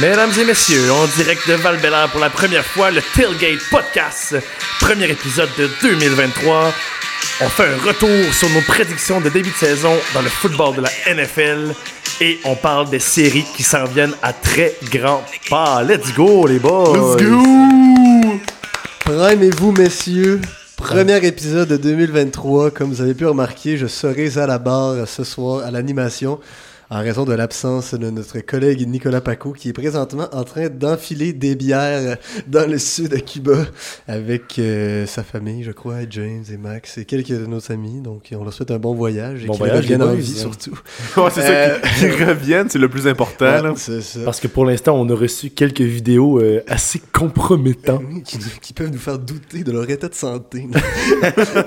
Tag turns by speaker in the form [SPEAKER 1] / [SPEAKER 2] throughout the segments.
[SPEAKER 1] Mesdames et messieurs, en direct de val pour la première fois, le Tailgate Podcast, premier épisode de 2023. On fait un retour sur nos prédictions de début de saison dans le football de la NFL et on parle des séries qui s'en viennent à très grands pas. Let's go, les boys!
[SPEAKER 2] Let's go! Primez-vous, messieurs. Premier épisode de 2023. Comme vous avez pu remarquer, je serai à la barre ce soir à l'animation en raison de l'absence de notre collègue Nicolas Paco qui est présentement en train d'enfiler des bières dans le sud de Cuba avec euh, sa famille, je crois, James et Max et quelques de nos amis. Donc, on leur souhaite un bon voyage et
[SPEAKER 3] Bon
[SPEAKER 2] qu'ils
[SPEAKER 3] voyage,
[SPEAKER 2] reviennent
[SPEAKER 3] les
[SPEAKER 2] en
[SPEAKER 3] boys.
[SPEAKER 2] vie surtout.
[SPEAKER 4] Ouais, c'est
[SPEAKER 2] Euh,
[SPEAKER 4] ça, qu'ils qu'ils reviennent, c'est le plus important.
[SPEAKER 2] Ouais,
[SPEAKER 4] là.
[SPEAKER 2] c'est ça.
[SPEAKER 3] Parce que pour l'instant, on a reçu quelques vidéos euh, assez
[SPEAKER 4] Oh.
[SPEAKER 3] compromettantes.
[SPEAKER 2] Oui, qui, nous- qui peuvent nous faire douter de leur état de santé.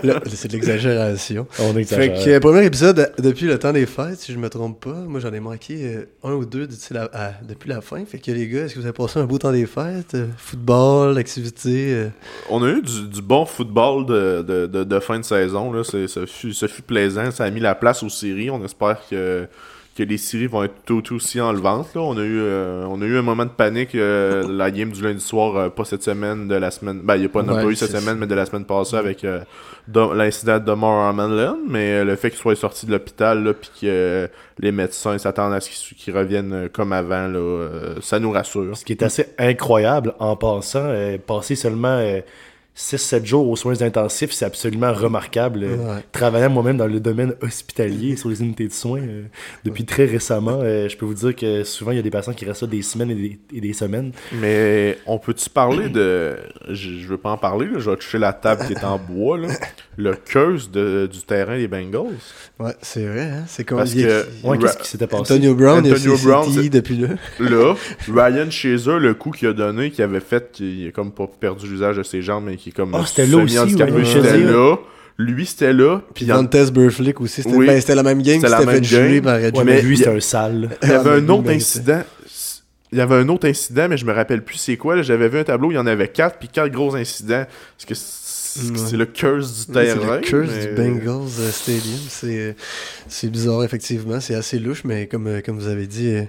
[SPEAKER 2] Là, c'est de l'exagération.
[SPEAKER 3] On
[SPEAKER 2] Fait
[SPEAKER 3] exagère.
[SPEAKER 2] que, euh, premier épisode euh, depuis le temps des fêtes, si je me trompe pas. Moi, j'en ai manqué euh, un ou deux d'ici la- à- depuis la fin. Fait que, les gars, est-ce que vous avez passé un beau temps des fêtes Euh, Football, activité euh,
[SPEAKER 4] On a eu du, du bon football de, de, de- de fin de saison. Là. C'est- Ça, fut, ça fut plaisant. Ça a mis la place aux séries. On espère que, que les séries vont être tout aussi enlevantes. Là. On, a eu, euh, on a eu un moment de panique. euh, la game du lundi soir, euh, pas cette semaine, de la semaine. Ben, il n'y a pas, on a
[SPEAKER 2] Ouais,
[SPEAKER 4] pas eu cette
[SPEAKER 2] c'est
[SPEAKER 4] semaine, mais de la semaine passée avec euh, Do- l'incident de Demar Hamlin. Mais euh, le fait qu'il soit sorti de l'hôpital, là, puis que euh, les médecins s'attendent à ce qu'il, qu'il revienne euh, comme avant, là, euh, ça nous rassure.
[SPEAKER 3] Ce qui est assez incroyable en passant, euh, passer seulement 6-7 jours aux soins intensifs, c'est absolument remarquable. Euh,
[SPEAKER 2] Ouais.
[SPEAKER 3] Travaillant moi-même dans le domaine hospitalier sur les unités de soins euh, depuis très récemment, euh, je peux vous dire que souvent il y a des patients qui restent là des semaines et des, et des semaines.
[SPEAKER 4] Mais on peut-tu parler de. Je, je veux pas en parler, là, je vais toucher la table qui est en bois, là. Le curse de- du terrain des Bengals.
[SPEAKER 2] Ouais, c'est vrai, hein? C'est comme
[SPEAKER 4] Parce
[SPEAKER 2] il y a-
[SPEAKER 4] que.
[SPEAKER 3] Ouais,
[SPEAKER 4] Ra-
[SPEAKER 3] qu'est-ce qui s'était passé?
[SPEAKER 2] Antonio Brown, il y a
[SPEAKER 4] Antonio
[SPEAKER 2] ses
[SPEAKER 4] Brown,
[SPEAKER 2] CTI
[SPEAKER 4] c'est-
[SPEAKER 2] depuis là.
[SPEAKER 4] Là, Ryan chez eux, le coup qu'il a donné, qui avait fait, qu'il a comme pas perdu l'usage de ses jambes, mais qui est comme.
[SPEAKER 3] Ah, c'était là aussi,
[SPEAKER 4] semi-handicapé,
[SPEAKER 3] ouais,
[SPEAKER 4] c'était
[SPEAKER 3] Shazier.
[SPEAKER 4] là. Lui, c'était là.
[SPEAKER 2] Puis
[SPEAKER 4] Puis il y en-
[SPEAKER 2] Dantes Burflick aussi. C'était
[SPEAKER 4] Oui.
[SPEAKER 2] ben, c'était la même game qui
[SPEAKER 4] C'était la
[SPEAKER 2] s'était
[SPEAKER 4] même
[SPEAKER 2] fait geler
[SPEAKER 4] game.
[SPEAKER 2] par Red
[SPEAKER 3] Ouais,
[SPEAKER 2] James.
[SPEAKER 3] mais
[SPEAKER 4] mais
[SPEAKER 3] lui,
[SPEAKER 4] il-
[SPEAKER 3] c'est un sale.
[SPEAKER 4] il y avait
[SPEAKER 2] Ah,
[SPEAKER 4] un
[SPEAKER 2] mais
[SPEAKER 4] autre
[SPEAKER 2] lui,
[SPEAKER 4] incident. Il y avait un autre incident, mais je me rappelle plus c'est quoi. là. J'avais vu un tableau, il y en avait quatre, puis quatre gros incidents. Parce que c'est
[SPEAKER 2] Ouais.
[SPEAKER 4] c'est le curse du
[SPEAKER 2] Oui, C'est
[SPEAKER 4] terrain.
[SPEAKER 2] le curse
[SPEAKER 4] mais-
[SPEAKER 2] du Bengals euh, Stadium. C'est, euh, c'est bizarre, effectivement. C'est assez louche, mais comme, euh, comme vous avez dit, euh,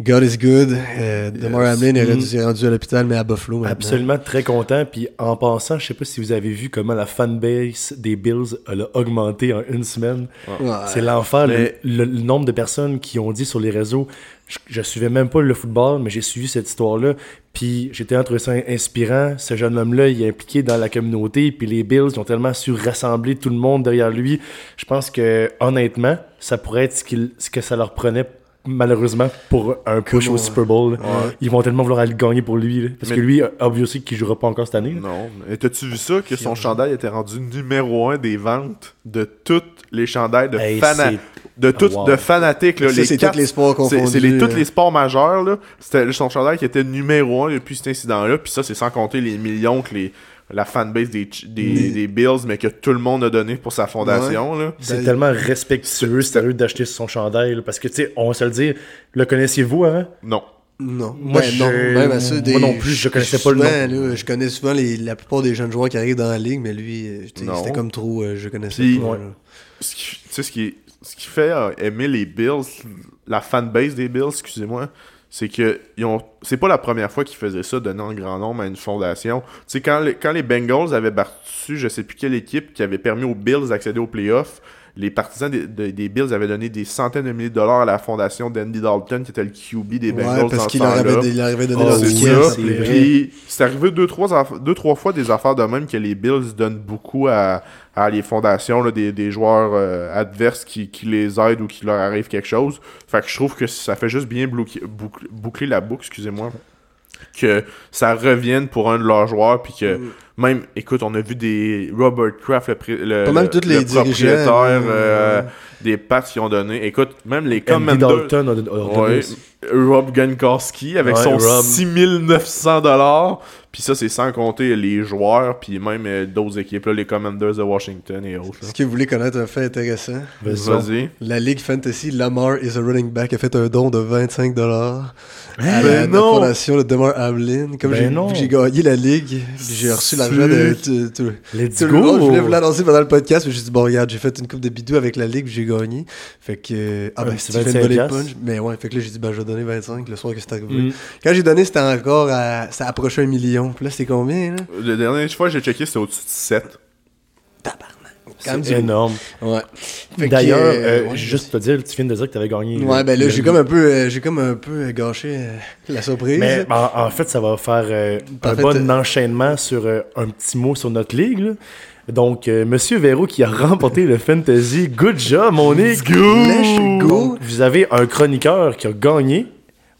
[SPEAKER 2] God is good. Euh, Damar
[SPEAKER 4] Yes.
[SPEAKER 2] Hamlin est
[SPEAKER 3] Mm.
[SPEAKER 2] rendu, s'est rendu à l'hôpital, mais à Buffalo maintenant.
[SPEAKER 3] Absolument très content. Puis en passant, je sais pas si vous avez vu comment la fanbase des Bills elle a augmenté en une semaine.
[SPEAKER 2] Ouais.
[SPEAKER 3] C'est l'enfer. le-
[SPEAKER 4] Mais-
[SPEAKER 3] Le, le nombre de personnes qui ont dit sur les réseaux, je, je suivais même pas le football, mais j'ai suivi cette histoire-là. Puis j'étais entre ça inspirant. Ce jeune homme-là, il est impliqué dans la communauté. Puis les Bills ils ont tellement su rassembler tout le monde derrière lui. Je pense que honnêtement, ça pourrait être ce, qu'il- ce que ça leur prenait. Malheureusement, pour un push au
[SPEAKER 2] on-
[SPEAKER 3] Super Bowl, ils vont tellement vouloir aller le gagner pour lui. là. parce
[SPEAKER 4] Mais-
[SPEAKER 3] que lui, obviously, qu'il jouera pas encore cette année. là.
[SPEAKER 4] Non. Et t'as-tu vu ça que son chandail était rendu numéro un des ventes de toutes les chandails de
[SPEAKER 3] Hey,
[SPEAKER 4] fana-
[SPEAKER 3] c'est-
[SPEAKER 4] de toutes
[SPEAKER 3] Wow.
[SPEAKER 4] de fanatiques là,
[SPEAKER 2] Ça,
[SPEAKER 4] les
[SPEAKER 2] c'est
[SPEAKER 4] quatre-
[SPEAKER 2] tous les sports
[SPEAKER 4] c'est- c'est les-
[SPEAKER 2] confondus,
[SPEAKER 4] tous
[SPEAKER 2] euh.
[SPEAKER 4] les sports majeurs là. C'était son chandail qui était numéro un depuis cet incident là. Puis ça c'est sans compter les millions que les la fanbase des, ch- des, des Bills mais que tout le monde a donné pour sa fondation là.
[SPEAKER 3] C'est
[SPEAKER 2] D'ailleurs-
[SPEAKER 3] tellement respectueux, sérieux d'acheter son chandail. là, parce que, tu sais, on va se le dire, le connaissiez-vous hein? avant?
[SPEAKER 4] Non.
[SPEAKER 2] Non.
[SPEAKER 3] Moi,
[SPEAKER 2] Ben
[SPEAKER 3] je-
[SPEAKER 2] non. Même à ceux
[SPEAKER 3] moi
[SPEAKER 2] des-
[SPEAKER 3] non plus, je connaissais pas le
[SPEAKER 2] souvent,
[SPEAKER 3] nom.
[SPEAKER 2] là, je connais souvent les, la plupart des jeunes joueurs qui arrivent dans la ligue, mais lui, euh, tu sais,
[SPEAKER 4] Non.
[SPEAKER 2] c'était comme trop. euh, je connaissais
[SPEAKER 4] Puis-
[SPEAKER 2] pas.
[SPEAKER 4] Ouais.
[SPEAKER 2] là.
[SPEAKER 4] ce qui, tu sais, ce qui, ce qui fait euh, aimer les Bills, la fanbase des Bills, excusez-moi, c'est que ils ont, c'est pas la première fois qu'ils faisaient ça, donner en grand nombre à une fondation. Tu sais, quand, les- quand les Bengals avaient battu, je sais plus quelle équipe, qui avait permis aux Bills d'accéder aux playoffs, les partisans des, des- des Bills avaient donné des centaines de milliers de dollars à la fondation d'Andy Dalton, qui était le QB des Bengals.
[SPEAKER 2] Ouais,
[SPEAKER 4] dans
[SPEAKER 2] parce
[SPEAKER 4] ce
[SPEAKER 2] qu'il leur
[SPEAKER 4] temps-là.
[SPEAKER 2] avait, il leur avait
[SPEAKER 4] Oh,
[SPEAKER 2] donné
[SPEAKER 3] Ah,
[SPEAKER 2] leur
[SPEAKER 3] c'est
[SPEAKER 2] ticket,
[SPEAKER 3] ça.
[SPEAKER 2] ça,
[SPEAKER 3] C'est
[SPEAKER 2] puis-
[SPEAKER 3] vrai.
[SPEAKER 4] Puis, c'est arrivé deux trois, aff- deux, trois fois des affaires de même que les Bills donnent beaucoup à, à les fondations là, des, des joueurs euh, adverses qui, qui les aident ou qui leur arrive quelque chose. Fait que je trouve que ça fait juste bien blouquer- boucler, boucler la boucle, excusez-moi. Que ça revienne pour un de leurs joueurs, puis que
[SPEAKER 3] Mm.
[SPEAKER 4] même, écoute, on a vu des Robert Kraft, le, pré- le-
[SPEAKER 2] Pas mal
[SPEAKER 4] le-
[SPEAKER 2] tous
[SPEAKER 4] le
[SPEAKER 2] les dirigeants,
[SPEAKER 4] propriétaire euh,
[SPEAKER 2] euh,
[SPEAKER 4] des Pats qui ont donné. Écoute, même les
[SPEAKER 3] Andy
[SPEAKER 4] Commanders-
[SPEAKER 3] Dalton a- a- a- a-
[SPEAKER 4] Ouais, Rob Gronkowski avec
[SPEAKER 3] Ouais,
[SPEAKER 4] son
[SPEAKER 3] Rob.
[SPEAKER 4] 6900 dollars. Puis ça, c'est sans compter les joueurs, puis même euh, d'autres équipes, là, les Commanders de Washington et autres. là.
[SPEAKER 2] Est-ce que vous voulez connaître un fait intéressant?
[SPEAKER 3] Vas-y.
[SPEAKER 4] Vas-y.
[SPEAKER 2] La Ligue Fantasy, Lamar is a running back, a fait un don de 25$ à la,
[SPEAKER 4] Ben
[SPEAKER 2] la
[SPEAKER 4] non!
[SPEAKER 2] fondation de Demar Hamlin. Comme
[SPEAKER 3] Hein? Ben
[SPEAKER 2] j'ai-
[SPEAKER 3] non!
[SPEAKER 2] vu que j'ai gagné la Ligue, j'ai reçu la l'argent de. tu- tu-
[SPEAKER 3] Let's
[SPEAKER 2] tout le monde. Je voulais vous
[SPEAKER 3] go!
[SPEAKER 2] l'annoncer pendant le podcast, mais j'ai dit, bon, regarde, j'ai fait une coupe de bidou avec la ligue, j'ai gagné. Fait que. euh, Ah,
[SPEAKER 3] Ouais,
[SPEAKER 2] ben,
[SPEAKER 3] c'est
[SPEAKER 2] si tu fais une
[SPEAKER 3] 25
[SPEAKER 2] volée de
[SPEAKER 3] piastres.
[SPEAKER 2] punch. Mais ouais, fait que là, j'ai dit, ben, je vais donner 25 le soir que c'est arrivé.
[SPEAKER 3] Mm.
[SPEAKER 2] Quand j'ai donné, c'était encore à. Ça approchait un million. Puis là, c'est combien, là
[SPEAKER 4] La dernière fois que j'ai checké, c'était au-dessus de 7.
[SPEAKER 2] Quand même
[SPEAKER 3] C'est
[SPEAKER 2] du-
[SPEAKER 3] énorme.
[SPEAKER 2] Ouais. Fait que,
[SPEAKER 3] D'ailleurs,
[SPEAKER 2] euh,
[SPEAKER 3] euh,
[SPEAKER 2] ouais,
[SPEAKER 3] juste pour te dire, tu viens de dire que tu avais gagné.
[SPEAKER 2] Ouais, ben là,
[SPEAKER 3] le-
[SPEAKER 2] j'ai comme un peu, euh, j'ai comme un peu gâché euh, la surprise.
[SPEAKER 3] Mais en, en fait, ça va faire euh, un
[SPEAKER 2] Parfait,
[SPEAKER 3] bon
[SPEAKER 2] euh,
[SPEAKER 3] enchaînement sur euh, un petit mot sur notre ligue. là. Donc, euh, Monsieur Véro qui a remporté le Fantasy. Good job, mon Nick!
[SPEAKER 2] Let's go.
[SPEAKER 3] Donc, Vous avez un chroniqueur qui a gagné,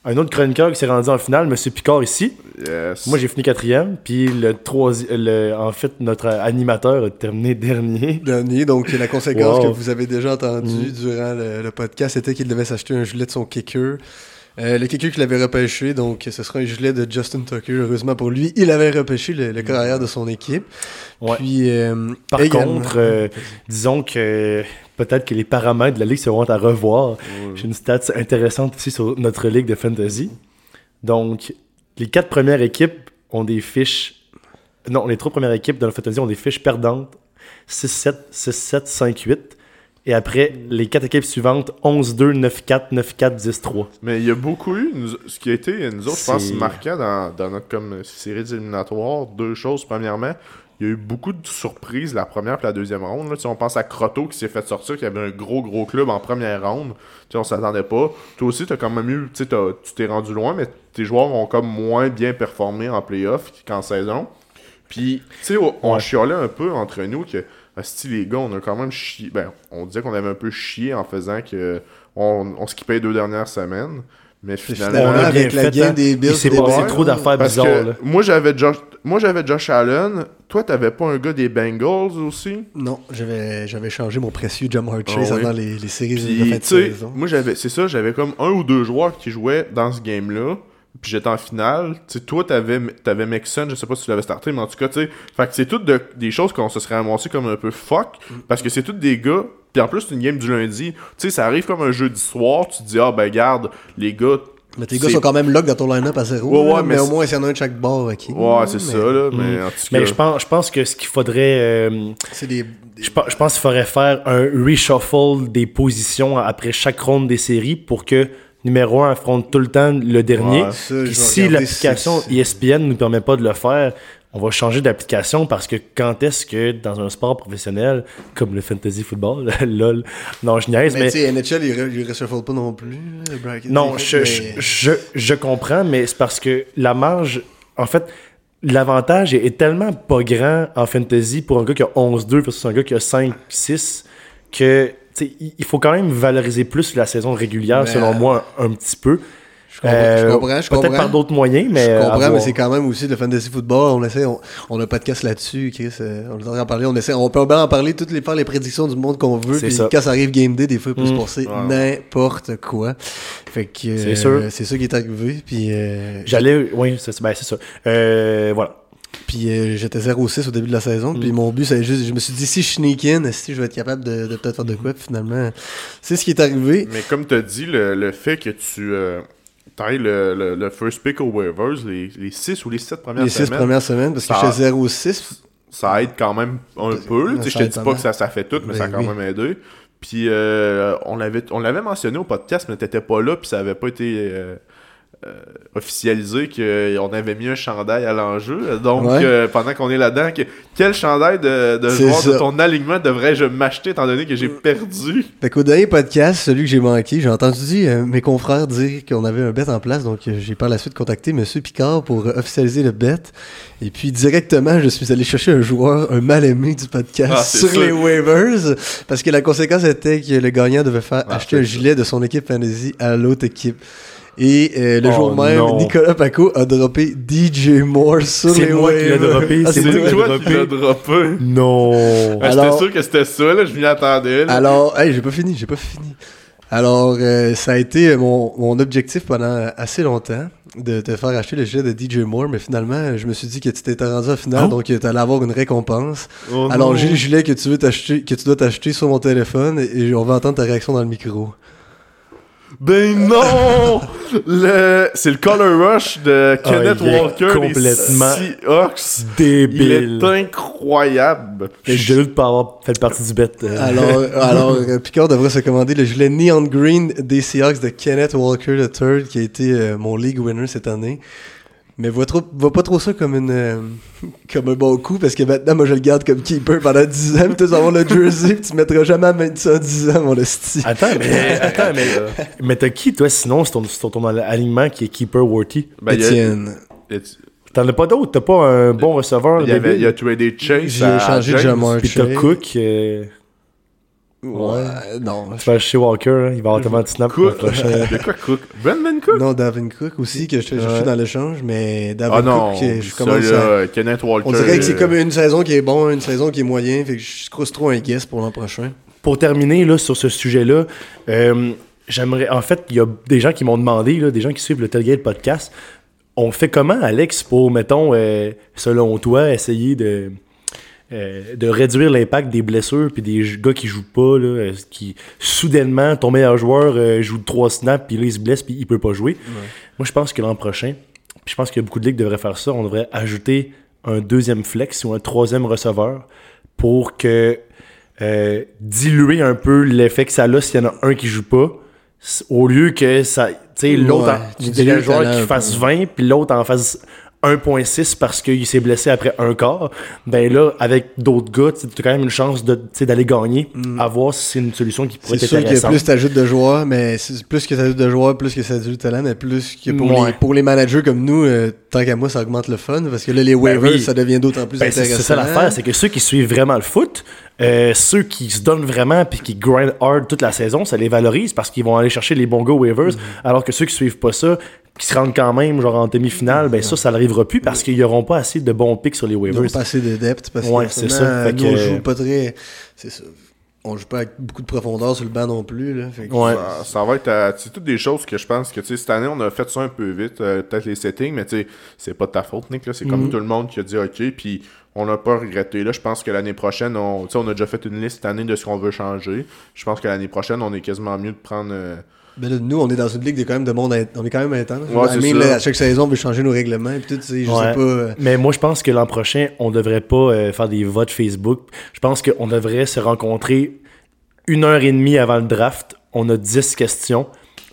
[SPEAKER 3] un autre chroniqueur qui s'est rendu en finale, Monsieur Picard ici.
[SPEAKER 4] Yes.
[SPEAKER 3] Moi, j'ai fini quatrième, puis le troisi- le- en fait, notre animateur a terminé dernier.
[SPEAKER 2] Dernier, donc la conséquence
[SPEAKER 3] Wow.
[SPEAKER 2] que vous avez déjà
[SPEAKER 4] Mm.
[SPEAKER 2] entendue durant le, le podcast c'était qu'il devait s'acheter un gilet de son kicker. Euh, le kicker qu'il avait repêché, donc ce sera un gilet de Justin Tucker. Heureusement pour lui, il avait repêché le, le corps arrière de son équipe.
[SPEAKER 3] Ouais.
[SPEAKER 2] Puis, euh,
[SPEAKER 3] Par
[SPEAKER 2] également-
[SPEAKER 3] contre, euh, disons que peut-être que les paramètres de la ligue seront à revoir. J'ai une stat intéressante ici sur notre ligue de fantasy. Donc, les quatre premières équipes ont des fiches. Non, les trois premières équipes de la fantasy ont des fiches perdantes 6-7, 6-7, 5-8. Et après, les quatre équipes suivantes 11-2, 9-4, 9-4, 10-3.
[SPEAKER 4] Mais il y a beaucoup eu, nous- ce qui a été, nous autres, je pense,
[SPEAKER 3] C'est-
[SPEAKER 4] marquant dans, dans notre comme, série d'éliminatoires, deux choses. Premièrement, il y a eu beaucoup de surprises la première et la deuxième ronde. Là. Tu sais, on pense à Crotto qui s'est fait sortir, qui avait un gros, gros club en première ronde. Tu sais, on s'attendait pas. Toi aussi, t'as quand même eu, tu sais, t'as- tu t'es rendu loin, mais tes joueurs ont comme moins bien performé en playoff qu'en saison. Puis, tu sais, on, on
[SPEAKER 3] Ouais.
[SPEAKER 4] chialait un peu entre nous que, si les gars, on a quand même chié. Ben, on disait qu'on avait un peu chié en faisant que on, on skippait deux dernières semaines. Mais finalement,
[SPEAKER 2] finalement,
[SPEAKER 3] bien
[SPEAKER 2] avec la
[SPEAKER 3] fait,
[SPEAKER 2] game
[SPEAKER 3] hein.
[SPEAKER 2] des Bills,
[SPEAKER 3] Il s'est
[SPEAKER 2] des
[SPEAKER 3] passé
[SPEAKER 2] Browns,
[SPEAKER 3] trop d'affaires
[SPEAKER 4] parce
[SPEAKER 3] bizarres. là.
[SPEAKER 4] que moi, j'avais Josh, moi, j'avais Josh Allen. Toi, t'avais pas un gars des Bengals aussi?
[SPEAKER 2] Non, j'avais j'avais changé mon précieux Jamar
[SPEAKER 4] Ah
[SPEAKER 2] Chase
[SPEAKER 4] oui.
[SPEAKER 2] avant les, les séries de
[SPEAKER 4] Puis,
[SPEAKER 2] fin de
[SPEAKER 4] tu sais,
[SPEAKER 2] saison.
[SPEAKER 4] moi, j'avais, c'est ça, j'avais comme un ou deux joueurs qui jouaient dans ce game-là. Puis j'étais en finale. Tu sais, toi, t'avais, t'avais Mixon, je sais pas si tu l'avais starté, mais en tout cas, tu sais. Fait que c'est toutes de- des choses qu'on se serait amassé comme un peu fuck.
[SPEAKER 2] Mm.
[SPEAKER 4] Parce que c'est toutes des gars. Puis en plus, c'est une game du lundi. Tu sais, ça arrive comme un jeudi soir. Tu te dis, ah, ben, garde, les gars.
[SPEAKER 2] Mais tes gars
[SPEAKER 4] c'est-
[SPEAKER 2] sont quand même lock dans ton line-up à zéro.
[SPEAKER 4] Ouais, ouais,
[SPEAKER 2] là, mais,
[SPEAKER 4] mais
[SPEAKER 2] au
[SPEAKER 4] c'est-
[SPEAKER 2] moins, il y en a un de chaque bord. ok.
[SPEAKER 4] Ouais, c'est
[SPEAKER 2] Mais
[SPEAKER 4] ça, là. Mais en tout cas.
[SPEAKER 3] Mais je pense, je pense que ce qu'il faudrait. euh,
[SPEAKER 2] C'est des, des-
[SPEAKER 3] Je, pe- je pense qu'il faudrait faire un reshuffle des positions après chaque ronde des séries pour que numéro 1 affronte tout le temps le dernier.
[SPEAKER 4] Ouais,
[SPEAKER 2] ça, je
[SPEAKER 3] Puis
[SPEAKER 2] vais
[SPEAKER 3] si
[SPEAKER 2] regarder
[SPEAKER 3] l'application E
[SPEAKER 2] si- si-
[SPEAKER 3] ESPN ne nous permet pas de le faire, on va changer d'application parce que quand est-ce que dans un sport professionnel comme le fantasy football, lol, non, je niaise,
[SPEAKER 2] Mais,
[SPEAKER 3] mais,
[SPEAKER 2] tu sais, NHL, il, re- il reshuffle pas non plus. euh, là, le bracket.
[SPEAKER 3] non,
[SPEAKER 2] Mais-
[SPEAKER 3] je, je, je, je comprends, mais c'est parce que la marge, en fait, l'avantage est, est tellement pas grand en fantasy pour un gars qui a 11-2 versus un gars qui a 5-6 que tu sais, il il faut quand même valoriser plus la saison régulière,
[SPEAKER 2] Mais,
[SPEAKER 3] selon
[SPEAKER 2] euh,
[SPEAKER 3] moi, un, un petit peu. Je
[SPEAKER 2] comprends, je comprends, je
[SPEAKER 3] Peut-être
[SPEAKER 2] comprends.
[SPEAKER 3] par d'autres moyens, mais.
[SPEAKER 2] je
[SPEAKER 3] euh, à
[SPEAKER 2] comprends, mais
[SPEAKER 3] voir.
[SPEAKER 2] c'est quand même aussi le fantasy football. On essaie, on, on a un podcast là-dessus, Chris. euh, on est en train d'en parler. On essaie, on peut bien en parler, toutes les faire les prédictions du monde qu'on veut.
[SPEAKER 3] C'est
[SPEAKER 2] Puis
[SPEAKER 3] ça.
[SPEAKER 2] quand ça arrive game day, des fois, il peut se
[SPEAKER 3] Mm.
[SPEAKER 2] passer
[SPEAKER 4] Ouais.
[SPEAKER 2] n'importe quoi. Fait que euh,
[SPEAKER 3] C'est sûr.
[SPEAKER 2] c'est ça qui est arrivé. Puis euh,
[SPEAKER 3] J'allais. Oui, c'est ben, c'est ça. Euh, voilà.
[SPEAKER 2] Puis euh, j'étais 0-6 au début de la saison. Puis
[SPEAKER 3] Mm.
[SPEAKER 2] mon but, c'est juste, je me suis dit, si je sneak in, si je vais être capable de, de peut-être faire de quoi. Puis finalement, c'est ce qui est arrivé.
[SPEAKER 4] Mais comme tu as dit, le, le fait que tu euh, t'ailles le, le, le first pick au waivers, les, les 6 ou les 7 premières
[SPEAKER 2] Les six
[SPEAKER 4] semaines,
[SPEAKER 2] premières semaines, parce que
[SPEAKER 4] Ça-
[SPEAKER 2] j'étais 0-6.
[SPEAKER 4] ça aide quand même un peu. là.
[SPEAKER 2] ça
[SPEAKER 4] Tu sais, je te
[SPEAKER 2] aide
[SPEAKER 4] dis
[SPEAKER 2] pas
[SPEAKER 4] pas
[SPEAKER 2] mal.
[SPEAKER 4] que ça, ça fait tout, mais
[SPEAKER 2] Ben
[SPEAKER 4] ça a quand
[SPEAKER 2] oui.
[SPEAKER 4] même aidé. Puis euh, on l'avait on l'avait mentionné au podcast, mais t'étais pas là, puis ça avait pas été euh, euh, officialisé qu'on avait mis un chandail à l'enjeu. Donc
[SPEAKER 2] Ouais.
[SPEAKER 4] euh, pendant qu'on est là-dedans, que- quel chandail de, de
[SPEAKER 2] C'est
[SPEAKER 4] joueur de
[SPEAKER 2] ça.
[SPEAKER 4] ton alignement devrais-je m'acheter étant donné que j'ai perdu?
[SPEAKER 2] Fait qu'au dernier podcast, celui que j'ai manqué, j'ai entendu dire, euh, mes confrères dire qu'on avait un bet en place. Donc euh, j'ai par la suite contacté Monsieur Picard pour euh, officialiser le bet. Et puis directement, je suis allé chercher un joueur, un mal-aimé du podcast,
[SPEAKER 4] Ah, c'est
[SPEAKER 2] sur
[SPEAKER 4] sûr.
[SPEAKER 2] les waivers. Parce que la conséquence était que le gagnant devait faire
[SPEAKER 4] Ah,
[SPEAKER 2] acheter
[SPEAKER 4] c'est
[SPEAKER 2] un
[SPEAKER 4] ça.
[SPEAKER 2] gilet de son équipe fantasy à l'autre équipe. Et euh, le
[SPEAKER 3] Oh
[SPEAKER 2] jour même,
[SPEAKER 3] non.
[SPEAKER 2] Nicolas Paco a droppé DJ Moore sur
[SPEAKER 3] C'est
[SPEAKER 2] les
[SPEAKER 3] moi qui l'ai
[SPEAKER 2] waivers.
[SPEAKER 3] droppé,
[SPEAKER 2] Ah,
[SPEAKER 3] c'est
[SPEAKER 2] toi
[SPEAKER 3] moi qui l'ai
[SPEAKER 4] C'est toi qui l'as droppé.
[SPEAKER 3] Non.
[SPEAKER 4] Ah,
[SPEAKER 2] Alors-
[SPEAKER 4] J'étais sûr que c'était ça, là, je m'y attendais. là.
[SPEAKER 2] Alors, hey, j'ai pas fini, j'ai pas fini. Alors, euh, ça a été mon, mon objectif pendant assez longtemps de te faire acheter le jet de DJ Moore, mais finalement, je me suis dit que tu t'étais rendu en finale,
[SPEAKER 3] Oh.
[SPEAKER 2] donc euh, t'allais avoir une récompense.
[SPEAKER 4] Oh
[SPEAKER 2] Alors,
[SPEAKER 4] non.
[SPEAKER 2] j'ai le gilet que tu veux t'acheter, que tu dois t'acheter sur mon téléphone, et, et on va entendre ta réaction dans le micro.
[SPEAKER 4] Ben non! le... C'est le Color Rush de
[SPEAKER 3] Ah,
[SPEAKER 4] Kenneth
[SPEAKER 3] il est
[SPEAKER 4] Walker
[SPEAKER 3] complètement
[SPEAKER 4] des Seahawks. Il
[SPEAKER 3] Débile.
[SPEAKER 4] est incroyable.
[SPEAKER 3] Je suis jaloux de pas avoir fait partie du bet. euh.
[SPEAKER 2] Alors, alors euh, Picard devrait se commander le gilet Neon Green des Seahawks de Kenneth Walker III, qui a été euh, mon league winner cette année. Mais vois, trop, vois pas trop ça comme, une, euh, comme un bon coup, parce que maintenant, moi, je le garde comme keeper pendant 10 ans, puis tu vas avoir le jersey, puis tu mettras jamais à main de ça en 10 ans, mon esti.
[SPEAKER 4] Ah,
[SPEAKER 3] Attends, mais,
[SPEAKER 2] euh,
[SPEAKER 3] attends, mais, mais t'as qui, toi, sinon, c'est ton, c'est ton alignement qui est keeper worthy?
[SPEAKER 4] Ben, il y a-
[SPEAKER 2] Étienne.
[SPEAKER 4] il
[SPEAKER 3] T'en as pas d'autres? T'as pas un bon receveur?
[SPEAKER 4] y avait-
[SPEAKER 3] débile?
[SPEAKER 4] il y a tradé Chase.
[SPEAKER 2] J'ai
[SPEAKER 4] à
[SPEAKER 2] changé de
[SPEAKER 4] James.
[SPEAKER 2] Jamar
[SPEAKER 3] Puis t'as
[SPEAKER 2] Chase.
[SPEAKER 3] Cook, euh,
[SPEAKER 2] Ouais, non.
[SPEAKER 3] tu vas chez Walker, hein, il va avoir tellement de snaps pour le
[SPEAKER 4] Cook.
[SPEAKER 3] prochain.
[SPEAKER 4] De quoi Cook? Brandman Cook?
[SPEAKER 2] Non, Davin Cook aussi, que je te cherchais
[SPEAKER 3] Ouais.
[SPEAKER 2] dans l'échange, mais Davin
[SPEAKER 4] Ah non,
[SPEAKER 2] Cook, je
[SPEAKER 4] oublie ça,
[SPEAKER 2] commence à-
[SPEAKER 4] là, euh, Kenneth Walker.
[SPEAKER 2] On dirait que c'est
[SPEAKER 4] euh,
[SPEAKER 2] comme une saison qui est bon, une saison qui est moyen, fait que je croise trop un guess pour l'an prochain.
[SPEAKER 3] Pour terminer là, sur ce sujet-là, euh, j'aimerais. En fait, il y a des gens qui m'ont demandé, là, des gens qui suivent le Tailgate Podcast, on fait comment, Alex, pour, mettons, euh, selon toi, essayer de. euh, de réduire l'impact des blessures puis des j- gars qui jouent pas là, euh, qui soudainement ton meilleur joueur euh, joue trois snaps puis là il se blesse puis il peut pas jouer moi je pense que l'an prochain puis je pense que beaucoup de ligues devraient faire ça on devrait ajouter un deuxième flex ou un troisième receveur pour que euh, diluer un peu l'effet que ça a s'il y en a un qui joue pas s- au lieu que ça tu sais l'autre
[SPEAKER 2] Ouais,
[SPEAKER 3] en-
[SPEAKER 2] tu
[SPEAKER 3] il y a
[SPEAKER 2] dilues
[SPEAKER 3] un
[SPEAKER 2] le
[SPEAKER 3] joueur
[SPEAKER 2] talent
[SPEAKER 3] qui
[SPEAKER 2] un
[SPEAKER 3] fasse
[SPEAKER 2] peu.
[SPEAKER 3] 20 puis l'autre en phase 1.6 parce qu'il s'est blessé après un quart, ben là, avec d'autres gars, tu as quand même une chance de, tu sais, d'aller gagner, à voir si c'est une solution qui pourrait
[SPEAKER 2] Mm. C'est
[SPEAKER 3] être
[SPEAKER 2] sûr que
[SPEAKER 3] intéressante.
[SPEAKER 2] plus t'ajoutes de joueurs, mais c'est- plus que t'ajoutes de joueurs, plus que ça ajoute de talent, mais plus que pour,
[SPEAKER 3] Ouais.
[SPEAKER 2] les, pour les managers comme nous, euh, tant qu'à moi, ça augmente le fun, parce que là, les waivers,
[SPEAKER 3] Ben oui.
[SPEAKER 2] ça devient d'autant plus
[SPEAKER 3] Ben, c'est
[SPEAKER 2] intéressant.
[SPEAKER 3] c'est ça l'affaire, c'est que ceux qui suivent vraiment le foot, euh, ceux qui se donnent vraiment puis qui grind hard toute la saison, ça les valorise parce qu'ils vont aller chercher les bons gars waivers,
[SPEAKER 2] Mm.
[SPEAKER 3] alors que ceux qui suivent pas ça, qui se rendent quand même genre en demi-finale, ben ça, ça n'arrivera plus parce qu'ils n'auront pas assez de bons picks sur les
[SPEAKER 2] Mm. Ils ont
[SPEAKER 3] waivers.
[SPEAKER 2] pas assez de depth, parce
[SPEAKER 3] Ouais,
[SPEAKER 2] que
[SPEAKER 3] c'est
[SPEAKER 2] finalement,
[SPEAKER 3] ça. Fait
[SPEAKER 2] nous, on
[SPEAKER 3] que-
[SPEAKER 2] joue pas très... C'est ça. On joue pas avec beaucoup de profondeur sur le banc non plus, là. fait que-
[SPEAKER 3] Ouais.
[SPEAKER 4] Ça, ça va être. euh, C'est toutes des choses que je pense que tu sais, cette année, on a fait ça un peu vite. euh, Peut-être les settings, mais tu sais, c'est pas de ta faute, Nick. là, C'est
[SPEAKER 2] Mhm.
[SPEAKER 4] comme tout le monde qui a dit OK, puis on n'a pas regretté. Là, je pense que l'année prochaine, on, tu sais, on a déjà fait une liste cette année de ce qu'on veut changer. Je pense que l'année prochaine, on est quasiment mieux de prendre. euh,
[SPEAKER 2] Ben là, nous, on est dans une ligue de quand même de monde, in- on est quand même intense.
[SPEAKER 4] Ouais, c'est
[SPEAKER 2] I mean,
[SPEAKER 4] ça.
[SPEAKER 2] là, à chaque saison, on veut changer nos règlements, et tout, tu sais, je
[SPEAKER 3] Ouais.
[SPEAKER 2] sais pas... euh,
[SPEAKER 3] Mais moi, je pense que l'an prochain, on devrait pas euh, faire des votes Facebook. Je pense qu'on devrait se rencontrer une heure et demie avant le draft. On a 10 questions.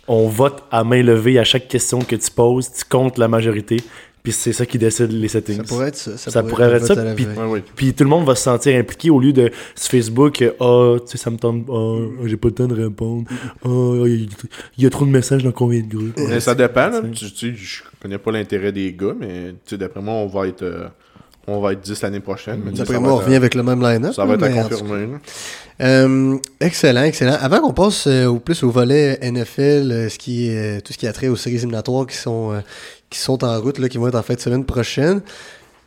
[SPEAKER 3] On vote à main levée à chaque question que tu poses. Tu comptes la majorité. Puis c'est ça qui décide les settings.
[SPEAKER 2] Ça pourrait être ça.
[SPEAKER 3] Ça pourrait être
[SPEAKER 2] le
[SPEAKER 3] ça,
[SPEAKER 2] vote à la
[SPEAKER 3] puis-
[SPEAKER 2] veille.
[SPEAKER 4] ouais, oui.
[SPEAKER 3] Puis tout le monde va se sentir impliqué au lieu de sur Facebook, euh, ah, tu sais, ça me tente, ah, ah, j'ai pas le temps de répondre, ah, il y a trop de messages dans combien de groupes.
[SPEAKER 4] Mais ça dépend. là. Tu- tu sais, je connais pas l'intérêt des gars, mais tu sais, d'après moi, on va être. euh, On va être 10 l'année prochaine. mais tu sais,
[SPEAKER 2] D'après
[SPEAKER 4] ça
[SPEAKER 2] moi,
[SPEAKER 4] va
[SPEAKER 2] on
[SPEAKER 4] être- euh,
[SPEAKER 2] revient avec le même line-up.
[SPEAKER 4] Ça va être
[SPEAKER 2] mais
[SPEAKER 4] à
[SPEAKER 2] en tout
[SPEAKER 4] confirmer. là.
[SPEAKER 2] cas. Euh, excellent, excellent. Avant qu'on passe euh, au plus au volet NFL, euh, ce qui est, euh, tout ce qui a trait aux séries éliminatoires qui sont, euh, qui sont en route, là, qui vont être en fin de semaine prochaine,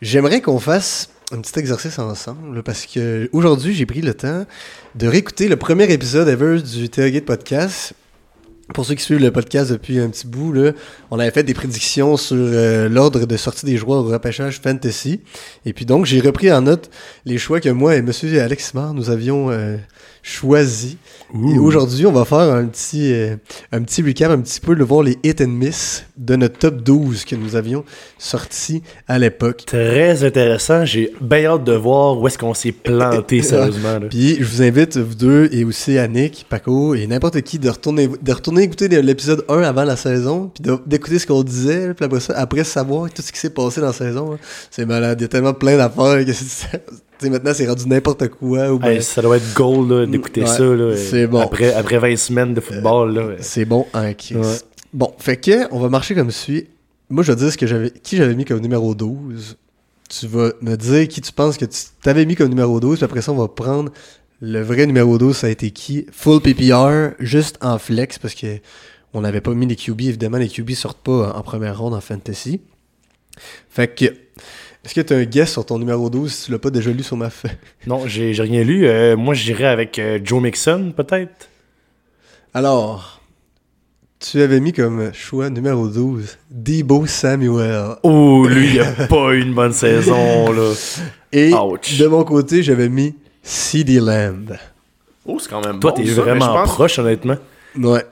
[SPEAKER 2] j'aimerais qu'on fasse un petit exercice ensemble là, parce que aujourd'hui, j'ai pris le temps de réécouter le premier épisode ever du Tailgate Podcast. Pour ceux qui suivent le podcast depuis un petit bout, là, on avait fait des prédictions sur euh, l'ordre de sortie des joueurs au repêchage fantasy. Et puis donc, j'ai repris en note les choix que moi et Monsieur Alex Simard, nous avions euh, choisis. Et aujourd'hui, on va faire un petit, euh, un petit recap, un petit peu de voir les hit and miss de notre top 12 que nous avions sorti à l'époque.
[SPEAKER 3] Très intéressant. J'ai bien hâte de voir où est-ce qu'on s'est planté, sérieusement. là.
[SPEAKER 2] Puis je vous invite, vous deux, et aussi Annick, Paco, et n'importe qui, de retourner, de retourner écouter l'épisode 1 avant la saison, puis de- d'écouter ce qu'on disait, puis après ça, après savoir tout ce qui s'est passé dans la saison. là. C'est malade, il y a tellement plein d'affaires que c'est... tu sais, maintenant, c'est rendu n'importe quoi. Ou ben,
[SPEAKER 3] Hey, ça doit être gold là, d'écouter
[SPEAKER 2] Ouais,
[SPEAKER 3] ça. là. euh,
[SPEAKER 2] c'est bon. Euh,
[SPEAKER 3] Après, après 20 semaines de football. là.
[SPEAKER 2] C'est bon en crise.
[SPEAKER 3] Ouais.
[SPEAKER 2] Bon, fait que on va marcher comme suit. Moi, je vais dire ce que j'avais, qui j'avais mis comme numéro 12. Tu vas me dire qui tu penses que tu t'avais mis comme numéro 12. Puis après ça, on va prendre le vrai numéro 12. Ça a été qui Full PPR, juste en flex, parce que on n'avait pas mis les QB. Évidemment, les QB sortent pas en première ronde en fantasy. Fait que. Est-ce que tu as un guess sur ton numéro 12 si tu l'as pas déjà lu sur ma feuille?
[SPEAKER 3] Non, j'ai j'ai rien lu. Euh, moi, j'irais avec euh, Joe Mixon, peut-être.
[SPEAKER 2] Alors, tu avais mis comme choix numéro 12 Debo Samuel.
[SPEAKER 3] Oh, lui, il a pas eu une bonne saison. Là.
[SPEAKER 2] Et
[SPEAKER 3] Ouch.
[SPEAKER 2] de mon côté, j'avais mis CD Lamb.
[SPEAKER 4] Oh, c'est quand même
[SPEAKER 3] Toi,
[SPEAKER 4] bon,
[SPEAKER 3] t'es
[SPEAKER 4] ça, mais je
[SPEAKER 3] vraiment
[SPEAKER 4] pense-
[SPEAKER 3] proche, honnêtement.
[SPEAKER 2] Ouais.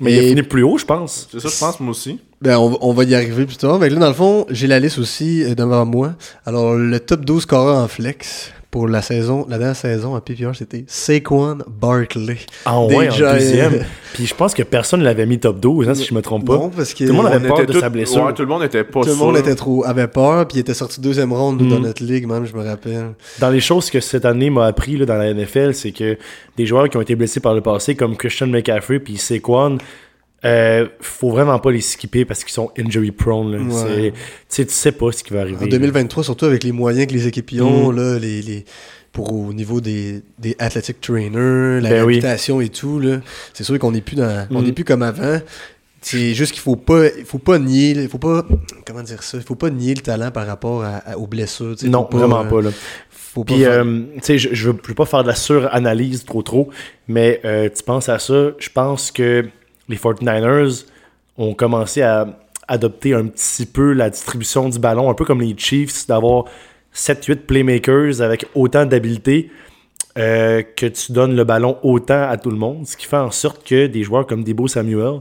[SPEAKER 3] Mais il a fini plus haut, je pense.
[SPEAKER 4] C'est ça, je pense, moi aussi.
[SPEAKER 2] Ben, on, va- on va y arriver plus tard. Mais là, dans le fond, j'ai la liste aussi euh, devant moi. Alors, le top 12 scoreur en flex pour la saison, la dernière saison à PPR, c'était Saquon Barkley.
[SPEAKER 3] En Ah ouais, en
[SPEAKER 2] Déjà, euh,
[SPEAKER 3] deuxième. Puis je pense que personne l'avait mis top 12, hein, si je me trompe pas.
[SPEAKER 2] Non, parce que
[SPEAKER 3] Tout le monde
[SPEAKER 2] on-
[SPEAKER 3] avait peur
[SPEAKER 4] était
[SPEAKER 3] de
[SPEAKER 4] tout-
[SPEAKER 3] sa blessure.
[SPEAKER 4] ouais, tout le monde était pas
[SPEAKER 2] tout le
[SPEAKER 4] sûr.
[SPEAKER 2] monde était trop, avait peur, puis il était sorti deuxième ronde nous, dans
[SPEAKER 3] Mm-hmm.
[SPEAKER 2] notre ligue, même, je me rappelle.
[SPEAKER 3] Dans les choses que cette année m'a appris là, dans la NFL, c'est que des joueurs qui ont été blessés par le passé, comme Christian McCaffrey puis Saquon, euh, faut vraiment pas les skipper parce qu'ils sont injury prone. là.
[SPEAKER 2] Ouais.
[SPEAKER 3] C'est- tu sais, tu sais pas ce qui va arriver.
[SPEAKER 2] En
[SPEAKER 3] là.
[SPEAKER 2] 2023, surtout avec les moyens que les équipes y
[SPEAKER 3] Mm.
[SPEAKER 2] ont, là, les, les- pour au niveau des, des athletic trainers, la
[SPEAKER 3] Ben oui. Mm.
[SPEAKER 2] réputation et tout, là, c'est sûr qu'on n'est plus dans, on n'est plus comme avant. C'est juste qu'il faut pas, il faut pas nier, il faut pas, comment dire ça, il faut pas nier le talent par rapport à- à- aux blessures. tu sais,
[SPEAKER 3] Non,
[SPEAKER 2] faut pas,
[SPEAKER 3] vraiment
[SPEAKER 2] euh,
[SPEAKER 3] pas. Là.
[SPEAKER 2] Faut pas.
[SPEAKER 3] Puis,
[SPEAKER 2] faire-
[SPEAKER 3] euh, tu sais, je, je veux je veux pas faire de la suranalyse trop trop, mais euh, tu penses à ça, je pense que les 49ers ont commencé à adopter un petit peu la distribution du ballon, un peu comme les Chiefs, d'avoir 7-8 playmakers avec autant d'habileté euh, que tu donnes le ballon autant à tout le monde, ce qui fait en sorte que des joueurs comme Debo Samuel,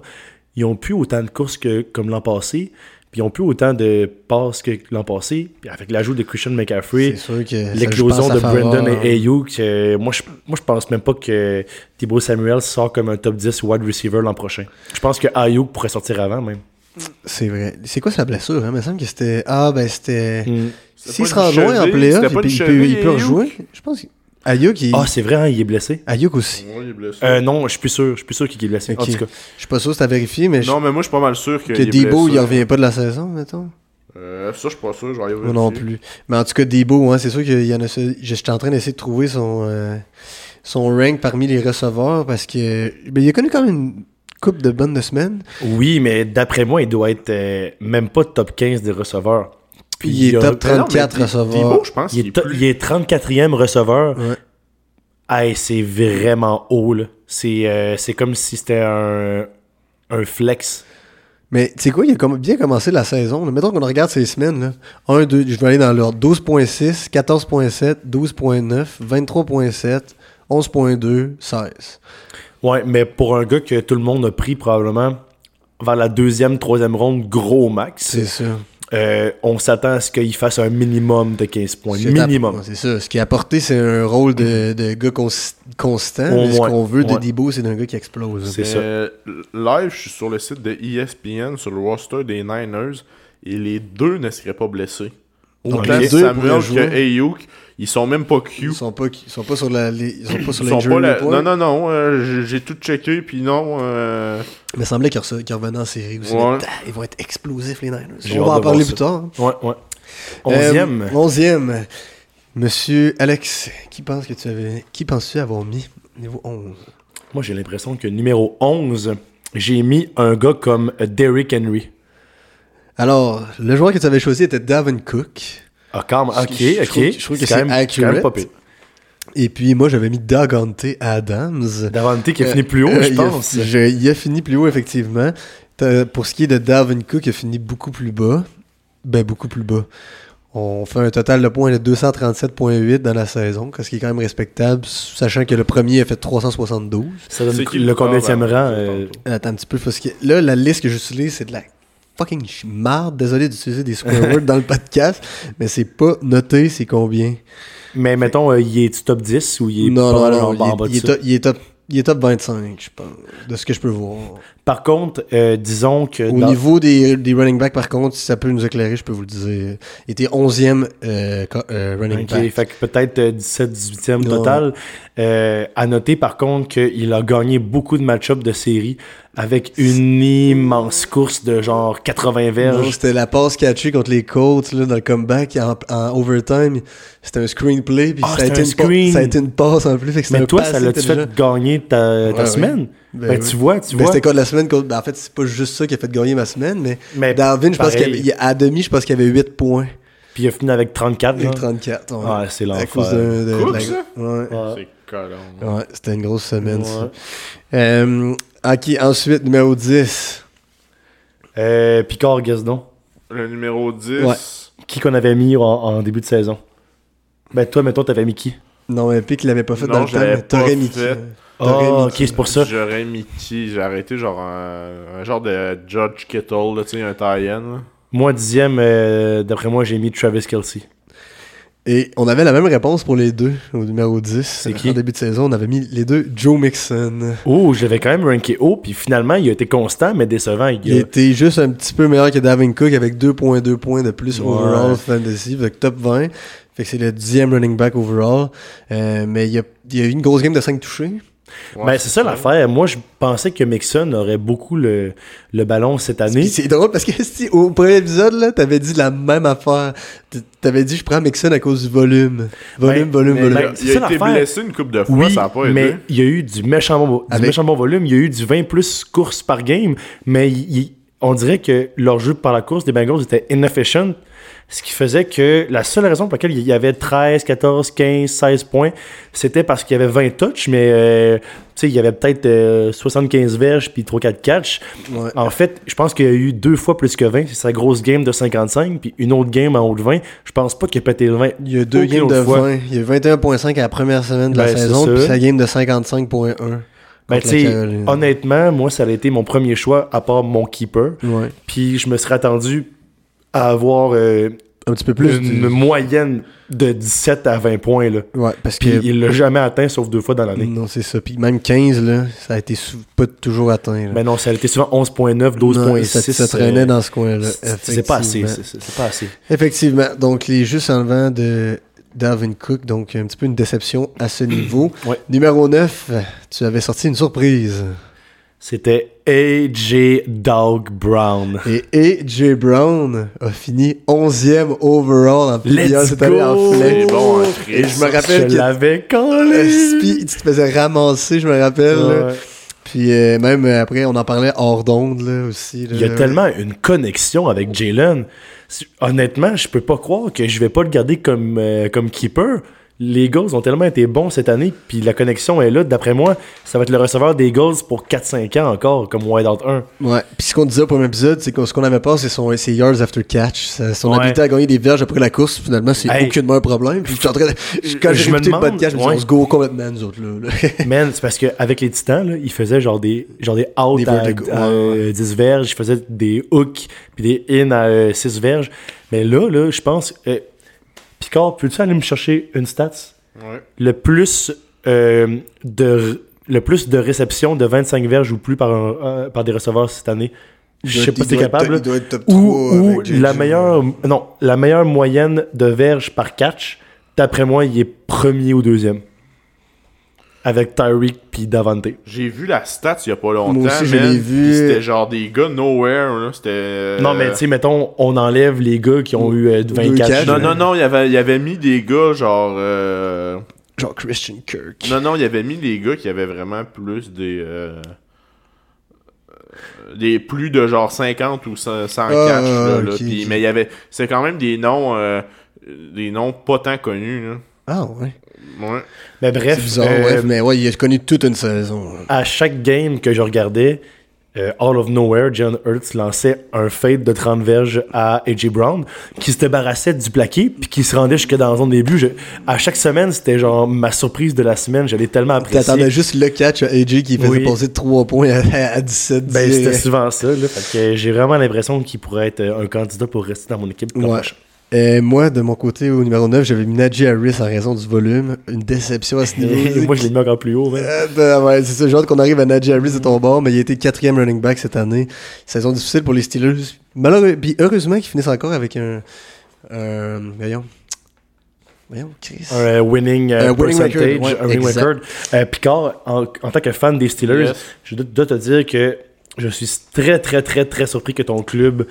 [SPEAKER 3] ils ont plus autant de courses que comme l'an passé, puis ils ont plus autant de passes que l'an passé, puis avec l'ajout de Christian McCaffrey,
[SPEAKER 2] c'est sûr que ça, je
[SPEAKER 3] L'explosion
[SPEAKER 2] pense,
[SPEAKER 3] de
[SPEAKER 2] ça fait
[SPEAKER 3] Brandon
[SPEAKER 2] avoir-
[SPEAKER 3] et Ayuk, euh, moi, je, moi je pense même pas que Thibaut Samuel sort comme un top 10 wide receiver l'an prochain. Je pense que Ayuk pourrait sortir avant même.
[SPEAKER 2] C'est vrai. C'est quoi sa blessure? Hein? Il me semble que c'était. Ah, ben c'était.
[SPEAKER 3] Mm.
[SPEAKER 4] C'était
[SPEAKER 2] S'il
[SPEAKER 4] pas
[SPEAKER 2] se
[SPEAKER 4] une
[SPEAKER 2] rend loin en
[SPEAKER 4] cheville,
[SPEAKER 2] playoff,
[SPEAKER 4] c'était
[SPEAKER 2] il,
[SPEAKER 4] pas
[SPEAKER 2] peut-
[SPEAKER 4] une
[SPEAKER 2] il peut-
[SPEAKER 4] cheville, hein?
[SPEAKER 2] il peut
[SPEAKER 4] Ayuk.
[SPEAKER 2] rejouer. Je pense. que- Ayuk, il-
[SPEAKER 3] Ah, c'est vrai, hein, il est blessé.
[SPEAKER 2] Ayuk aussi.
[SPEAKER 4] Ouais, il est blessé.
[SPEAKER 3] Euh, non, je suis plus sûr, je suis plus sûr qu'il est blessé. En
[SPEAKER 2] Ok.
[SPEAKER 3] tout cas,
[SPEAKER 2] Je suis pas sûr si t'as vérifié, mais je-
[SPEAKER 4] Non, mais moi, je suis pas mal sûr que.
[SPEAKER 2] que Debo, il revient pas de la saison, mettons.
[SPEAKER 4] Euh, ça, je suis pas sûr, je vais aller
[SPEAKER 2] Moi non
[SPEAKER 4] vérifier.
[SPEAKER 2] plus. Mais en tout cas, Debo, hein, c'est sûr qu'il y en a. ce- je- J'étais en train d'essayer de trouver son, euh, son rank parmi les receveurs parce que. Mais il a connu quand même une coupe de bonnes semaines.
[SPEAKER 3] oui, mais d'après moi, il doit être euh, même pas top 15 des receveurs. Puis
[SPEAKER 2] il est
[SPEAKER 3] a-
[SPEAKER 2] top
[SPEAKER 4] Mais non, mais
[SPEAKER 2] 34
[SPEAKER 4] Di-
[SPEAKER 2] receveurs.
[SPEAKER 4] Debo, je pense
[SPEAKER 3] il
[SPEAKER 4] qu'il
[SPEAKER 3] est,
[SPEAKER 4] est
[SPEAKER 3] to-
[SPEAKER 4] plus-
[SPEAKER 3] il est 34e receveur.
[SPEAKER 2] Ouais.
[SPEAKER 3] Hey, c'est vraiment haut, là. C'est euh, c'est comme si c'était un, un flex.
[SPEAKER 2] Mais tu sais quoi, il a comme- bien commencé la saison. là. Mettons qu'on regarde ces semaines. Là. 1, 2, je vais aller dans l'ordre. 12.6, 14.7, 12.9, 23.7, 11.2, 16.
[SPEAKER 3] Ouais, mais pour un gars que tout le monde a pris probablement vers la deuxième, troisième ronde, gros max,
[SPEAKER 2] C'est ça.
[SPEAKER 3] euh, on s'attend à ce qu'il fasse un minimum de 15 points.
[SPEAKER 2] Ce qui est app-
[SPEAKER 3] Minimum.
[SPEAKER 2] ouais, C'est ça. Ce qui est apporté, c'est un rôle de, de gars cons- constant.
[SPEAKER 3] Au
[SPEAKER 2] mais ce
[SPEAKER 3] moins,
[SPEAKER 2] qu'on veut de
[SPEAKER 3] ouais.
[SPEAKER 2] Debo, c'est d'un gars qui explose.
[SPEAKER 3] C'est ça.
[SPEAKER 4] Euh, live, je suis sur le site de E ESPN, sur le roster des Niners, et les deux ne seraient pas blessés.
[SPEAKER 2] Donc,
[SPEAKER 4] Autant
[SPEAKER 2] les deux pourraient
[SPEAKER 4] Samuel
[SPEAKER 2] jouer.
[SPEAKER 4] que Ayuk, ils sont même pas Q.
[SPEAKER 2] Ils sont pas, ils sont pas sur la, les- ils sont pas sur le
[SPEAKER 4] Ils sont pas
[SPEAKER 2] injury
[SPEAKER 4] la-
[SPEAKER 2] report.
[SPEAKER 4] Non, non, non, euh, j'ai- j'ai tout checké, puis non. euh,
[SPEAKER 2] Mais il semblait qu'ils re- qu'ils revenaient en série aussi.
[SPEAKER 4] Ouais.
[SPEAKER 2] Mais, ah, Ils vont être explosifs, les Niners.
[SPEAKER 3] J'ai
[SPEAKER 2] On
[SPEAKER 3] hâte
[SPEAKER 2] va en
[SPEAKER 3] de voir
[SPEAKER 2] parler
[SPEAKER 3] ça.
[SPEAKER 2] plus tard. hein.
[SPEAKER 3] Ouais, ouais. Onzième.
[SPEAKER 2] Euh, onzième. Monsieur Alex, qui pense que tu avais, qui penses-tu avoir mis niveau 11
[SPEAKER 3] Moi, j'ai l'impression que numéro 11, j'ai mis un gars comme Derrick Henry.
[SPEAKER 2] Alors, le joueur que tu avais choisi était Davin Cook.
[SPEAKER 3] Ah, quand même. Ok,
[SPEAKER 2] Je- je trouve-
[SPEAKER 3] ok.
[SPEAKER 2] je trouve que
[SPEAKER 3] C'est
[SPEAKER 2] c'est
[SPEAKER 3] quand même, c'est quand même pas
[SPEAKER 2] accurate.
[SPEAKER 3] pire.
[SPEAKER 2] Et puis moi, j'avais mis Dagante Adams.
[SPEAKER 3] Davante qui a fini plus haut,
[SPEAKER 2] Euh,
[SPEAKER 3] je
[SPEAKER 2] il a-
[SPEAKER 3] pense.
[SPEAKER 2] je- il a fini plus haut, effectivement. T'as- Pour ce qui est de Dalvin Cook, il a fini beaucoup plus bas. Ben, beaucoup plus bas. On fait un total de points de 237,8 dans la saison, ce qui est quand même respectable, sachant que le premier a fait 372.
[SPEAKER 3] Ça donne
[SPEAKER 4] C'est qui
[SPEAKER 3] le
[SPEAKER 4] le
[SPEAKER 3] combien
[SPEAKER 4] corps,
[SPEAKER 3] rang.
[SPEAKER 4] ben,
[SPEAKER 3] euh,
[SPEAKER 2] Attends un petit peu, parce que là, la liste que j'utilise, c'est de la fucking ch- marde. Désolé d'utiliser des swear words dans le podcast, mais c'est pas noté, c'est combien.
[SPEAKER 3] Mais mettons, euh, il est top 10 ou il est
[SPEAKER 2] non,
[SPEAKER 3] pas
[SPEAKER 2] non,
[SPEAKER 3] mal
[SPEAKER 2] non,
[SPEAKER 3] en bas- en bas
[SPEAKER 2] il,
[SPEAKER 3] de
[SPEAKER 2] il est
[SPEAKER 3] ça?
[SPEAKER 2] top, il est top- il est top 25, je pense, de ce que je peux voir.
[SPEAKER 3] Par contre, euh, disons que
[SPEAKER 2] Au
[SPEAKER 3] dans-
[SPEAKER 2] niveau des, des running backs, par contre, si ça peut nous éclairer, je peux vous le dire. Il était 11e euh, co- euh, running
[SPEAKER 3] Ok,
[SPEAKER 2] back.
[SPEAKER 3] fait que peut-être euh, 17-18e
[SPEAKER 2] Ouais.
[SPEAKER 3] total. Euh, à noter par contre qu'il a gagné beaucoup de match-ups de série avec une immense course de genre 80
[SPEAKER 2] Non,
[SPEAKER 3] verges.
[SPEAKER 2] C'était la passe catchée contre les Colts là, dans le comeback en, en overtime. C'était un screenplay, puis
[SPEAKER 3] Ah,
[SPEAKER 2] ça, a
[SPEAKER 3] c'était
[SPEAKER 2] été
[SPEAKER 3] un
[SPEAKER 2] une pa-
[SPEAKER 3] screen.
[SPEAKER 2] ça a été une passe en plus. Fait que c'était
[SPEAKER 3] Mais
[SPEAKER 2] un
[SPEAKER 3] toi,
[SPEAKER 2] pass
[SPEAKER 3] ça l'a-tu
[SPEAKER 2] intelligent.
[SPEAKER 3] fait gagner ta, ta
[SPEAKER 2] Ouais, oui.
[SPEAKER 3] semaine?
[SPEAKER 2] Ben
[SPEAKER 3] Ben,
[SPEAKER 2] oui.
[SPEAKER 3] tu vois, tu
[SPEAKER 2] Ben,
[SPEAKER 3] vois.
[SPEAKER 2] c'était quoi de la semaine contre- ben, En fait, c'est pas juste ça qui a fait gagner ma semaine, mais,
[SPEAKER 3] Mais
[SPEAKER 2] Darwin, je pense
[SPEAKER 3] pareil.
[SPEAKER 2] qu'il y avait- il y a- à demi, je pense qu'il y avait 8 points.
[SPEAKER 3] Puis il a fini avec 34.
[SPEAKER 2] Avec
[SPEAKER 3] genre.
[SPEAKER 2] 34. ouais.
[SPEAKER 3] Ah, c'est
[SPEAKER 2] à
[SPEAKER 3] l'enfer.
[SPEAKER 2] cause de, de-
[SPEAKER 4] Cool,
[SPEAKER 2] de la-
[SPEAKER 4] ça?
[SPEAKER 2] Ouais.
[SPEAKER 3] Ouais.
[SPEAKER 4] C'est collant.
[SPEAKER 2] Ouais, c'était une grosse semaine. ça.
[SPEAKER 3] Ouais.
[SPEAKER 2] Euh, ok, ensuite, numéro 10.
[SPEAKER 3] Euh, Picard Gasdon,
[SPEAKER 4] Le numéro 10.
[SPEAKER 2] Ouais.
[SPEAKER 3] qui qu'on avait mis en, en début de saison? Ben toi, mettons, t'avais mis qui?
[SPEAKER 2] Non, mais Pic, il l'avait pas fait
[SPEAKER 4] Non,
[SPEAKER 2] dans le
[SPEAKER 4] je
[SPEAKER 2] temps,
[SPEAKER 4] l'avais
[SPEAKER 2] mais t'aurais
[SPEAKER 4] pas
[SPEAKER 2] mis
[SPEAKER 4] fait.
[SPEAKER 2] qui, T'aurais
[SPEAKER 3] Ah,
[SPEAKER 2] mis
[SPEAKER 3] ok,
[SPEAKER 2] qui,
[SPEAKER 3] c'est pour ça.
[SPEAKER 4] J'aurais mis qui J'ai arrêté genre un, un genre de Judge Kittle, là, tu sais, un tie-in. là.
[SPEAKER 3] Moi, dixième, euh, d'après moi, j'ai mis Travis Kelsey.
[SPEAKER 2] Et on avait la même réponse pour les deux au numéro 10. C'est
[SPEAKER 3] qui?
[SPEAKER 2] En début de saison, on avait mis les deux Joe Mixon.
[SPEAKER 3] Oh, je l'avais quand même ranké haut, puis finalement, il a été constant, mais décevant. Il,
[SPEAKER 2] Il
[SPEAKER 3] a-
[SPEAKER 2] était juste un petit peu meilleur que Davin Cook avec 2.2 points de plus
[SPEAKER 3] Ouais.
[SPEAKER 2] overall fantasy, fait que top 20. Fait que c'est le dixième running back overall. Euh, mais il y a, il y a eu une grosse game de 5 touchés.
[SPEAKER 4] Ouais,
[SPEAKER 3] Ben, c'est ça l'affaire. Moi, je pensais que Mixon aurait beaucoup le, le ballon cette
[SPEAKER 2] Puis
[SPEAKER 3] année.
[SPEAKER 2] c'est drôle parce que si, au premier épisode, là, t'avais dit la même affaire. T- T'avais dit je prends Mixon à cause du volume. Volume,
[SPEAKER 3] Ben,
[SPEAKER 2] volume,
[SPEAKER 3] mais
[SPEAKER 2] volume.
[SPEAKER 4] Il
[SPEAKER 3] ben,
[SPEAKER 4] a,
[SPEAKER 3] c'est
[SPEAKER 4] il a
[SPEAKER 3] ça
[SPEAKER 4] été
[SPEAKER 3] l'affaire.
[SPEAKER 4] blessé une coupe de fois,
[SPEAKER 3] Oui,
[SPEAKER 4] ça a pas aidé.
[SPEAKER 3] mais il y a eu du méchant, bon, du
[SPEAKER 2] Avec-
[SPEAKER 3] méchant bon volume. Il y a eu du 20 plus courses par game, mais il- il- on dirait que leur jeu par la course des Bengals était inefficient, ce qui faisait que la seule raison pour laquelle il y avait 13, 14, 15, 16 points, c'était parce qu'il y avait 20 touches, mais euh, tu sais, il y avait peut-être euh, 75 verges puis 3-4 catchs.
[SPEAKER 2] Ouais.
[SPEAKER 3] En fait, je pense qu'il y a eu deux fois plus que 20. C'est sa grosse game de 55, puis une autre game en haut de 20. Je pense pas qu'il a pété le 20.
[SPEAKER 2] Il y a deux
[SPEAKER 3] aucune
[SPEAKER 2] games de
[SPEAKER 3] autre fois.
[SPEAKER 2] 20. Il y a eu 21.5 à la première semaine de la
[SPEAKER 3] Ben, c'est
[SPEAKER 2] saison,
[SPEAKER 3] ça.
[SPEAKER 2] puis sa game de 55.1.
[SPEAKER 3] Ben,
[SPEAKER 2] contre euh,
[SPEAKER 3] tu sais,
[SPEAKER 2] la Caroline.
[SPEAKER 3] honnêtement, moi, ça a été mon premier choix, à part mon keeper.
[SPEAKER 2] Ouais.
[SPEAKER 3] Puis je me serais attendu à avoir euh,
[SPEAKER 2] Un petit peu plus.
[SPEAKER 3] une
[SPEAKER 2] du-
[SPEAKER 3] moyenne de 17 à 20 points. Là.
[SPEAKER 2] Ouais, parce
[SPEAKER 3] Puis
[SPEAKER 2] que.
[SPEAKER 3] il l'a jamais atteint, sauf deux fois dans l'année.
[SPEAKER 2] Non, c'est ça. Puis même 15, là, ça a été sou- pas toujours atteint. là.
[SPEAKER 3] Mais Ben non, ça a été souvent 11.9,
[SPEAKER 2] Non, ça,
[SPEAKER 3] 12.6.
[SPEAKER 2] ça traînait
[SPEAKER 3] euh,
[SPEAKER 2] dans ce coin-là.
[SPEAKER 3] c'est- C'est pas assez.
[SPEAKER 2] effectivement.
[SPEAKER 3] c'est- C'est c'est pas assez.
[SPEAKER 2] Effectivement. Donc, les juste en levant de Dalvin Cook, donc un petit peu une déception à ce niveau.
[SPEAKER 3] Ouais.
[SPEAKER 2] Numéro 9, tu avais sorti une surprise.
[SPEAKER 3] C'était AJ Dog Brown.
[SPEAKER 2] Et AJ Brown a fini 11e overall en PBA cette année en
[SPEAKER 3] go!
[SPEAKER 2] flex.
[SPEAKER 4] C'est bon, hein, Chris.
[SPEAKER 2] Et je me rappelle
[SPEAKER 3] Je
[SPEAKER 2] qu'il
[SPEAKER 3] l'avais collé.
[SPEAKER 2] Puis tu te faisais ramasser, je me rappelle. là.
[SPEAKER 3] Ouais.
[SPEAKER 2] Puis euh, même euh, après, on en parlait hors d'onde là, aussi. là.
[SPEAKER 3] Il y a tellement une connexion avec Jalen. C'est- Honnêtement, je peux pas croire que je vais pas le garder comme, euh, comme keeper. Les Eagles ont tellement été bons cette année, puis la connexion est là. D'après moi, ça va être le receveur des Eagles pour 4-5 ans encore, comme Wideout 1.
[SPEAKER 2] Ouais. Puis ce qu'on disait au premier épisode, c'est que ce qu'on n'avait pas, c'est son ses yards after catch. Ça- son
[SPEAKER 3] Ouais.
[SPEAKER 2] habileté à gagner des verges après la course, finalement, c'est
[SPEAKER 3] Hey.
[SPEAKER 2] aucunement un problème. Puis je suis en train de- je- quand
[SPEAKER 3] Je
[SPEAKER 2] j'ai
[SPEAKER 3] me
[SPEAKER 2] écouté le
[SPEAKER 3] demande,
[SPEAKER 2] podcast, je me suis
[SPEAKER 3] ouais.
[SPEAKER 2] dit, on se go complètement, nous autres. Là, là.
[SPEAKER 3] Man, c'est parce qu'avec les Titans, là, ils faisaient genre des, genre des out
[SPEAKER 2] Des
[SPEAKER 3] à,
[SPEAKER 2] verticaux,
[SPEAKER 3] à, euh, 10 verges, ils faisaient des hooks, puis des in à euh, 6 verges. Mais là, là je pense. euh, Picard, peux-tu aller me chercher une stats?
[SPEAKER 4] Ouais.
[SPEAKER 3] le plus euh, de le plus de réceptions de 25 verges ou plus par, un- euh, par des receveurs cette année. Je sais pas si t'es capable.
[SPEAKER 2] Il doit être top
[SPEAKER 3] Ou,
[SPEAKER 2] 3
[SPEAKER 3] ou
[SPEAKER 2] avec
[SPEAKER 3] la
[SPEAKER 2] JJ.
[SPEAKER 3] meilleure non, la meilleure moyenne de verges par catch, d'après moi, il est premier ou deuxième. Avec Tyreek puis Davante.
[SPEAKER 4] J'ai vu la stat il y a pas longtemps.
[SPEAKER 2] Moi aussi, je
[SPEAKER 4] man,
[SPEAKER 2] l'ai vu.
[SPEAKER 4] puis C'était genre des gars nowhere. là, C'était. euh,
[SPEAKER 3] Non, mais tu sais, mettons, on enlève les gars qui ont eu euh,
[SPEAKER 2] Euh. Deux
[SPEAKER 3] 24
[SPEAKER 2] catchs,
[SPEAKER 4] Non,
[SPEAKER 2] je-
[SPEAKER 4] non, non, il avait, il avait mis des gars genre. euh,
[SPEAKER 2] Genre Christian Kirk.
[SPEAKER 4] Non, non, il avait mis des gars qui avaient vraiment plus des. euh, Des plus de genre 50 ou 100, 100
[SPEAKER 2] Ah,
[SPEAKER 4] catch, là,
[SPEAKER 2] ok,
[SPEAKER 4] là. Puis-
[SPEAKER 2] ok.
[SPEAKER 4] Mais il y avait. C'est quand même des noms. euh, Des noms pas tant connus, là.
[SPEAKER 2] Ah ouais.
[SPEAKER 4] Ouais.
[SPEAKER 3] Mais
[SPEAKER 2] C'est
[SPEAKER 3] bref,
[SPEAKER 2] bizarre,
[SPEAKER 3] euh,
[SPEAKER 2] ouais, mais ouais, il a connu toute une saison. là.
[SPEAKER 3] à chaque game que je regardais, euh, All of Nowhere, John Hurts lançait un fade de 30 verges à A.J. Brown, qui se débarrassait du plaqué, puis qui se rendait jusque dans la zone des buts. Je- à chaque semaine, c'était genre ma surprise de la semaine. J'allais tellement
[SPEAKER 2] T'attendais
[SPEAKER 3] apprécier.
[SPEAKER 2] juste le catch à AJ qui faisait
[SPEAKER 3] Oui.
[SPEAKER 2] passer de 3 points à, à 17
[SPEAKER 3] Ben, c'était
[SPEAKER 2] direct.
[SPEAKER 3] souvent ça. là. Fait que j'ai vraiment l'impression qu'il pourrait être euh, un candidat pour rester dans mon équipe. comme
[SPEAKER 2] Ouais.
[SPEAKER 3] prochain.
[SPEAKER 2] Euh, moi, de mon côté, au numéro 9, j'avais mis Najee Harris en raison du volume. Une déception à ce niveau.
[SPEAKER 3] Euh, Moi, je l'ai mis encore plus haut. ouais.
[SPEAKER 2] Euh, ben ouais, c'est ça, j'ai hâte qu'on arrive à Najee Harris de ton bord, mais il a été quatrième running back cette année. Saison difficile pour les Steelers. Malheureux, puis heureusement qu'ils finissent encore avec un... un- voyons. Voyons, Chris.
[SPEAKER 3] Un euh, winning, euh,
[SPEAKER 2] Un winning
[SPEAKER 3] percentage,
[SPEAKER 2] record, ouais,
[SPEAKER 3] un winning
[SPEAKER 2] exact.
[SPEAKER 3] record. Euh, Picard, en, en tant que fan des Steelers,
[SPEAKER 4] Yes.
[SPEAKER 3] je dois, dois te dire que je suis très, très, très, très surpris que ton club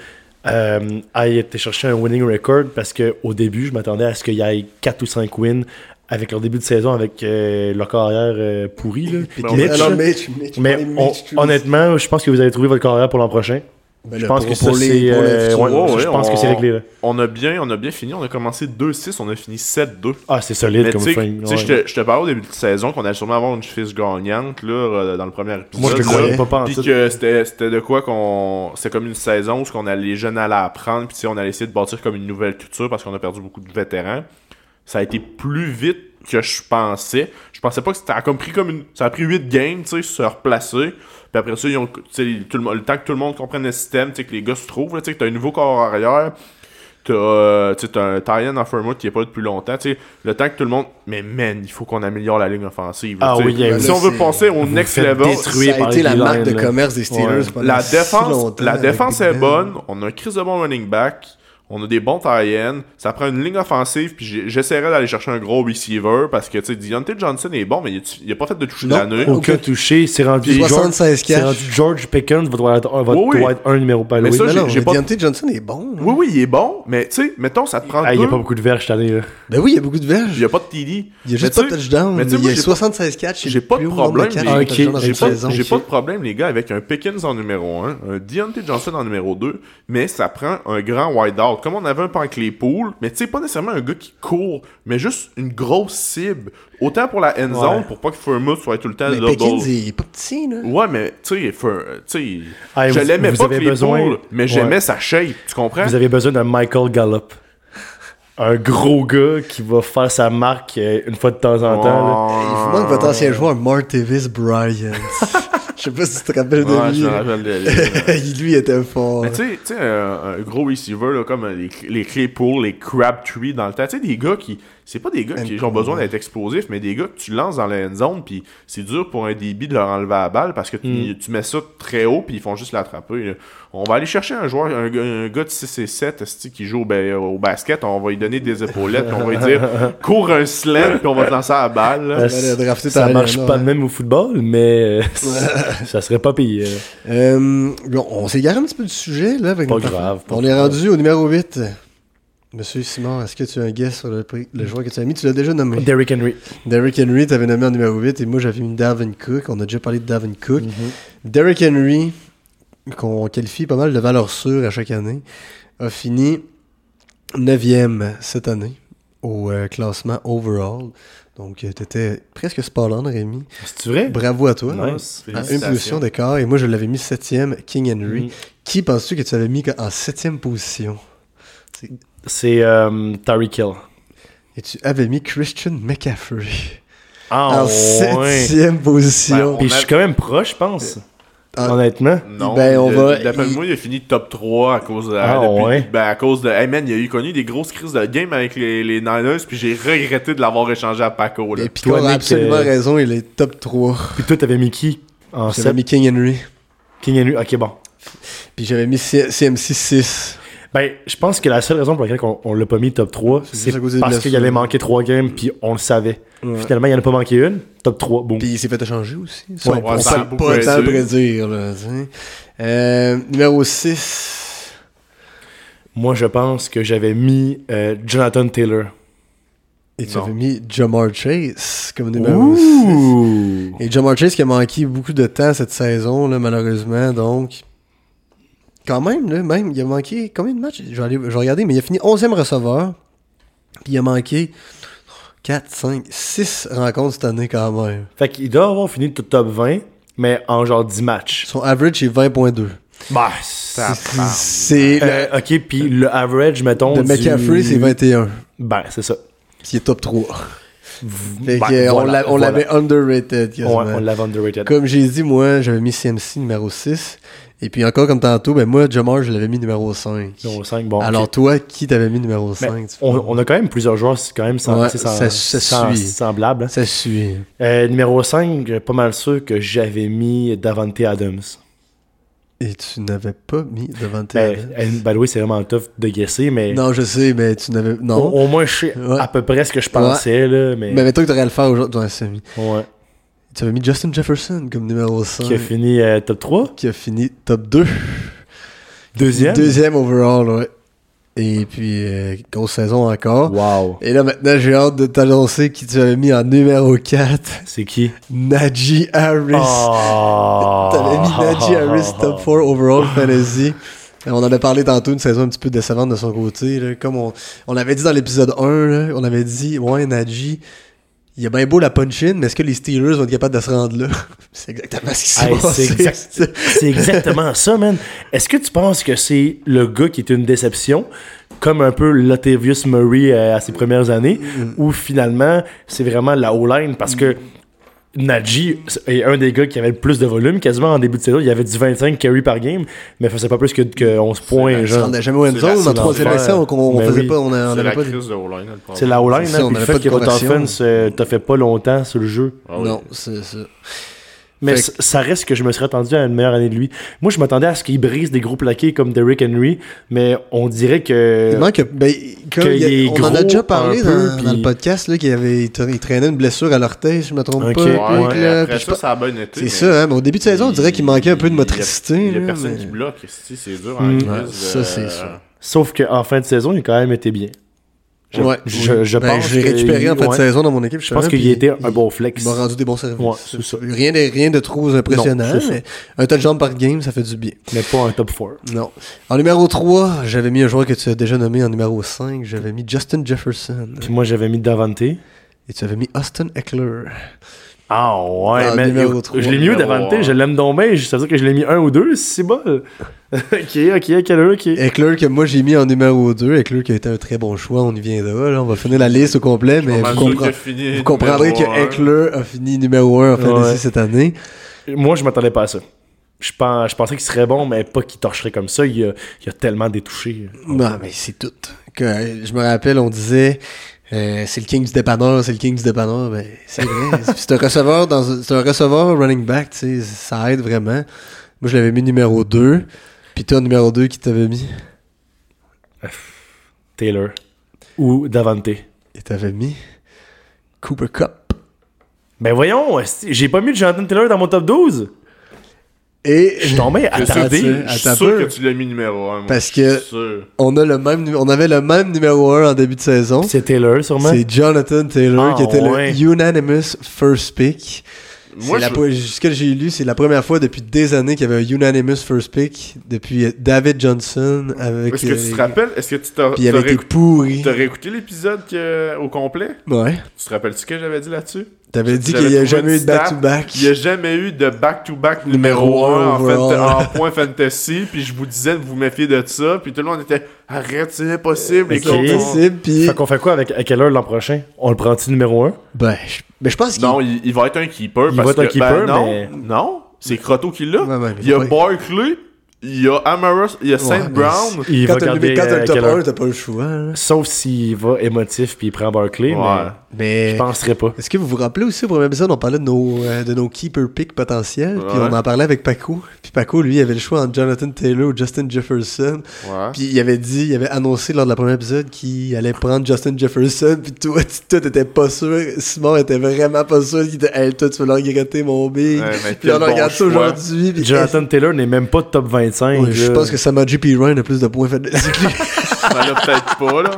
[SPEAKER 3] euh, aille été chercher un winning record parce qu'au début, je m'attendais à ce qu'il y ait 4 ou 5 wins avec leur début de saison, avec euh, leur carrière euh, pourrie. là.
[SPEAKER 2] Puis
[SPEAKER 4] Mais
[SPEAKER 2] Chris-
[SPEAKER 3] Mitch,
[SPEAKER 2] alors, Mitch, Mitch,
[SPEAKER 3] mais
[SPEAKER 2] on est
[SPEAKER 3] on-
[SPEAKER 2] Mitch, Chris.
[SPEAKER 3] honnêtement, je pense que vous avez trouvé votre carrière pour l'an prochain.
[SPEAKER 2] Ben
[SPEAKER 3] je
[SPEAKER 2] là,
[SPEAKER 3] pense
[SPEAKER 2] pour-
[SPEAKER 3] que ça,
[SPEAKER 2] pour les-
[SPEAKER 3] c'est.
[SPEAKER 2] pour le
[SPEAKER 3] euh,
[SPEAKER 2] futur.
[SPEAKER 3] ouais,
[SPEAKER 4] Ouais,
[SPEAKER 3] je
[SPEAKER 4] ouais,
[SPEAKER 3] pense que c'est
[SPEAKER 4] on-
[SPEAKER 3] réglé. là.
[SPEAKER 4] On a bien, on a bien fini. On a commencé 2-6, on a fini 7-2.
[SPEAKER 3] Ah, c'est solide
[SPEAKER 4] Mais tu
[SPEAKER 3] comme
[SPEAKER 4] sais,
[SPEAKER 3] thing,
[SPEAKER 4] tu sais,
[SPEAKER 3] ouais.
[SPEAKER 4] je te- je te parlais au début de saison qu'on allait sûrement avoir une fiche gagnante là, euh, dans le premier épisode.
[SPEAKER 3] Moi, je le
[SPEAKER 4] là.
[SPEAKER 3] croyais pas, pas en
[SPEAKER 4] Puis
[SPEAKER 3] tout.
[SPEAKER 4] que c'était c'était de quoi qu'on. C'était comme une saison où ce qu'on allait, les jeunes allaient apprendre, puis tu sais, on allait essayer de bâtir comme une nouvelle culture parce qu'on a perdu beaucoup de vétérans. Ça a été plus vite que je pensais. Je pensais pas que c'était- ça a comme pris comme une. Ça a pris 8 games, tu sais, se replacer. Puis après ça, ils ont, tu sais, tout le, mo- le temps que tout le monde comprenne le système, tu sais, que les gars se trouvent, là, tu sais, que t'as un nouveau corps arrière. T'as euh, tu sais, t'as un Tyan Offermouth qui est pas là depuis longtemps. tu sais, Le temps que tout le monde. Mais man, il faut qu'on améliore la ligne offensive. là,
[SPEAKER 3] Ah
[SPEAKER 4] tu sais.
[SPEAKER 3] oui, il y a-
[SPEAKER 4] si
[SPEAKER 2] là,
[SPEAKER 4] on veut
[SPEAKER 2] c'est-
[SPEAKER 4] passer au
[SPEAKER 3] vous
[SPEAKER 4] next
[SPEAKER 3] faites
[SPEAKER 4] level,
[SPEAKER 3] détruire. Détruit
[SPEAKER 2] ça
[SPEAKER 3] par
[SPEAKER 2] a
[SPEAKER 3] les
[SPEAKER 2] été la
[SPEAKER 3] Blue
[SPEAKER 2] marque de
[SPEAKER 3] Lions, là.
[SPEAKER 2] commerce des Steelers
[SPEAKER 3] Ouais.
[SPEAKER 2] pendant
[SPEAKER 4] la
[SPEAKER 2] si
[SPEAKER 4] défense,
[SPEAKER 2] longtemps
[SPEAKER 4] la
[SPEAKER 2] avec
[SPEAKER 4] défense
[SPEAKER 2] Big
[SPEAKER 4] est
[SPEAKER 2] Ben.
[SPEAKER 4] bonne. On a un Chris de bon running back. On a des bons tie ends. Ça prend une ligne offensive. Puis j'ai- j'essaierai d'aller chercher un gros receiver parce que, tu sais, Deontay Johnson est bon, mais il a- il a pas fait de toucher de
[SPEAKER 2] Non.
[SPEAKER 4] l'année.
[SPEAKER 3] Aucun
[SPEAKER 2] Ok.
[SPEAKER 3] touché. C'est rendu, George,
[SPEAKER 2] 76
[SPEAKER 3] c'est
[SPEAKER 2] catch.
[SPEAKER 3] rendu George Pickens va devoir être un, va
[SPEAKER 4] Oui, oui.
[SPEAKER 3] devoir être un numéro pas
[SPEAKER 4] Mais ça,
[SPEAKER 2] Mais
[SPEAKER 4] j'ai-
[SPEAKER 2] non,
[SPEAKER 4] j'ai
[SPEAKER 2] mais
[SPEAKER 4] pas-
[SPEAKER 2] Deontay Johnson est bon. là.
[SPEAKER 4] Oui, oui, il est bon, mais tu sais, mettons, ça te prend
[SPEAKER 3] Ah, il n'y
[SPEAKER 4] deux.
[SPEAKER 3] a pas beaucoup de verges cette année. là.
[SPEAKER 2] Ben oui, il y a beaucoup de
[SPEAKER 4] Il
[SPEAKER 2] verges.
[SPEAKER 4] n'y a pas de TD.
[SPEAKER 2] Il y a
[SPEAKER 4] Mais
[SPEAKER 2] juste pas
[SPEAKER 4] tu
[SPEAKER 2] de
[SPEAKER 4] sais-
[SPEAKER 2] touchdown.
[SPEAKER 4] mais tu sais,
[SPEAKER 2] il y
[SPEAKER 4] moi,
[SPEAKER 2] a
[SPEAKER 4] j'ai-
[SPEAKER 2] 76 catchs.
[SPEAKER 4] J'ai pas de problème.
[SPEAKER 2] J'ai
[SPEAKER 3] Ah,
[SPEAKER 4] les-
[SPEAKER 3] ok.
[SPEAKER 4] J'ai
[SPEAKER 3] J'ai
[SPEAKER 4] pas,
[SPEAKER 3] raison.
[SPEAKER 4] j'ai
[SPEAKER 3] Ok.
[SPEAKER 4] pas de problème, les gars, avec un Pickens en numéro 1, un Deontay Johnson en numéro 2, mais ça prend un grand wide out. Comme on avait un Panclaypool, mais tu sais, pas nécessairement un gars qui court, mais juste une grosse cible. Autant pour la end zone,
[SPEAKER 3] Ouais.
[SPEAKER 4] pour pas que Furmouth soit tout le temps
[SPEAKER 2] Mais
[SPEAKER 4] double.
[SPEAKER 2] Pickens, il est pas petit, là.
[SPEAKER 4] Ouais, mais tu sais, Fur- tu sais,
[SPEAKER 3] Ah, et
[SPEAKER 4] je
[SPEAKER 3] vous-
[SPEAKER 4] l'aimais
[SPEAKER 3] vous
[SPEAKER 4] pas
[SPEAKER 3] avez
[SPEAKER 4] Claypool,
[SPEAKER 3] besoin-
[SPEAKER 4] mais j'aimais
[SPEAKER 3] Ouais.
[SPEAKER 4] sa shape, tu comprends?
[SPEAKER 3] Vous avez besoin d'un Michael Gallup. Un gros gars qui va faire sa marque euh, une fois de temps en temps. là.
[SPEAKER 2] Il vous manque votre ancien joueur, Martavis Bryant. Je sais pas si tu te rappelles de
[SPEAKER 4] Ouais,
[SPEAKER 2] lui.
[SPEAKER 4] je me
[SPEAKER 2] là.
[SPEAKER 4] rappelle de lui, ouais.
[SPEAKER 2] Il, lui était fort.
[SPEAKER 4] Mais tu sais- tu sais, un, un gros receiver, là, comme euh, les, les Claypool, les Crabtree dans le temps, tu sais, des gars qui. C'est pas des gars qui ont besoin d'être explosifs, mais des gars que tu lances dans la end zone, puis c'est dur pour un débit de leur enlever la balle parce que tu, tu mets ça très haut, puis ils font juste l'attraper. là. On va aller chercher un joueur, un, gars- un gars de 6 et 7 esti, qui joue au, ba- au basket, on va lui donner des épaulettes, puis on va lui dire cours un slam, puis on va te lancer à la balle. là.
[SPEAKER 3] Euh,
[SPEAKER 2] Fallait drafter
[SPEAKER 3] ça
[SPEAKER 2] ta
[SPEAKER 3] marche
[SPEAKER 2] Mariana,
[SPEAKER 3] pas
[SPEAKER 2] ouais.
[SPEAKER 3] de même au football, mais euh, ça serait pas pire.
[SPEAKER 2] Euh, bon, on s'est garé un petit peu du sujet, là. Avec
[SPEAKER 3] Pas
[SPEAKER 2] notre-
[SPEAKER 3] grave, pas
[SPEAKER 2] on est rendu au numéro 8. Monsieur Simon, est-ce que tu as un guess sur le, prix- le joueur que tu as mis Tu l'as déjà nommé.
[SPEAKER 3] Derrick Henry.
[SPEAKER 2] Derrick Henry, t'avais nommé en numéro 8 et moi j'avais mis Davin Cook. On a déjà parlé de Davin Cook. Derrick Henry, qu'on qualifie pas mal de valeur sûre à chaque année, a fini 9e cette année au euh, classement overall. Donc euh, t'étais presque spallant, Rémi.
[SPEAKER 3] C'est vrai?
[SPEAKER 2] Bravo à toi.
[SPEAKER 3] Nice.
[SPEAKER 2] À une position d'écart. Et moi je l'avais mis 7e, King Henry.
[SPEAKER 3] Mm.
[SPEAKER 2] Qui penses-tu que tu avais mis en 7e position
[SPEAKER 3] C'est euh, Tyreek Hill.
[SPEAKER 2] Et tu avais mis Christian McCaffrey
[SPEAKER 3] Ah,
[SPEAKER 2] en
[SPEAKER 3] ouais. Ben,
[SPEAKER 2] 7e position.
[SPEAKER 3] Puis je suis quand même proche, je pense.
[SPEAKER 2] Ah.
[SPEAKER 3] Honnêtement.
[SPEAKER 4] Non,
[SPEAKER 2] Ben, on
[SPEAKER 4] il-
[SPEAKER 2] va-
[SPEAKER 4] d'après
[SPEAKER 2] il-
[SPEAKER 4] moi, il a fini top 3 à cause de.
[SPEAKER 3] Ah,
[SPEAKER 4] depuis-
[SPEAKER 3] ouais.
[SPEAKER 4] ben, à cause de. Hey man, il a eu connu des grosses crises de game avec les, les Niners, puis j'ai regretté de l'avoir échangé à Paco. Là.
[SPEAKER 2] Et Pico
[SPEAKER 3] Toi,
[SPEAKER 2] a
[SPEAKER 3] Nick,
[SPEAKER 2] absolument
[SPEAKER 3] euh,
[SPEAKER 2] raison, il est top 3.
[SPEAKER 3] Puis toi, t'avais mis qui en
[SPEAKER 2] J'avais
[SPEAKER 3] 7?
[SPEAKER 2] mis King Henry.
[SPEAKER 3] King Henry. Ok, bon.
[SPEAKER 2] Puis j'avais mis C- CMC 6.
[SPEAKER 3] Ben, je pense que la seule raison pour laquelle on, on l'a pas mis top 3,
[SPEAKER 2] C'est
[SPEAKER 3] c'est
[SPEAKER 2] juste à cause des
[SPEAKER 3] parce
[SPEAKER 2] blessures.
[SPEAKER 3] qu'il allait manquer 3 games, puis on le savait. Finalement, il en a pas manqué une. Top 3, boum.
[SPEAKER 2] Puis il s'est fait échanger aussi.
[SPEAKER 3] Ouais,
[SPEAKER 2] on
[SPEAKER 4] ouais,
[SPEAKER 2] ne
[SPEAKER 4] ça a
[SPEAKER 2] peut
[SPEAKER 4] beaucoup
[SPEAKER 2] pas
[SPEAKER 4] aidé.
[SPEAKER 2] tant prédire. Là, tu sais. Euh, numéro 6.
[SPEAKER 3] Moi, je pense que j'avais mis euh, Jonathan Taylor.
[SPEAKER 2] Et tu
[SPEAKER 4] Non.
[SPEAKER 2] avais mis Jamar Chase comme numéro 6.
[SPEAKER 3] Ouh!
[SPEAKER 2] Et Jamar Chase qui a manqué beaucoup de temps cette saison, là, malheureusement. Donc, quand même, là, même, il a manqué combien de matchs Je vais, aller- je vais regarder, mais il a fini 11e receveur. Puis il a manqué 4, 5, 6 rencontres cette année quand même.
[SPEAKER 3] Fait qu'il doit avoir fini tout top 20, mais en genre 10 matchs.
[SPEAKER 2] Son average est 20.2.
[SPEAKER 3] Bah,
[SPEAKER 4] Ah, pardon.
[SPEAKER 2] C'est le-
[SPEAKER 3] Euh, ok, puis le average, mettons.
[SPEAKER 2] de
[SPEAKER 3] du-
[SPEAKER 2] McCaffrey, c'est 21.
[SPEAKER 3] Ben, c'est ça.
[SPEAKER 2] Puis il est top 3. Fait
[SPEAKER 3] Ben,
[SPEAKER 2] que, euh, on
[SPEAKER 3] voilà,
[SPEAKER 2] l'a- on
[SPEAKER 3] voilà.
[SPEAKER 2] l'avait underrated.
[SPEAKER 3] Ouais,
[SPEAKER 2] quasiment.
[SPEAKER 3] on l'avait underrated.
[SPEAKER 2] Comme j'ai dit, moi, j'avais mis CMC numéro 6. Et puis encore comme tantôt, ben moi, Jamar, je l'avais mis numéro 5.
[SPEAKER 3] Numéro 5, bon. ok.
[SPEAKER 2] Alors toi, qui t'avais mis numéro
[SPEAKER 3] Mais
[SPEAKER 2] 5
[SPEAKER 3] on, on a quand même plusieurs joueurs, c'est quand même sans,
[SPEAKER 2] Ouais,
[SPEAKER 3] c'est sans-
[SPEAKER 2] ça- ça
[SPEAKER 3] sans-
[SPEAKER 2] suit.
[SPEAKER 3] semblable. hein.
[SPEAKER 2] Ça suit.
[SPEAKER 3] Euh, numéro 5, pas mal sûr que j'avais mis Davante Adams.
[SPEAKER 2] Et tu n'avais pas mis devant tes.
[SPEAKER 3] Ben, euh, by the way, c'est vraiment tough de guesser, mais
[SPEAKER 2] non, je sais, mais tu n'avais.
[SPEAKER 3] au,
[SPEAKER 2] Non.
[SPEAKER 3] au moins, je sais
[SPEAKER 2] Ouais.
[SPEAKER 3] à peu près ce que je pensais, là, mais,
[SPEAKER 2] Mais mettons que tu aurais le faire aujourd'hui dans la semi.
[SPEAKER 3] ouais.
[SPEAKER 2] Tu avais mis Justin Jefferson comme numéro 5.
[SPEAKER 3] qui a fini euh, top 3.
[SPEAKER 2] qui a fini top 2.
[SPEAKER 3] Deuxième.
[SPEAKER 2] Deuxième overall, ouais. Et puis, euh, grosse saison encore.
[SPEAKER 3] Wow.
[SPEAKER 2] Et là, maintenant, j'ai hâte de t'annoncer qui tu avais mis en numéro 4.
[SPEAKER 3] C'est qui?
[SPEAKER 2] Najee Harris.
[SPEAKER 3] Oh.
[SPEAKER 2] T'avais mis Najee Harris
[SPEAKER 3] Ah.
[SPEAKER 2] top 4 overall fantasy. Euh, On en a parlé tantôt, une saison un petit peu décevante de son côté. là. Comme on, on avait dit dans l'épisode 1, là, on avait dit, ouais, Najee, il a bien beau la punch-in, mais est-ce que les Steelers vont être capables de se rendre là? C'est exactement ce qui s'est
[SPEAKER 3] Hey,
[SPEAKER 2] passé.
[SPEAKER 3] c'est exact- c'est exactement ça, man. Est-ce que tu penses que c'est le gars qui est une déception, comme un peu Latavius Murray euh, à ses premières années, où finalement, c'est vraiment la O-line parce que. Najee est un des gars qui avait le plus de volume quasiment en début de saison. Il avait du 25 carry par game, mais il faisait pas plus que, que 11 points.
[SPEAKER 2] On
[SPEAKER 3] Genre.
[SPEAKER 2] n'a jamais au end
[SPEAKER 4] C'est
[SPEAKER 2] zone. En
[SPEAKER 4] raciste
[SPEAKER 2] troisième
[SPEAKER 3] d'en
[SPEAKER 2] essai,
[SPEAKER 3] faire.
[SPEAKER 2] on on
[SPEAKER 3] Ben
[SPEAKER 2] faisait
[SPEAKER 3] oui.
[SPEAKER 2] pas. On a- on
[SPEAKER 4] C'est
[SPEAKER 2] avait
[SPEAKER 4] la
[SPEAKER 2] pas de-
[SPEAKER 4] crise de O-line, le problème.
[SPEAKER 3] C'est la O-line,
[SPEAKER 2] C'est ça,
[SPEAKER 3] hein,
[SPEAKER 2] on
[SPEAKER 3] puis le
[SPEAKER 2] avait
[SPEAKER 3] fait
[SPEAKER 2] pas de
[SPEAKER 3] que votre
[SPEAKER 2] conversion.
[SPEAKER 3] offense euh, te fait pas longtemps sur le jeu.
[SPEAKER 4] Ah oui.
[SPEAKER 2] Non, c'est ça.
[SPEAKER 3] Mais
[SPEAKER 2] Fait
[SPEAKER 3] ça- ça reste que je me serais attendu à une meilleure année de lui. Moi, je m'attendais à ce qu'il brise des gros plaqués comme Derrick Henry, mais on dirait que.
[SPEAKER 2] Il manque. Ben, comme
[SPEAKER 3] qu'il
[SPEAKER 2] il y a-
[SPEAKER 3] est
[SPEAKER 2] on en a
[SPEAKER 3] gros
[SPEAKER 2] déjà parlé
[SPEAKER 3] un
[SPEAKER 2] dans,
[SPEAKER 3] peu,
[SPEAKER 2] dans
[SPEAKER 3] puis-
[SPEAKER 2] le podcast là, qu'il avait, il tra- il traînait une blessure à l'orteil, si je me trompe
[SPEAKER 3] Ok,
[SPEAKER 2] pas.
[SPEAKER 3] ouais,
[SPEAKER 2] puis que
[SPEAKER 4] Ah Ouais,
[SPEAKER 2] là,
[SPEAKER 4] après
[SPEAKER 2] puis je
[SPEAKER 4] ça,
[SPEAKER 2] pas-
[SPEAKER 4] ça a bien été.
[SPEAKER 2] C'est
[SPEAKER 4] mais
[SPEAKER 2] ça, hein, mais au début de saison, on dirait qu'il manquait un peu de
[SPEAKER 4] il-
[SPEAKER 2] motricité.
[SPEAKER 4] Il y a
[SPEAKER 2] là,
[SPEAKER 4] personne
[SPEAKER 2] mais- Mm.
[SPEAKER 4] qui bloque. c'est- C'est dur en crise.
[SPEAKER 2] Ouais, ça,
[SPEAKER 4] euh,
[SPEAKER 2] c'est sûr.
[SPEAKER 3] Sauf qu'en fin de saison, il a quand même été bien. Je-
[SPEAKER 2] Ouais.
[SPEAKER 3] je- je
[SPEAKER 2] Ben,
[SPEAKER 3] pense
[SPEAKER 2] je l'ai
[SPEAKER 3] que-
[SPEAKER 2] récupéré en fin de
[SPEAKER 3] ouais.
[SPEAKER 2] saison dans mon équipe.
[SPEAKER 3] Je pense qu'il
[SPEAKER 2] était
[SPEAKER 3] était un bon flex.
[SPEAKER 2] Il m'a rendu des bons services.
[SPEAKER 3] Ouais, c'est ça.
[SPEAKER 2] Rien de, rien de trop impressionnant,
[SPEAKER 3] Non, c'est ça.
[SPEAKER 2] mais un touchdown par game, ça fait du bien.
[SPEAKER 3] Mais pas un top 4.
[SPEAKER 2] Non. En numéro 3, j'avais mis un joueur que tu as déjà nommé en numéro 5. J'avais mis Justin Jefferson.
[SPEAKER 3] Puis moi, j'avais mis Davante.
[SPEAKER 2] Et tu avais mis Austin Eckler.
[SPEAKER 3] Ah ouais,
[SPEAKER 2] Ah,
[SPEAKER 3] mais
[SPEAKER 2] numéro
[SPEAKER 3] écoute,
[SPEAKER 2] trois,
[SPEAKER 3] je l'ai mis où
[SPEAKER 4] numéro un.
[SPEAKER 3] Davante, je l'aime donc bien, ça veut dire que je l'ai mis un ou deux, c'est bol. ok, ok, ok, ok.
[SPEAKER 2] Eckler que moi j'ai mis en numéro 2. Eckler qui a été un très bon choix, on y viendra. là. On va finir la liste au complet, mais vous, compre- vous comprendrez que Eckler a fini numéro 1 en fin
[SPEAKER 3] Ouais.
[SPEAKER 2] cette année.
[SPEAKER 3] Moi, je m'attendais pas à ça. Je, pense, je pensais qu'il serait bon, mais pas qu'il torcherait comme ça. Il a, il a tellement détouché. euh,
[SPEAKER 2] Non, Ah, mais c'est tout. Que, euh, je me rappelle, on disait, euh, c'est le king du dépanneur, c'est le king du dépanneur. Ben, c'est vrai. c'est un receveur dans un- c'est un receveur running back, tu sais, ça aide vraiment. Moi, je l'avais mis numéro 2. Puis toi, numéro 2, qui t'avait mis
[SPEAKER 3] Taylor ou Davante.
[SPEAKER 2] Et t'avais mis Cooper Cup.
[SPEAKER 3] Ben voyons, esti, j'ai pas mis Jonathan Taylor dans mon top 12.
[SPEAKER 2] Et
[SPEAKER 3] Je suis tombé
[SPEAKER 4] Je suis
[SPEAKER 3] attardé.
[SPEAKER 4] sûr-
[SPEAKER 2] Attendez,
[SPEAKER 4] je suis
[SPEAKER 2] attends
[SPEAKER 4] sûr
[SPEAKER 2] peu.
[SPEAKER 4] que tu l'as mis numéro 1.
[SPEAKER 2] Parce que- on, a le même, nu- on avait le même numéro 1 en début de saison.
[SPEAKER 3] C'est Taylor, sûrement.
[SPEAKER 2] Oh. C'est Jonathan Taylor
[SPEAKER 3] Ah,
[SPEAKER 2] qui était
[SPEAKER 3] ouais.
[SPEAKER 2] le unanimous first pick.
[SPEAKER 4] Moi,
[SPEAKER 2] C'est la
[SPEAKER 4] je-
[SPEAKER 2] po- ce que j'ai lu, c'est la première fois depuis des années qu'il y avait un unanimous first pick depuis euh, David Johnson avec.
[SPEAKER 4] Est-ce que tu
[SPEAKER 2] euh,
[SPEAKER 4] te rappelles Est-ce que tu t'as-
[SPEAKER 2] Puis il avait
[SPEAKER 4] t'aurais
[SPEAKER 2] été
[SPEAKER 4] écouté-
[SPEAKER 2] pourri.
[SPEAKER 4] t'aurais écouté l'épisode que- au complet
[SPEAKER 2] Ouais.
[SPEAKER 4] Tu te rappelles-tu ce que j'avais dit là-dessus
[SPEAKER 2] T'avais dit
[SPEAKER 4] J'avais
[SPEAKER 2] qu'il n'y a
[SPEAKER 4] trouvé
[SPEAKER 2] jamais
[SPEAKER 4] une
[SPEAKER 2] eu de back to
[SPEAKER 4] stat.
[SPEAKER 2] back.
[SPEAKER 4] Il n'y a jamais eu de back-to-back
[SPEAKER 2] Numéro
[SPEAKER 4] numéro 1
[SPEAKER 2] un
[SPEAKER 4] en, fait,
[SPEAKER 2] overall.
[SPEAKER 4] en point fantasy, puis je vous disais de vous méfier de ça, puis tout le monde était « Arrête, c'est impossible, les
[SPEAKER 3] Ok.
[SPEAKER 4] gars.
[SPEAKER 2] Impossible, puis-
[SPEAKER 3] Fait qu'on fait quoi avec Eckler l'an prochain On le prend-tu numéro 1
[SPEAKER 2] Ben, je, mais je pense qu'il.
[SPEAKER 4] Non, il, il va être un keeper.
[SPEAKER 3] Il
[SPEAKER 4] parce
[SPEAKER 3] va être
[SPEAKER 4] que-
[SPEAKER 3] un keeper,
[SPEAKER 4] ben non,
[SPEAKER 3] mais-
[SPEAKER 4] non, c'est Crotto qui l'a.
[SPEAKER 2] Ouais, ouais, mais
[SPEAKER 4] il y a
[SPEAKER 2] faut
[SPEAKER 4] Barkley, il y a Amaros, il y a Saint
[SPEAKER 2] mais
[SPEAKER 4] Brown.
[SPEAKER 3] Il
[SPEAKER 2] quand
[SPEAKER 3] va
[SPEAKER 2] t'as le
[SPEAKER 3] garder
[SPEAKER 2] quand t'as
[SPEAKER 3] euh,
[SPEAKER 2] le top
[SPEAKER 3] Eckler.
[SPEAKER 2] 1, t'as pas le choix. hein. là.
[SPEAKER 3] Sauf s'il va émotif puis il prend Barkley,
[SPEAKER 4] Ouais.
[SPEAKER 3] mais
[SPEAKER 2] Mais.
[SPEAKER 3] je penserais pas.
[SPEAKER 2] Est-ce que vous vous rappelez aussi au premier épisode, on parlait de nos, euh, de nos keeper picks potentiels, puis
[SPEAKER 4] Ouais.
[SPEAKER 2] on en parlait avec Paco. Puis Paco, lui, avait le choix entre Jonathan Taylor ou Justin Jefferson.
[SPEAKER 4] Ouais.
[SPEAKER 2] Puis il avait dit, il avait annoncé lors de la première épisode qu'il allait prendre Justin Jefferson. Puis toi, tu- toi, t'étais pas sûr. Simon était vraiment pas sûr. Il était, hey, toi, tu vas le regretter, mon big.
[SPEAKER 4] Ouais, mais
[SPEAKER 2] puis on
[SPEAKER 4] quel bon
[SPEAKER 2] regarde ça
[SPEAKER 4] choix.
[SPEAKER 2] aujourd'hui. puis-
[SPEAKER 3] Jonathan Taylor n'est même pas top 25.
[SPEAKER 2] Ouais, je
[SPEAKER 3] là.
[SPEAKER 2] pense que Samaji P. Ryan a plus de points faits que lui.
[SPEAKER 4] Ça l'a peut-être pas, là.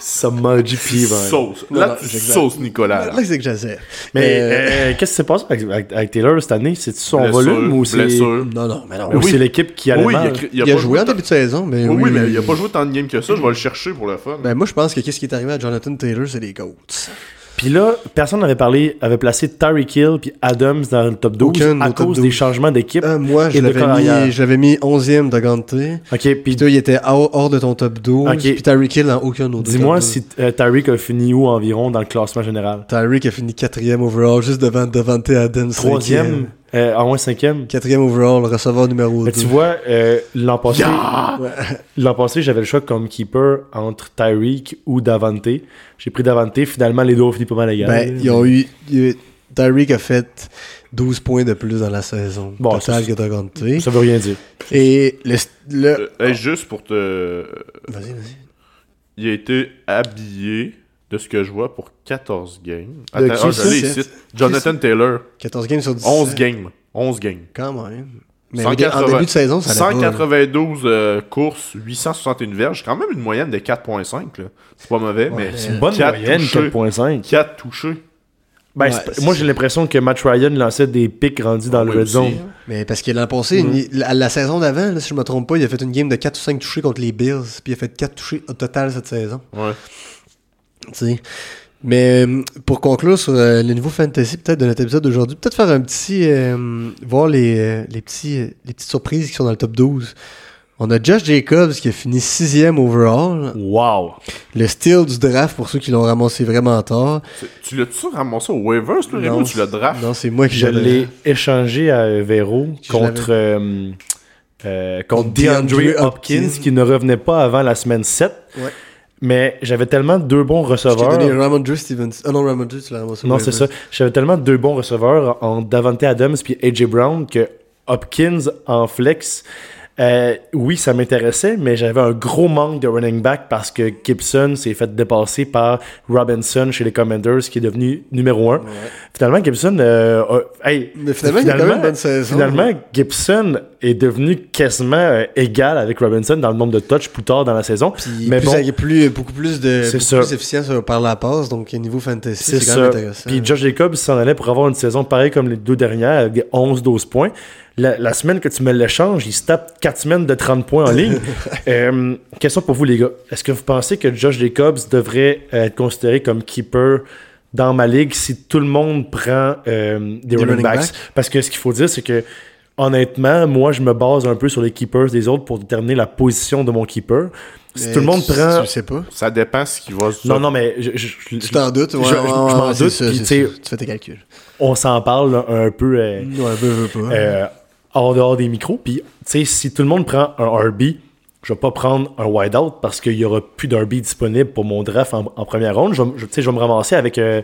[SPEAKER 3] ça m'a du pied, ouais.
[SPEAKER 4] Sauce.
[SPEAKER 2] Non, non,
[SPEAKER 4] Là, tu
[SPEAKER 2] j'exagère.
[SPEAKER 4] sauce, Nicolas. là.
[SPEAKER 2] Là, c'est que j'essaie.
[SPEAKER 3] Mais
[SPEAKER 2] Euh,
[SPEAKER 3] euh, qu'est-ce qui s'est passé avec, avec- avec Taylor cette année C'est-tu son
[SPEAKER 4] Blessure,
[SPEAKER 3] volume ou c'est
[SPEAKER 4] blessure.
[SPEAKER 2] euh, Non, non, mais non.
[SPEAKER 3] ou
[SPEAKER 4] Oui.
[SPEAKER 3] c'est l'équipe qui allait
[SPEAKER 4] Oui,
[SPEAKER 3] mal?
[SPEAKER 4] il a, il a
[SPEAKER 2] Il a
[SPEAKER 4] pas
[SPEAKER 2] joué en
[SPEAKER 4] tant-
[SPEAKER 2] début de saison, mais
[SPEAKER 4] Oh Oui,
[SPEAKER 2] Eh oui.
[SPEAKER 4] oui, mais il a pas joué tant de games que ça. Je vais le chercher pour le fun.
[SPEAKER 2] Ben, moi, je pense que qu'est-ce qui est arrivé à Jonathan Taylor, c'est les Colts.
[SPEAKER 3] Puis là, personne n'avait parlé, avait placé Tyreek Hill puis Adams dans le top 12
[SPEAKER 2] Aucun
[SPEAKER 3] à
[SPEAKER 2] au top
[SPEAKER 3] cause
[SPEAKER 2] 12.
[SPEAKER 3] des changements d'équipe.
[SPEAKER 2] Ah, moi, je
[SPEAKER 3] Et de
[SPEAKER 2] l'avais
[SPEAKER 3] carrière.
[SPEAKER 2] mis, je l'avais mis 11e de Ganté.
[SPEAKER 3] ok, puis
[SPEAKER 2] Puis toi, il était hors, hors de ton top 12.
[SPEAKER 3] Ok.
[SPEAKER 2] Puis Tyreek Hill dans aucun autre.
[SPEAKER 3] dis-moi
[SPEAKER 2] top
[SPEAKER 3] si euh, Tyreek a fini où environ dans le classement général
[SPEAKER 2] 12. Tyreek a fini 4e overall, juste devant Devante Adams.
[SPEAKER 3] Troisième,
[SPEAKER 2] cinquième.
[SPEAKER 3] euh, en moins cinquième.
[SPEAKER 2] 4e overall, receveur numéro
[SPEAKER 3] Mais
[SPEAKER 2] 2.
[SPEAKER 3] tu vois, euh, l'an passé, l'an passé, j'avais le choix comme keeper entre Tyreek ou Davante. J'ai pris Davante. Finalement, les deux ont fini pas mal égal.
[SPEAKER 2] ben, ils ont eu. ils- Tyreek a fait 12 points de plus dans la saison.
[SPEAKER 3] Bon,
[SPEAKER 2] total
[SPEAKER 3] ça,
[SPEAKER 2] que de Ganté.
[SPEAKER 3] Ça veut rien dire.
[SPEAKER 2] Et le. le...
[SPEAKER 4] Euh, hey, juste pour te.
[SPEAKER 2] Vas-y, vas-y.
[SPEAKER 4] Il a été habillé, de ce que je vois, pour 14 games.
[SPEAKER 2] De
[SPEAKER 4] Attends,
[SPEAKER 2] qui,
[SPEAKER 4] ah, je
[SPEAKER 2] ça?
[SPEAKER 4] l'ai
[SPEAKER 2] C'est-
[SPEAKER 4] ici. Jonathan Taylor,
[SPEAKER 2] 14 games sur 17.
[SPEAKER 4] 11 games. 11 games.
[SPEAKER 2] Quand même. Mais
[SPEAKER 4] 180
[SPEAKER 2] en début de saison, ça allait pas, là.
[SPEAKER 4] 192 euh, courses, 861 verges, quand même une moyenne de 4.5. là. C'est pas mauvais, mais
[SPEAKER 3] C'est une bonne
[SPEAKER 4] Quatre
[SPEAKER 3] moyenne,
[SPEAKER 4] touchés.
[SPEAKER 3] 4.5.
[SPEAKER 4] 4 touchés.
[SPEAKER 3] Ben,
[SPEAKER 2] Ouais,
[SPEAKER 3] c'est-
[SPEAKER 2] c'est
[SPEAKER 3] moi,
[SPEAKER 2] ça.
[SPEAKER 3] j'ai l'impression que Matt Ryan lançait des pics rendus dans
[SPEAKER 4] Ouais,
[SPEAKER 3] le red
[SPEAKER 4] aussi.
[SPEAKER 3] zone.
[SPEAKER 2] Mais parce que l'an passé,
[SPEAKER 3] Mhm.
[SPEAKER 2] il- la, la saison d'avant, là, si je me trompe pas, il a fait une game de 4 ou 5 touchés contre les Bills, puis il a fait 4 touchés au total cette saison.
[SPEAKER 4] Ouais.
[SPEAKER 2] Tu sais. Mais euh, pour conclure sur euh, le niveau fantasy peut-être de notre épisode d'aujourd'hui, peut-être faire un petit euh, voir les, euh, les petits euh, les petites surprises qui sont dans le top 12. On a Josh Jacobs qui a fini sixième overall.
[SPEAKER 3] Wow!
[SPEAKER 2] Le steal du draft pour ceux qui l'ont ramassé vraiment tard.
[SPEAKER 4] C'est- Tu l'as-tu ramassé au waivers, le Rémi, ou tu l'as draft
[SPEAKER 2] Non, c'est moi qui
[SPEAKER 3] Je
[SPEAKER 2] l'ai-
[SPEAKER 3] l'ai échangé à euh, Véro
[SPEAKER 2] Je
[SPEAKER 3] contre, euh, euh, contre
[SPEAKER 2] DeAndre
[SPEAKER 3] DeAndre Hopkins,
[SPEAKER 2] Hopkins.
[SPEAKER 3] qui ne revenait pas avant la semaine 7.
[SPEAKER 2] Ouais.
[SPEAKER 3] Mais j'avais tellement deux bons
[SPEAKER 2] Je t'ai
[SPEAKER 3] receveurs.
[SPEAKER 2] donné Ramondre Stevenson. Ah non, Ramondre, tu l'as ramassé. au
[SPEAKER 3] Non,
[SPEAKER 2] waiver.
[SPEAKER 3] c'est ça. J'avais tellement deux bons receveurs en Davante Adams puis AJ Brown que Hopkins en flex. euh, oui, ça m'intéressait, mais j'avais un gros manque de running back parce que Gibson s'est fait dépasser par Robinson chez les Commanders, qui est devenu numéro un. Finalement, Gibson, euh, a- hey,
[SPEAKER 2] Mais finalement, il a quand même une bonne saison.
[SPEAKER 3] Finalement, Gibson est devenu quasiment euh, égal avec Robinson dans le nombre de touches plus tard dans la saison.
[SPEAKER 2] Puis
[SPEAKER 3] mais
[SPEAKER 2] plus,
[SPEAKER 3] bon,
[SPEAKER 2] ça- plus- euh, beaucoup plus de
[SPEAKER 3] C'est
[SPEAKER 2] beaucoup
[SPEAKER 3] ça.
[SPEAKER 2] plus efficient sur- par la passe, donc niveau fantasy,
[SPEAKER 3] C'est
[SPEAKER 2] c'est quand
[SPEAKER 3] ça.
[SPEAKER 2] même intéressant.
[SPEAKER 3] Puis Josh Jacobs s'en allait pour avoir une saison pareille comme les deux dernières, avec des 11-12 points. La, la semaine que tu me l'échanges, il se tape 4 semaines de 30 points en ligne. Euh, question pour vous, les gars. Est-ce que vous pensez que Josh Jacobs devrait euh, être considéré comme keeper dans ma ligue si tout le monde prend euh, des, running,
[SPEAKER 2] running
[SPEAKER 3] backs?
[SPEAKER 2] backs?
[SPEAKER 3] Parce que ce qu'il faut dire, c'est que honnêtement, moi, je me base un peu sur les keepers des autres pour déterminer la position de mon keeper. Si
[SPEAKER 2] Mais
[SPEAKER 3] tout le monde
[SPEAKER 2] tu-
[SPEAKER 3] prend.
[SPEAKER 2] Tu sais pas.
[SPEAKER 4] Ça dépend ce qui va se
[SPEAKER 3] Non, non, mais je, je- je-
[SPEAKER 2] Tu t'en doutes, ouais,
[SPEAKER 3] je- je-
[SPEAKER 2] ouais,
[SPEAKER 3] je
[SPEAKER 2] ouais,
[SPEAKER 3] m'en
[SPEAKER 2] c'est
[SPEAKER 3] doute,
[SPEAKER 2] ça,
[SPEAKER 3] puis
[SPEAKER 2] c'est
[SPEAKER 3] tu sais-
[SPEAKER 2] ça. Tu fais tes calculs.
[SPEAKER 3] on s'en parle là, un peu euh,
[SPEAKER 2] Ouais, veux, veux pas.
[SPEAKER 3] euh, en dehors des micros. Puis, tu sais, si tout le monde prend un RB, je vais pas prendre un wide out parce qu'il y aura plus d'RB disponible pour mon draft en, en première ronde. Je vais m- je- Tu sais, je vais me ramasser avec, euh,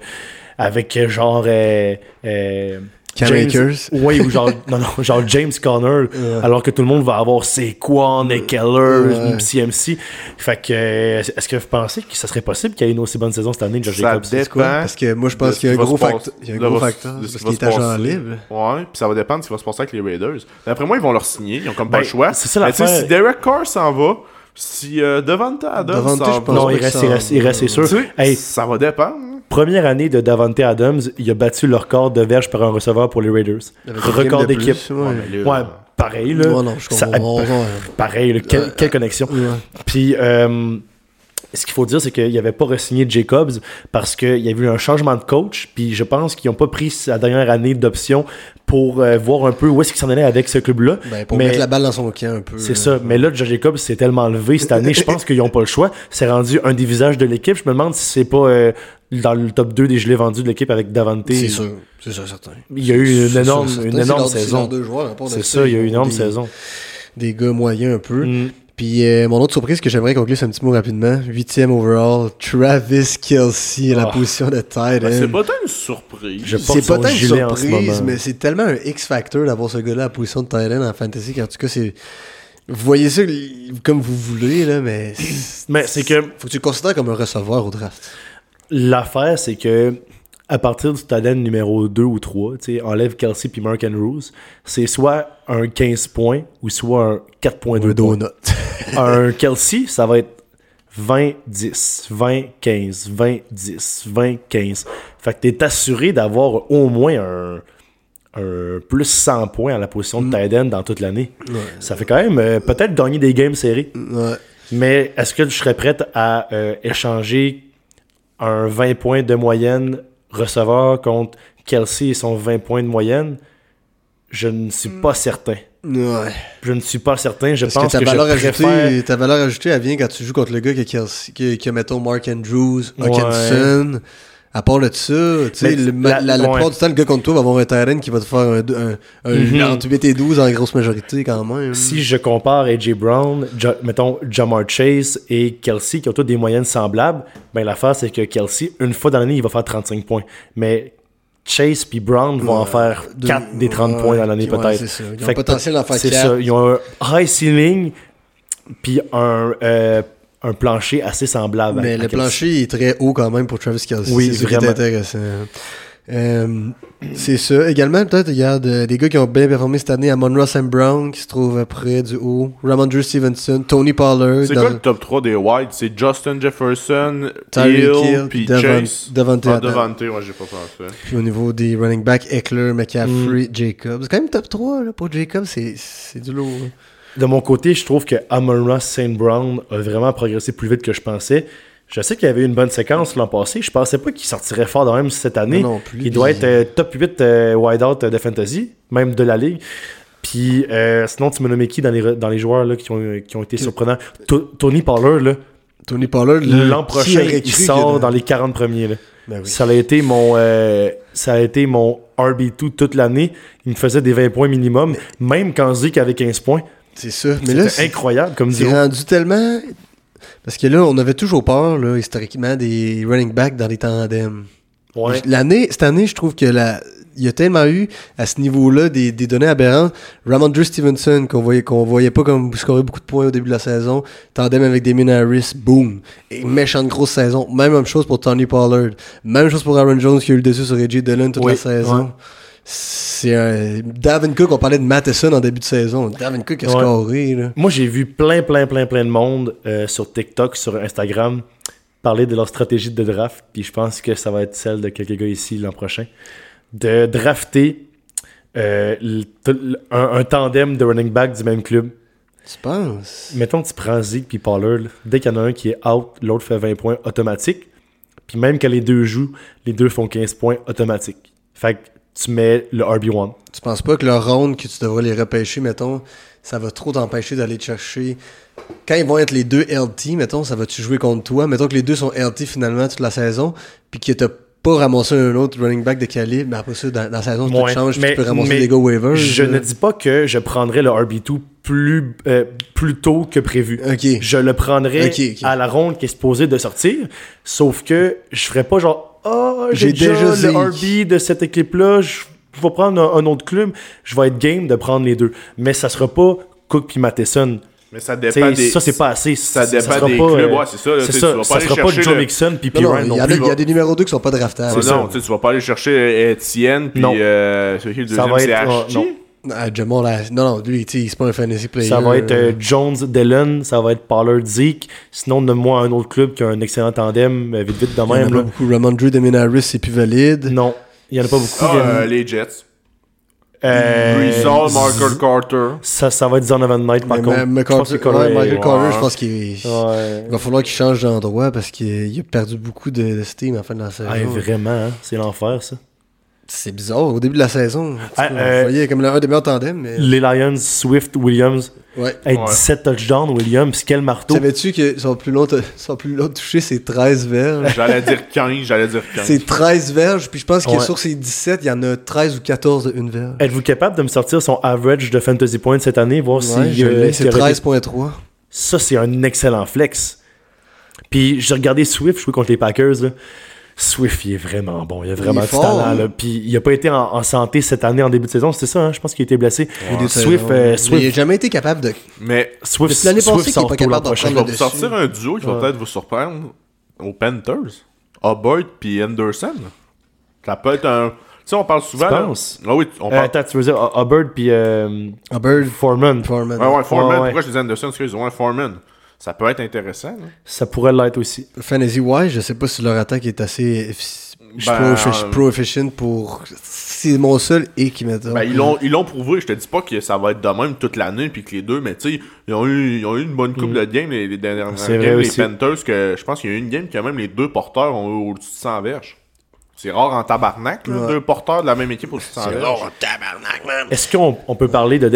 [SPEAKER 3] avec euh, genre. euh, euh,
[SPEAKER 2] Cam Akers.
[SPEAKER 3] Oui, ou genre, non, non, genre James Conner, alors que tout le monde va avoir Saquon, Nick Keller,
[SPEAKER 2] Ouais.
[SPEAKER 3] CMC. Fait que, euh, est-ce que vous pensez que ça serait possible qu'il y ait une aussi bonne saison cette année de Josh
[SPEAKER 4] Ça
[SPEAKER 3] Jacobs?
[SPEAKER 4] dépend.
[SPEAKER 2] Quoi? Parce que moi, je
[SPEAKER 4] de
[SPEAKER 2] pense
[SPEAKER 4] ce
[SPEAKER 2] qu'il y a un
[SPEAKER 4] qui va
[SPEAKER 2] gros
[SPEAKER 4] se passer-
[SPEAKER 2] facteur. Il y a un
[SPEAKER 4] de
[SPEAKER 2] gros
[SPEAKER 4] va-
[SPEAKER 2] facteur.
[SPEAKER 4] de
[SPEAKER 2] Parce
[SPEAKER 4] ce qui
[SPEAKER 2] qu'il
[SPEAKER 4] va
[SPEAKER 2] est
[SPEAKER 4] se
[SPEAKER 2] agent
[SPEAKER 4] passer.
[SPEAKER 2] libre.
[SPEAKER 4] Ouais, puis ça va dépendre de ce qui va se passer avec les Raiders. D'après moi, ils vont leur signer. Ils ont comme pas
[SPEAKER 3] Ben,
[SPEAKER 4] le choix.
[SPEAKER 3] c'est ça
[SPEAKER 4] Mais tu sais,
[SPEAKER 3] l'affaire.
[SPEAKER 4] si Derek Carr s'en va, si euh, Devante Adams
[SPEAKER 2] Devante,
[SPEAKER 4] s'en
[SPEAKER 2] je
[SPEAKER 4] va,
[SPEAKER 2] pense
[SPEAKER 3] Non,
[SPEAKER 2] pas
[SPEAKER 3] il
[SPEAKER 2] que
[SPEAKER 3] reste,
[SPEAKER 2] ça-
[SPEAKER 3] il reste, il reste, c'est sûr.
[SPEAKER 4] tu sais,
[SPEAKER 3] Hey,
[SPEAKER 4] ça va dépendre.
[SPEAKER 3] Première année de Davante Adams, il a battu le record de verge par un receveur pour les Raiders.
[SPEAKER 2] Avec une game
[SPEAKER 3] Record
[SPEAKER 2] de
[SPEAKER 3] d'équipe.
[SPEAKER 2] plus, ouais.
[SPEAKER 4] mais là, euh,
[SPEAKER 3] Ouais, pareil, là.
[SPEAKER 2] Ouais, non, je
[SPEAKER 3] Ça-
[SPEAKER 2] comprends.
[SPEAKER 3] pa- Pareil, là, quelle, quelle connexion.
[SPEAKER 2] Ouais.
[SPEAKER 3] Puis, euh, ce qu'il faut dire, c'est qu'il avait pas re-signé Jacobs parce qu'il y a eu un changement de coach. Puis, je pense qu'ils n'ont pas pris sa dernière année d'option pour euh, voir un peu où est-ce qu'ils s'en allaient avec ce club-là.
[SPEAKER 2] Ben, pour
[SPEAKER 3] Mais-
[SPEAKER 2] mettre la balle dans son camp un peu. euh,
[SPEAKER 3] c'est ça. Mais là, Josh Jacobs s'est tellement levé cette année, je pense qu'ils n'ont pas le choix. C'est rendu un des visages de l'équipe. Je me demande si c'est pas euh, dans le top 2 des gelés vendus de l'équipe avec Davante.
[SPEAKER 2] C'est sûr. C'est sûr, certain.
[SPEAKER 3] Il y a eu une
[SPEAKER 2] C'est
[SPEAKER 3] énorme,
[SPEAKER 2] sûr, certain.
[SPEAKER 3] une
[SPEAKER 2] C'est
[SPEAKER 3] énorme
[SPEAKER 2] leur- c'est leurs
[SPEAKER 3] saison.
[SPEAKER 2] deux joueurs, à part de
[SPEAKER 3] C'est ça, il y a eu une
[SPEAKER 2] ils ont
[SPEAKER 3] énorme
[SPEAKER 2] des-
[SPEAKER 3] saison.
[SPEAKER 2] Des gars moyens un peu.
[SPEAKER 3] Mm.
[SPEAKER 2] Puis euh, mon autre surprise que j'aimerais qu'on glisse un petit mot rapidement. Huitième overall, Travis Kelsey à la
[SPEAKER 3] Ah.
[SPEAKER 2] position de tight
[SPEAKER 4] ben, c'est
[SPEAKER 2] end.
[SPEAKER 4] pas tant une surprise.
[SPEAKER 3] Je porte
[SPEAKER 2] C'est
[SPEAKER 3] son
[SPEAKER 2] pas tant une
[SPEAKER 3] gilet en ce
[SPEAKER 2] surprise,
[SPEAKER 3] moment.
[SPEAKER 2] mais c'est tellement un X-factor d'avoir ce gars-là à la position de tight end en fantasy. qu'en tout cas, c'est. Vous voyez ça comme vous voulez, là, mais.
[SPEAKER 3] Mais c'est que
[SPEAKER 2] Faut que tu le considères comme un receveur au draft.
[SPEAKER 3] l'affaire, c'est que à partir du talent numéro 2 ou 3, tu sais, enlève Kelsey puis Mark Andrews, c'est soit un 15 points ou soit un 4.2
[SPEAKER 2] Un
[SPEAKER 3] points.
[SPEAKER 2] donut.
[SPEAKER 3] un Kelsey, ça va être 20-10, 20-15, 20-10, 20-15. Fait que t'es assuré d'avoir au moins un, un plus 100 points à la position
[SPEAKER 2] Mm.
[SPEAKER 3] de tight end dans toute l'année. Ça fait quand même euh, peut-être gagner des games serrées.
[SPEAKER 2] ouais.
[SPEAKER 3] Mais est-ce que je serais prête à euh, échanger un 20 points de moyenne receveur contre Kelsey et son 20 points de moyenne? Je ne suis pas certain.
[SPEAKER 2] Ouais.
[SPEAKER 3] Je ne suis pas certain. Je
[SPEAKER 2] Mm. Parce
[SPEAKER 3] pense
[SPEAKER 2] que ta
[SPEAKER 3] que,
[SPEAKER 2] valeur,
[SPEAKER 3] je préfère...
[SPEAKER 2] ajoutée, ta valeur ajoutée, elle vient quand tu joues contre le gars qui a, Kelsey- qui a- qui a, mettons, Mark Andrews,
[SPEAKER 3] Ouais.
[SPEAKER 2] Hawkinson. À part de ça, tu
[SPEAKER 3] Mais
[SPEAKER 2] sais, le-
[SPEAKER 3] la-
[SPEAKER 2] la, la- la
[SPEAKER 3] ouais.
[SPEAKER 2] plupart du temps, le gars contre toi va avoir un terrain qui va te faire un, un, un-
[SPEAKER 3] Mhm.
[SPEAKER 2] entre 8 et 12 en grosse majorité quand même.
[SPEAKER 3] Si je compare AJ Brown, Ja- mettons Jamar Chase et Kelsey qui ont tous des moyennes semblables, ben l'affaire c'est que Kelsey, une fois dans l'année, il va faire 35 points. Mais Chase puis Brown vont en faire
[SPEAKER 2] deux-
[SPEAKER 3] 4 des 30
[SPEAKER 2] ouais,
[SPEAKER 3] points dans l'année
[SPEAKER 2] ouais,
[SPEAKER 3] peut-être.
[SPEAKER 2] c'est ça. Ils ont
[SPEAKER 3] Fait
[SPEAKER 2] le
[SPEAKER 3] que
[SPEAKER 2] potentiel d'en faire
[SPEAKER 3] C'est
[SPEAKER 2] quatre.
[SPEAKER 3] ça. Ils ont un high ceiling puis un, euh, un plancher assez semblable. à-
[SPEAKER 2] Mais
[SPEAKER 3] Ben, à
[SPEAKER 2] le
[SPEAKER 3] Kelsey.
[SPEAKER 2] plancher est très haut quand même pour Travis Kelsey.
[SPEAKER 3] Oui,
[SPEAKER 2] c'est ça qui est
[SPEAKER 3] vraiment.
[SPEAKER 2] intéressant. Euh, c'est ça. Également, peut-être, il y a de- des gars qui ont bien performé cette année à Monroe Sam Brown qui se trouve près du haut. Ramondre Stevenson, Tony Pollard,
[SPEAKER 4] C'est
[SPEAKER 2] dans-
[SPEAKER 4] quoi le top 3 des White C'est Justin Jefferson,
[SPEAKER 2] Tyreek
[SPEAKER 4] Hill,
[SPEAKER 2] Hill,
[SPEAKER 4] puis
[SPEAKER 2] Devon-
[SPEAKER 4] Chase.
[SPEAKER 2] Devante
[SPEAKER 4] Ah,
[SPEAKER 2] Adams.
[SPEAKER 4] Devante, ouais, j'ai pas pensé.
[SPEAKER 2] puis au niveau des running backs, Eckler, McCaffrey,
[SPEAKER 3] Mm.
[SPEAKER 2] Jacobs. C'est quand même top 3 là, pour Jacobs, c'est c'est du lourd. hein. là.
[SPEAKER 3] De mon côté, je trouve que Amon Ross St. Brown a vraiment progressé plus vite que je pensais. Je sais qu'il y avait eu une bonne séquence l'an passé. Je pensais pas qu'il sortirait fort de même cette année.
[SPEAKER 2] Non, non plus,
[SPEAKER 3] Il doit euh,
[SPEAKER 2] puis-
[SPEAKER 3] être euh, top 8 wide out de fantasy, même de la ligue. Puis euh, sinon, tu me nommé qui dans les, re- dans les joueurs là, qui, ont, euh, qui ont été surprenants To- Tony Pollard, là,
[SPEAKER 2] Tony Pollard, le-
[SPEAKER 3] l'an
[SPEAKER 2] qui
[SPEAKER 3] prochain,
[SPEAKER 2] aurait
[SPEAKER 3] il
[SPEAKER 2] cru
[SPEAKER 3] sort
[SPEAKER 2] qu'il y
[SPEAKER 3] dans
[SPEAKER 2] a-
[SPEAKER 3] les 40 premiers. là.
[SPEAKER 2] Ben oui.
[SPEAKER 3] Ça a été mon euh, ça a été mon RB2 toute l'année. Il me faisait des 20 points minimum, même quand Zeke avait 15 points.
[SPEAKER 2] C'est ça. Mais là,
[SPEAKER 3] C'était
[SPEAKER 2] c'est
[SPEAKER 3] incroyable comme
[SPEAKER 2] c'est
[SPEAKER 3] zéro.
[SPEAKER 2] rendu tellement. Parce que là, on avait toujours peur, là, historiquement, des running backs dans les tandems.
[SPEAKER 3] Ouais.
[SPEAKER 2] L'année, cette année, je trouve que la, il y a tellement eu, à ce niveau-là, des, des données aberrantes. Ramondre Stevenson, qu'on voyait, qu'on voyait pas comme scorer beaucoup de points au début de la saison, tandem avec Damien Harris, boom. Et méchante grosse saison. Même, même chose pour Tony Pollard. Même chose pour Aaron Jones qui a eu le dessus sur AJ Dillon toute
[SPEAKER 3] Oui,
[SPEAKER 2] la saison.
[SPEAKER 3] ouais.
[SPEAKER 2] C'est un... Davin Cook, on parlait de Matheson en début de saison. Davin Cook a
[SPEAKER 3] Ouais.
[SPEAKER 2] scoré, là.
[SPEAKER 3] Moi, j'ai vu plein, plein, plein, plein de monde euh, sur TikTok, sur Instagram, parler de leur stratégie de draft. Puis je pense que ça va être celle de quelques gars ici l'an prochain. De drafter euh, le- t- le- un, un tandem de running back du même club.
[SPEAKER 2] Tu penses?
[SPEAKER 3] Mettons que tu prends Zeke puis Pollard. là. Dès qu'il y en a un qui est out, l'autre fait 20 points automatique. Puis même que les deux jouent, les deux font 15 points automatique. Fait que tu mets le RB1.
[SPEAKER 2] Tu penses pas que leur ronde que tu devrais les repêcher, mettons, ça va trop t'empêcher d'aller chercher. Quand ils vont être les deux LT, mettons, ça va-tu jouer contre toi? Mettons que les deux sont LT finalement toute la saison, puis que t'as pas ramassé un autre running back de calibre, mais après ça, dans, dans la saison, tu
[SPEAKER 3] Ouais,
[SPEAKER 2] te changes, puis
[SPEAKER 3] mais-
[SPEAKER 2] tu peux ramasser
[SPEAKER 3] mais
[SPEAKER 2] des gars waivers.
[SPEAKER 3] Je
[SPEAKER 2] là.
[SPEAKER 3] ne dis pas que je prendrais le RB2 plus, euh, plus tôt que prévu.
[SPEAKER 2] Ok.
[SPEAKER 3] Je le prendrais
[SPEAKER 2] Ok, ok.
[SPEAKER 3] à la ronde qui est supposée de sortir, sauf que je ferais pas genre « Ah, j'ai
[SPEAKER 2] J'ai
[SPEAKER 3] déjà,
[SPEAKER 2] déjà Zeke.
[SPEAKER 3] le RB de cette équipe-là, je je vais prendre un, un autre club, je vais être game de prendre les deux. » Mais ça sera pas Cook puis Matheson.
[SPEAKER 4] Mais ça
[SPEAKER 3] T'sais,
[SPEAKER 4] dépend des.
[SPEAKER 3] Ça, c'est pas assez.
[SPEAKER 4] ça
[SPEAKER 3] C-
[SPEAKER 4] dépend
[SPEAKER 3] sera
[SPEAKER 4] des
[SPEAKER 3] pas, euh,
[SPEAKER 4] clubs. Ouais, c'est ça, là,
[SPEAKER 3] C'est
[SPEAKER 4] tu
[SPEAKER 3] ça.
[SPEAKER 4] vas pas
[SPEAKER 3] ça
[SPEAKER 4] aller
[SPEAKER 3] sera pas
[SPEAKER 4] chercher
[SPEAKER 3] Joe
[SPEAKER 4] le-
[SPEAKER 3] Mixon puis
[SPEAKER 2] Non, non,
[SPEAKER 3] Pirine
[SPEAKER 2] il
[SPEAKER 3] non
[SPEAKER 2] y, en a-
[SPEAKER 3] plus. hein.
[SPEAKER 2] il y a des numéros 2 qui sont pas draftables.
[SPEAKER 4] Non, Ah, non, tu sais, tu vas pas aller chercher Etienne, puis
[SPEAKER 3] Non.
[SPEAKER 4] euh, celui qui est le
[SPEAKER 3] Ça
[SPEAKER 4] deuxième,
[SPEAKER 3] va
[SPEAKER 4] c'est
[SPEAKER 3] être- oh,
[SPEAKER 4] Archie.
[SPEAKER 3] non.
[SPEAKER 2] Ah, Jamal, là, non, non, lui, tu sais, c'est pas un fantasy player.
[SPEAKER 3] Ça va être euh,
[SPEAKER 2] là.
[SPEAKER 3] Jones, Dillon, ça va être Pollard, Zeke. Sinon, nomme-moi un autre club qui a un excellent tandem, euh, vite, vite de
[SPEAKER 2] Il y en a
[SPEAKER 3] même.
[SPEAKER 2] pas
[SPEAKER 3] là.
[SPEAKER 2] beaucoup. Ramondre Deminaris, c'est plus valide.
[SPEAKER 3] Non, il n'y en a pas beaucoup.
[SPEAKER 4] Ah,
[SPEAKER 3] Il y en a-
[SPEAKER 4] euh, les Jets.
[SPEAKER 3] euh,
[SPEAKER 4] Breesall,
[SPEAKER 3] Z-
[SPEAKER 4] Michael Carter.
[SPEAKER 3] Ça, ça va être Donovan Knight, par
[SPEAKER 2] Mais
[SPEAKER 3] contre.
[SPEAKER 2] Ma- Ma-
[SPEAKER 3] Je pense que
[SPEAKER 2] Carter-
[SPEAKER 3] Connor
[SPEAKER 2] ouais,
[SPEAKER 3] est-
[SPEAKER 2] Michael Carter, je pense qu'il
[SPEAKER 3] Ouais.
[SPEAKER 2] Il va falloir qu'il change d'endroit parce qu'il a perdu beaucoup de, de steam en fin de la saison.
[SPEAKER 3] Ouais, vraiment, hein, c'est l'enfer, ça.
[SPEAKER 2] c'est bizarre, au début de la saison, en tout
[SPEAKER 3] Ah,
[SPEAKER 2] cas,
[SPEAKER 3] euh,
[SPEAKER 2] vous voyez, comme l'un des meilleurs tandems, mais...
[SPEAKER 3] Les Lions, Swift, Williams.
[SPEAKER 2] Ouais.
[SPEAKER 3] Hey,
[SPEAKER 4] Ouais.
[SPEAKER 3] 17 touchdowns, Williams, quel marteau.
[SPEAKER 2] Savais-tu que son plus long, te- son plus long touché, c'est 13 verges?
[SPEAKER 4] J'allais dire 15, j'allais dire 15.
[SPEAKER 2] c'est 13 verges, puis je pense que
[SPEAKER 3] Ouais.
[SPEAKER 2] sur ces 17, il y en a 13 ou 14 de une verge.
[SPEAKER 3] Êtes-vous capable de me sortir son average de fantasy points cette année, voir si
[SPEAKER 2] Ouais, je
[SPEAKER 3] euh,
[SPEAKER 2] l'ai,
[SPEAKER 3] s'il
[SPEAKER 2] c'est
[SPEAKER 3] aurait été
[SPEAKER 2] 13.3.
[SPEAKER 3] Ça, c'est un excellent flex. Puis j'ai regardé Swift jouer contre les Packers. là. Swift, il est vraiment bon. Il a vraiment
[SPEAKER 2] est
[SPEAKER 3] du
[SPEAKER 2] fort,
[SPEAKER 3] talent.
[SPEAKER 2] hein.
[SPEAKER 3] là. Puis il a pas été en, en santé cette année en début de saison. C'était ça, hein? je pense qu'il a été blessé.
[SPEAKER 2] Des
[SPEAKER 3] Swift,
[SPEAKER 2] saisons.
[SPEAKER 3] euh,
[SPEAKER 2] Mais Il n'a
[SPEAKER 3] Swift,
[SPEAKER 2] jamais été capable de...
[SPEAKER 4] Mais
[SPEAKER 3] Swift,
[SPEAKER 2] Depuis l'année
[SPEAKER 3] Swift
[SPEAKER 2] passée qu'il est
[SPEAKER 3] sort tôt
[SPEAKER 2] pas capable
[SPEAKER 3] l'an
[SPEAKER 2] d'en
[SPEAKER 3] prochain.
[SPEAKER 4] je
[SPEAKER 2] prendre
[SPEAKER 4] vais
[SPEAKER 2] le
[SPEAKER 4] vous
[SPEAKER 2] dessus.
[SPEAKER 4] sortir un duo qui va
[SPEAKER 3] Ouais.
[SPEAKER 4] peut-être vous surprendre aux Panthers. Hubbard puis Anderson. Ça peut être un. Tu sais, on parle souvent.
[SPEAKER 3] Tu
[SPEAKER 4] là-
[SPEAKER 3] penses?
[SPEAKER 4] Ah oui, on
[SPEAKER 3] Euh,
[SPEAKER 4] parle.
[SPEAKER 3] attends, tu veux dire Hu- Hubbard puis euh,
[SPEAKER 2] Hubbard,
[SPEAKER 3] Foreman.
[SPEAKER 2] Foreman.
[SPEAKER 4] Ouais, ouais, Foreman.
[SPEAKER 3] ouais.
[SPEAKER 4] Pourquoi je dis Anderson Excuse, ouais, Foreman. Ça peut être intéressant. là.
[SPEAKER 3] Ça pourrait l'être aussi.
[SPEAKER 2] Fantasy wise, je sais pas si leur attaque est assez effic- je suis
[SPEAKER 4] Ben,
[SPEAKER 2] pro- je suis
[SPEAKER 4] euh,
[SPEAKER 2] pro-efficient pour. C'est mon seul et qui m'attend.
[SPEAKER 4] Ben, ils l'ont, ils l'ont prouvé. Je te dis pas que ça va être de même toute l'année puis que les deux, mais tu sais, ils ont eu, ils ont eu une bonne coupe de games les, les dernières
[SPEAKER 3] Mm. C'est
[SPEAKER 4] games,
[SPEAKER 3] vrai
[SPEAKER 4] les
[SPEAKER 3] aussi.
[SPEAKER 4] Panthers que je pense qu'il y a eu une game que même les deux porteurs ont eu au-dessus de 100 verges. C'est rare en tabarnak, là, deux porteurs de la même équipe au-dessus de 100 verges.
[SPEAKER 3] Est-ce qu'on on peut parler de.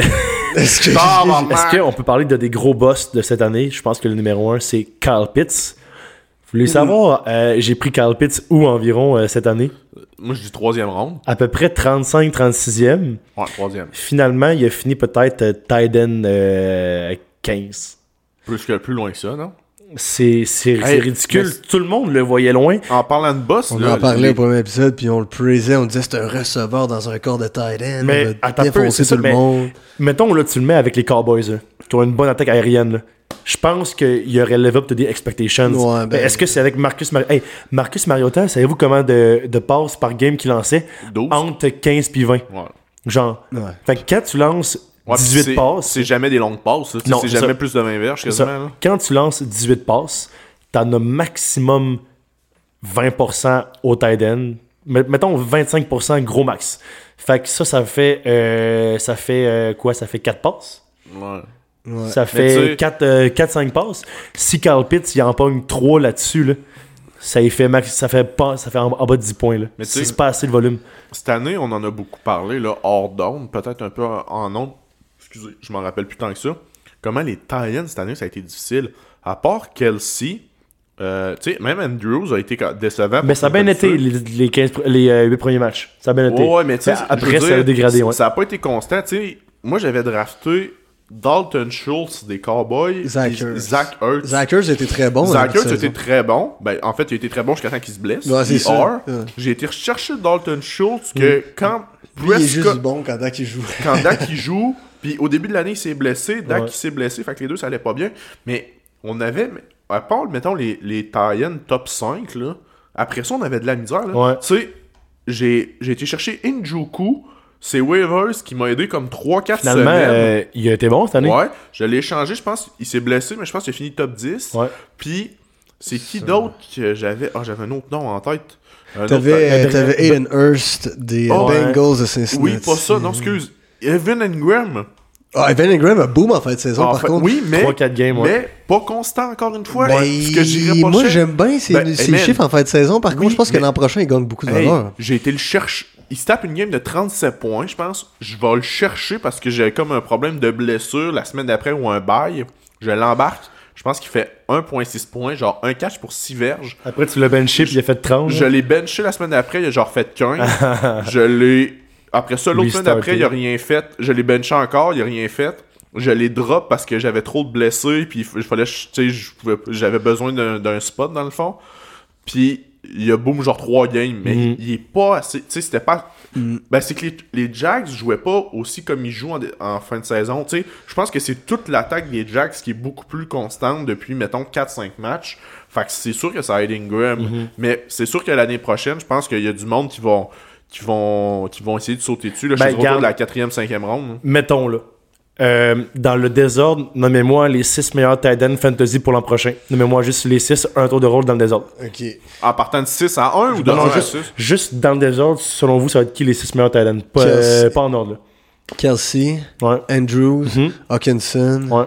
[SPEAKER 2] Est-ce que
[SPEAKER 4] Ah, bah,
[SPEAKER 3] Est-ce qu'on peut parler de des gros boss de cette année? Je pense que le numéro un, c'est Kyle Pitts. Vous voulez savoir, euh, j'ai pris Kyle Pitts où environ euh, cette année?
[SPEAKER 4] Moi, je dis troisième ronde.
[SPEAKER 3] À peu près 35-36e.
[SPEAKER 4] Ouais, troisième.
[SPEAKER 3] Finalement, il a fini peut-être euh, tight end, euh, 15.
[SPEAKER 4] Plus que plus loin que ça, non?
[SPEAKER 3] C'est c'est- c'est
[SPEAKER 4] Hey,
[SPEAKER 3] ridicule.
[SPEAKER 4] mais-
[SPEAKER 3] Tout le monde le voyait loin.
[SPEAKER 4] En parlant de boss,
[SPEAKER 2] On
[SPEAKER 4] là,
[SPEAKER 2] en parlait
[SPEAKER 4] les-
[SPEAKER 2] au premier épisode, puis on le praisait, on disait c'est un receveur dans un corps de tight end.
[SPEAKER 3] Mais
[SPEAKER 2] on va
[SPEAKER 3] attends un peu,
[SPEAKER 2] défoncer
[SPEAKER 3] c'est ça,
[SPEAKER 2] tout
[SPEAKER 3] mais-
[SPEAKER 2] le monde.
[SPEAKER 3] Mettons, là, tu le mets avec les Cowboys, là, qui ont une bonne attaque aérienne. là. Je pense qu'il y aurait level up to the expectations.
[SPEAKER 2] Ouais, ben-
[SPEAKER 3] Mais Est-ce que c'est avec Marcus Mariota? Hey, Marcus Mariota, savez-vous comment de, de passes par game qu'il lançait?
[SPEAKER 4] 12.
[SPEAKER 3] Entre 15 puis 20.
[SPEAKER 4] Ouais.
[SPEAKER 3] Genre.
[SPEAKER 2] Ouais.
[SPEAKER 3] Fait que quand tu lances
[SPEAKER 4] Ouais, puis
[SPEAKER 3] 18
[SPEAKER 4] c'est-
[SPEAKER 3] passes,
[SPEAKER 4] C'est jamais des longues passes. là. Tu sais,
[SPEAKER 3] Non,
[SPEAKER 4] C'est
[SPEAKER 3] c'est
[SPEAKER 4] jamais
[SPEAKER 3] ça.
[SPEAKER 4] plus de 20 verges
[SPEAKER 3] Ça,
[SPEAKER 4] quasiment. là.
[SPEAKER 3] quand tu lances 18 passes, t'en as maximum 20% au tight end. Mais- Mettons 25% gros max. Fait que ça, ça fait, euh, ça fait euh, quoi? Ça fait 4 passes?
[SPEAKER 4] Ouais.
[SPEAKER 2] Ouais.
[SPEAKER 3] Ça
[SPEAKER 4] tu sais-
[SPEAKER 3] fait 4-5 passes. Si Carl Pitts, il en pogne 3 là-dessus, là, ça, y fait max, ça fait, pas, ça fait en, en bas de 10 points. Là.
[SPEAKER 4] Mais tu
[SPEAKER 3] C'est
[SPEAKER 4] sais-
[SPEAKER 3] pas assez le volume.
[SPEAKER 4] Cette année, on en a beaucoup parlé, là, hors d'onde, peut-être un peu en en onde. excusez, je m'en rappelle plus tant que ça. Comment les tie cette année, ça a été difficile. À part Kelsey, euh, tu sais, même Andrews a été décevant.
[SPEAKER 3] Mais ça a bien été les, les 15, pr- les euh, huit premiers matchs. Ça a bien été. Ben,
[SPEAKER 4] Ouais, ouais, mais tu sais, je veux
[SPEAKER 3] après, ça a
[SPEAKER 4] dire,
[SPEAKER 3] dégradé.
[SPEAKER 4] ça-
[SPEAKER 3] Ouais.
[SPEAKER 4] Ça a pas été constant. Tu sais, moi, j'avais drafté Dalton Schultz des Cowboys.
[SPEAKER 2] Zach
[SPEAKER 4] puis
[SPEAKER 2] Ertz.
[SPEAKER 4] Zach Ertz.
[SPEAKER 2] Zach Ertz était très bon. hein,
[SPEAKER 4] Zach
[SPEAKER 2] cette
[SPEAKER 4] Ertz était
[SPEAKER 2] saison.
[SPEAKER 4] très bon. Ben, en fait, il était très bon jusqu'à temps qu'il se blesse.
[SPEAKER 2] Ouais, c'est
[SPEAKER 4] Il
[SPEAKER 2] ça.
[SPEAKER 4] are.
[SPEAKER 2] Ouais. Mm.
[SPEAKER 4] J'ai été rechercher Dalton Schultz que quand
[SPEAKER 2] Lui, il est
[SPEAKER 4] Prescott-
[SPEAKER 2] juste bon quand Dak il joue.
[SPEAKER 4] quand Dak il joue, puis au début de l'année, il s'est blessé, Dak
[SPEAKER 3] Ouais.
[SPEAKER 4] il s'est blessé, fait que les deux, ça allait pas bien. Mais on avait, à part, mettons, les, les tie top 5, là, après ça, on avait de la misère. là.
[SPEAKER 3] Ouais.
[SPEAKER 4] Tu sais, j'ai j'ai été chercher Njoku, c'est Waivers qui m'a aidé comme 3-4 semaines.
[SPEAKER 3] Finalement, euh, il a été bon cette année.
[SPEAKER 4] Ouais, je l'ai échangé, je pense, il s'est blessé, mais je pense qu'il a fini top 10.
[SPEAKER 3] Ouais.
[SPEAKER 4] Puis, c'est qui d'autre que j'avais Ah, j'avais un autre nom en tête. Un autre-
[SPEAKER 2] T'avais euh,
[SPEAKER 3] Ben-
[SPEAKER 2] t'avais Aiden Hurst des euh,
[SPEAKER 4] Oh,
[SPEAKER 3] ouais.
[SPEAKER 2] Bengals de Cincinnati.
[SPEAKER 4] Oui, pas ça, non, excuse. Evan Ingram.
[SPEAKER 2] Ah, Evan Ingram a boom en fin de saison,
[SPEAKER 4] Ah,
[SPEAKER 2] par
[SPEAKER 4] fait-
[SPEAKER 2] contre.
[SPEAKER 4] oui, mais,
[SPEAKER 3] 3-4 games, ouais.
[SPEAKER 4] mais pas constant encore une fois.
[SPEAKER 2] Ben,
[SPEAKER 4] ce que j'irais pas
[SPEAKER 2] moi,
[SPEAKER 4] chercher-
[SPEAKER 2] j'aime bien ces,
[SPEAKER 4] Ben,
[SPEAKER 2] ces
[SPEAKER 4] man,
[SPEAKER 2] chiffres en fin de saison. Par contre,
[SPEAKER 4] Oui,
[SPEAKER 2] je pense que
[SPEAKER 4] mais-
[SPEAKER 2] l'an prochain, il gagne beaucoup de
[SPEAKER 4] hey,
[SPEAKER 2] valeur.
[SPEAKER 4] J'ai été le chercher. Il se tape une game de 37 points, je pense. Je vais le chercher parce que j'ai comme un problème de blessure la semaine d'après ou un bail. Je l'embarque. Je pense qu'il fait 1.6 points, genre un catch pour 6 verges.
[SPEAKER 3] Après, tu l'as benché, puis il a fait 30.
[SPEAKER 4] Je l'ai benché la semaine d'après, il a genre fait 15. je l'ai. Après ça, l'autre semaine
[SPEAKER 3] Restarté.
[SPEAKER 4] d'après, il a rien fait. Je l'ai benché encore, il a rien fait. Je l'ai drop parce que j'avais trop de blessés, puis il f- il fallait, tu sais, je pouvais- j'avais besoin d'un d'un spot dans le fond. Puis il a boom genre 3 games, mais
[SPEAKER 3] Mhm.
[SPEAKER 4] il est pas assez. Tu sais, c'était pas. Ben, c'est que les, les Jags jouaient pas aussi comme ils jouent en, dé- en fin de saison. Tu sais, je pense que c'est toute l'attaque des Jags qui est beaucoup plus constante depuis, mettons, 4-5 matchs. Fait que c'est sûr que ça aide Ingram. Mais c'est sûr que l'année prochaine, je pense qu'il y a du monde qui vont, qui vont, qui vont essayer de sauter dessus. Là,
[SPEAKER 3] Ben,
[SPEAKER 4] je suis autour
[SPEAKER 3] garde-
[SPEAKER 4] de la 4e, 5e ronde. hein.
[SPEAKER 3] Mettons, là. Euh, dans le désordre, nommez-moi les 6 meilleurs tight ends fantasy pour l'an prochain. Nommez-moi juste les 6, un tour de rôle dans le désordre.
[SPEAKER 2] Ok.
[SPEAKER 4] En partant de 6 à 1 ou de
[SPEAKER 3] Non,
[SPEAKER 4] 1
[SPEAKER 3] non,
[SPEAKER 4] à
[SPEAKER 3] juste,
[SPEAKER 4] 6.
[SPEAKER 3] juste dans le désordre, selon vous, ça va être qui les 6 meilleurs tight ends? Pas, euh,
[SPEAKER 2] Kelsey.
[SPEAKER 3] pas en ordre,
[SPEAKER 2] Kelsey,
[SPEAKER 3] là. Ouais.
[SPEAKER 2] Andrews,
[SPEAKER 4] Mm-hmm.
[SPEAKER 3] Mhm.
[SPEAKER 2] Hawkinson,
[SPEAKER 3] Ouais.